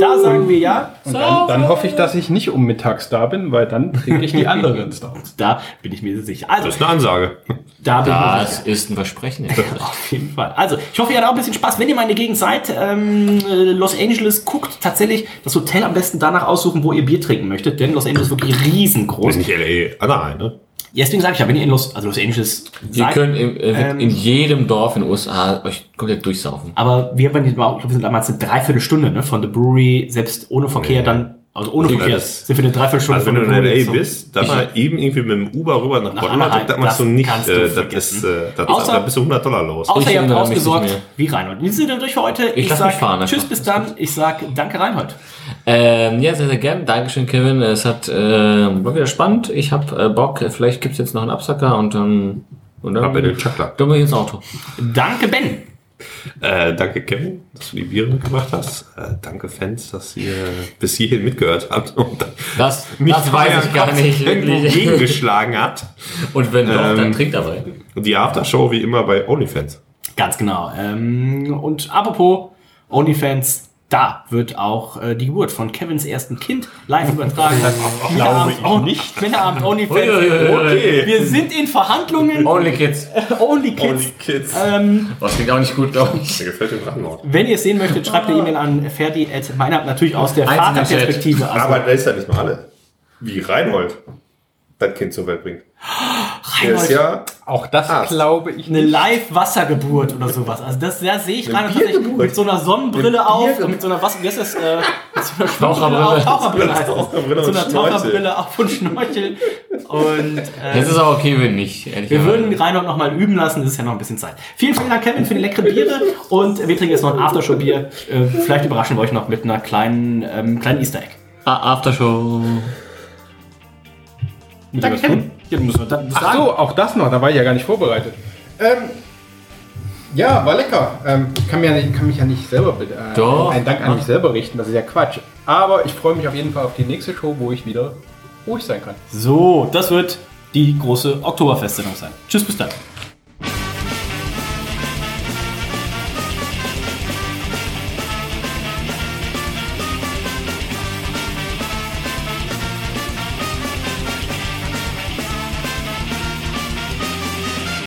Da sagen wir ja. Und dann, dann hoffe ich, dass ich nicht um mittags da bin, weil dann trinke ich die anderen Stouts. Da bin ich mir sicher. Also, Das ist eine Ansage. Da bin ich mir sicher. Das ist ein Versprechen. Auf jeden Fall. Also, ich hoffe, ihr hattet auch ein bisschen Spaß. Wenn ihr mal in der Gegend seid, ähm, äh, Los Angeles, guckt tatsächlich das Hotel am besten danach aussuchen, wo ihr Bier trinken möchtet. Denn Los Angeles ist wirklich riesengroß. Ist nicht LA, allein, ne? Ja, deswegen sage ich ja, wenn ihr in Los, also Los Angeles Ihr seid, könnt in, äh, ähm, in jedem Dorf in den USA euch komplett durchsaufen. Aber wir waren, jetzt mal- ich glaube, wir sind damals eine Dreiviertelstunde ne, von The Brewery, selbst ohne Verkehr, dann, also ohne Ja, Verkehr, das- sind wir eine Dreiviertelstunde Also wenn von du The in Brewery LA zum- bist, dann Ich- mal eben irgendwie mit dem Uber rüber nach Nach Portland, Anaheim, das machst du das nicht, kannst du äh, das, vergessen. ist, äh, das Außer- ist, da bist du 100 Dollar los. Außer ihr habt erinnere mich nicht ausgesorgt, mehr. wie Reinhold. Wir sind dann durch für heute. Ich, lass mich sag fahren einfach. Tschüss, bis dann. Ich sag Danke, Reinhold. Ähm, ja, sehr, sehr gern. Dankeschön, Kevin. Es hat, äh, war wieder spannend. Ich habe äh, Bock. Vielleicht gibt's jetzt noch einen Absacker und dann. Und dann Ab in den Chakra. Dann bin ich ins Auto. Danke, Ben. Äh, danke, Kevin, dass du die Biere mitgebracht hast. Äh, danke, Fans, dass ihr bis hierhin mitgehört habt und dann Das, das weiß ich gar nicht. irgendwo wirklich. gegengeschlagen habt. Und wenn doch, dann Ähm, trinkt dabei. Und die Aftershow wie immer bei OnlyFans. Ganz genau. Ähm, und apropos OnlyFans, da wird auch äh, die Geburt von Kevins ersten Kind live übertragen. Glaube ich nicht. Männerabend OnlyFans. Ui, ui, ui, ui. Okay. Wir sind in Verhandlungen. Only Kids. Only Kids. Kids. Ähm, Was klingt auch nicht gut, glaube ich. Mir gefällt dem Rattenort. Wenn ihr es sehen möchtet, schreibt eine E-Mail an ferdi at meinhard, natürlich aus der Einzelner Vaterperspektive. Also Aber da ist ja nicht mal alle. Wie Reinhold das Kind zur Welt bringt. Der ist Reinhold, ja Auch das Ah. glaube ich eine Live-Wassergeburt oder sowas. Also das, das sehe ich Eine gerade tatsächlich Biergeburt. mit so einer Sonnenbrille Eine auf Biergeburt. und mit so einer was wie heißt das? Äh, mit so einer Taucherbrille. Schwimmbrille auf, Taucherbrille heißt Taucherbrille und das. Mit so einer Schnorchel. Taucherbrille auf und Schnorchel. Und äh, Das ist auch okay, wenn nicht. Ehrlich wir würden Reinhold noch mal üben lassen, das ist ja noch ein bisschen Zeit. Vielen, vielen Dank, Kevin, für die leckeren Biere und wir trinken jetzt noch ein Aftershow-Bier. Äh, vielleicht überraschen wir euch noch mit einer kleinen, ähm, kleinen Easter Egg. Ah, Aftershow. Danke, Kevin. Ja, müssen wir dann Ach so, auch das noch, da war ich ja gar nicht vorbereitet. Ähm, ja, war lecker. Ähm, ich kann, mir ja nicht, kann mich ja nicht selber be- äh, Doch. einen Dank an Mach. mich selber richten, das ist ja Quatsch. Aber ich freue mich auf jeden Fall auf die nächste Show, wo ich wieder ruhig sein kann. So, das wird die große Oktoberfest-Sendung sein. Tschüss, bis dann.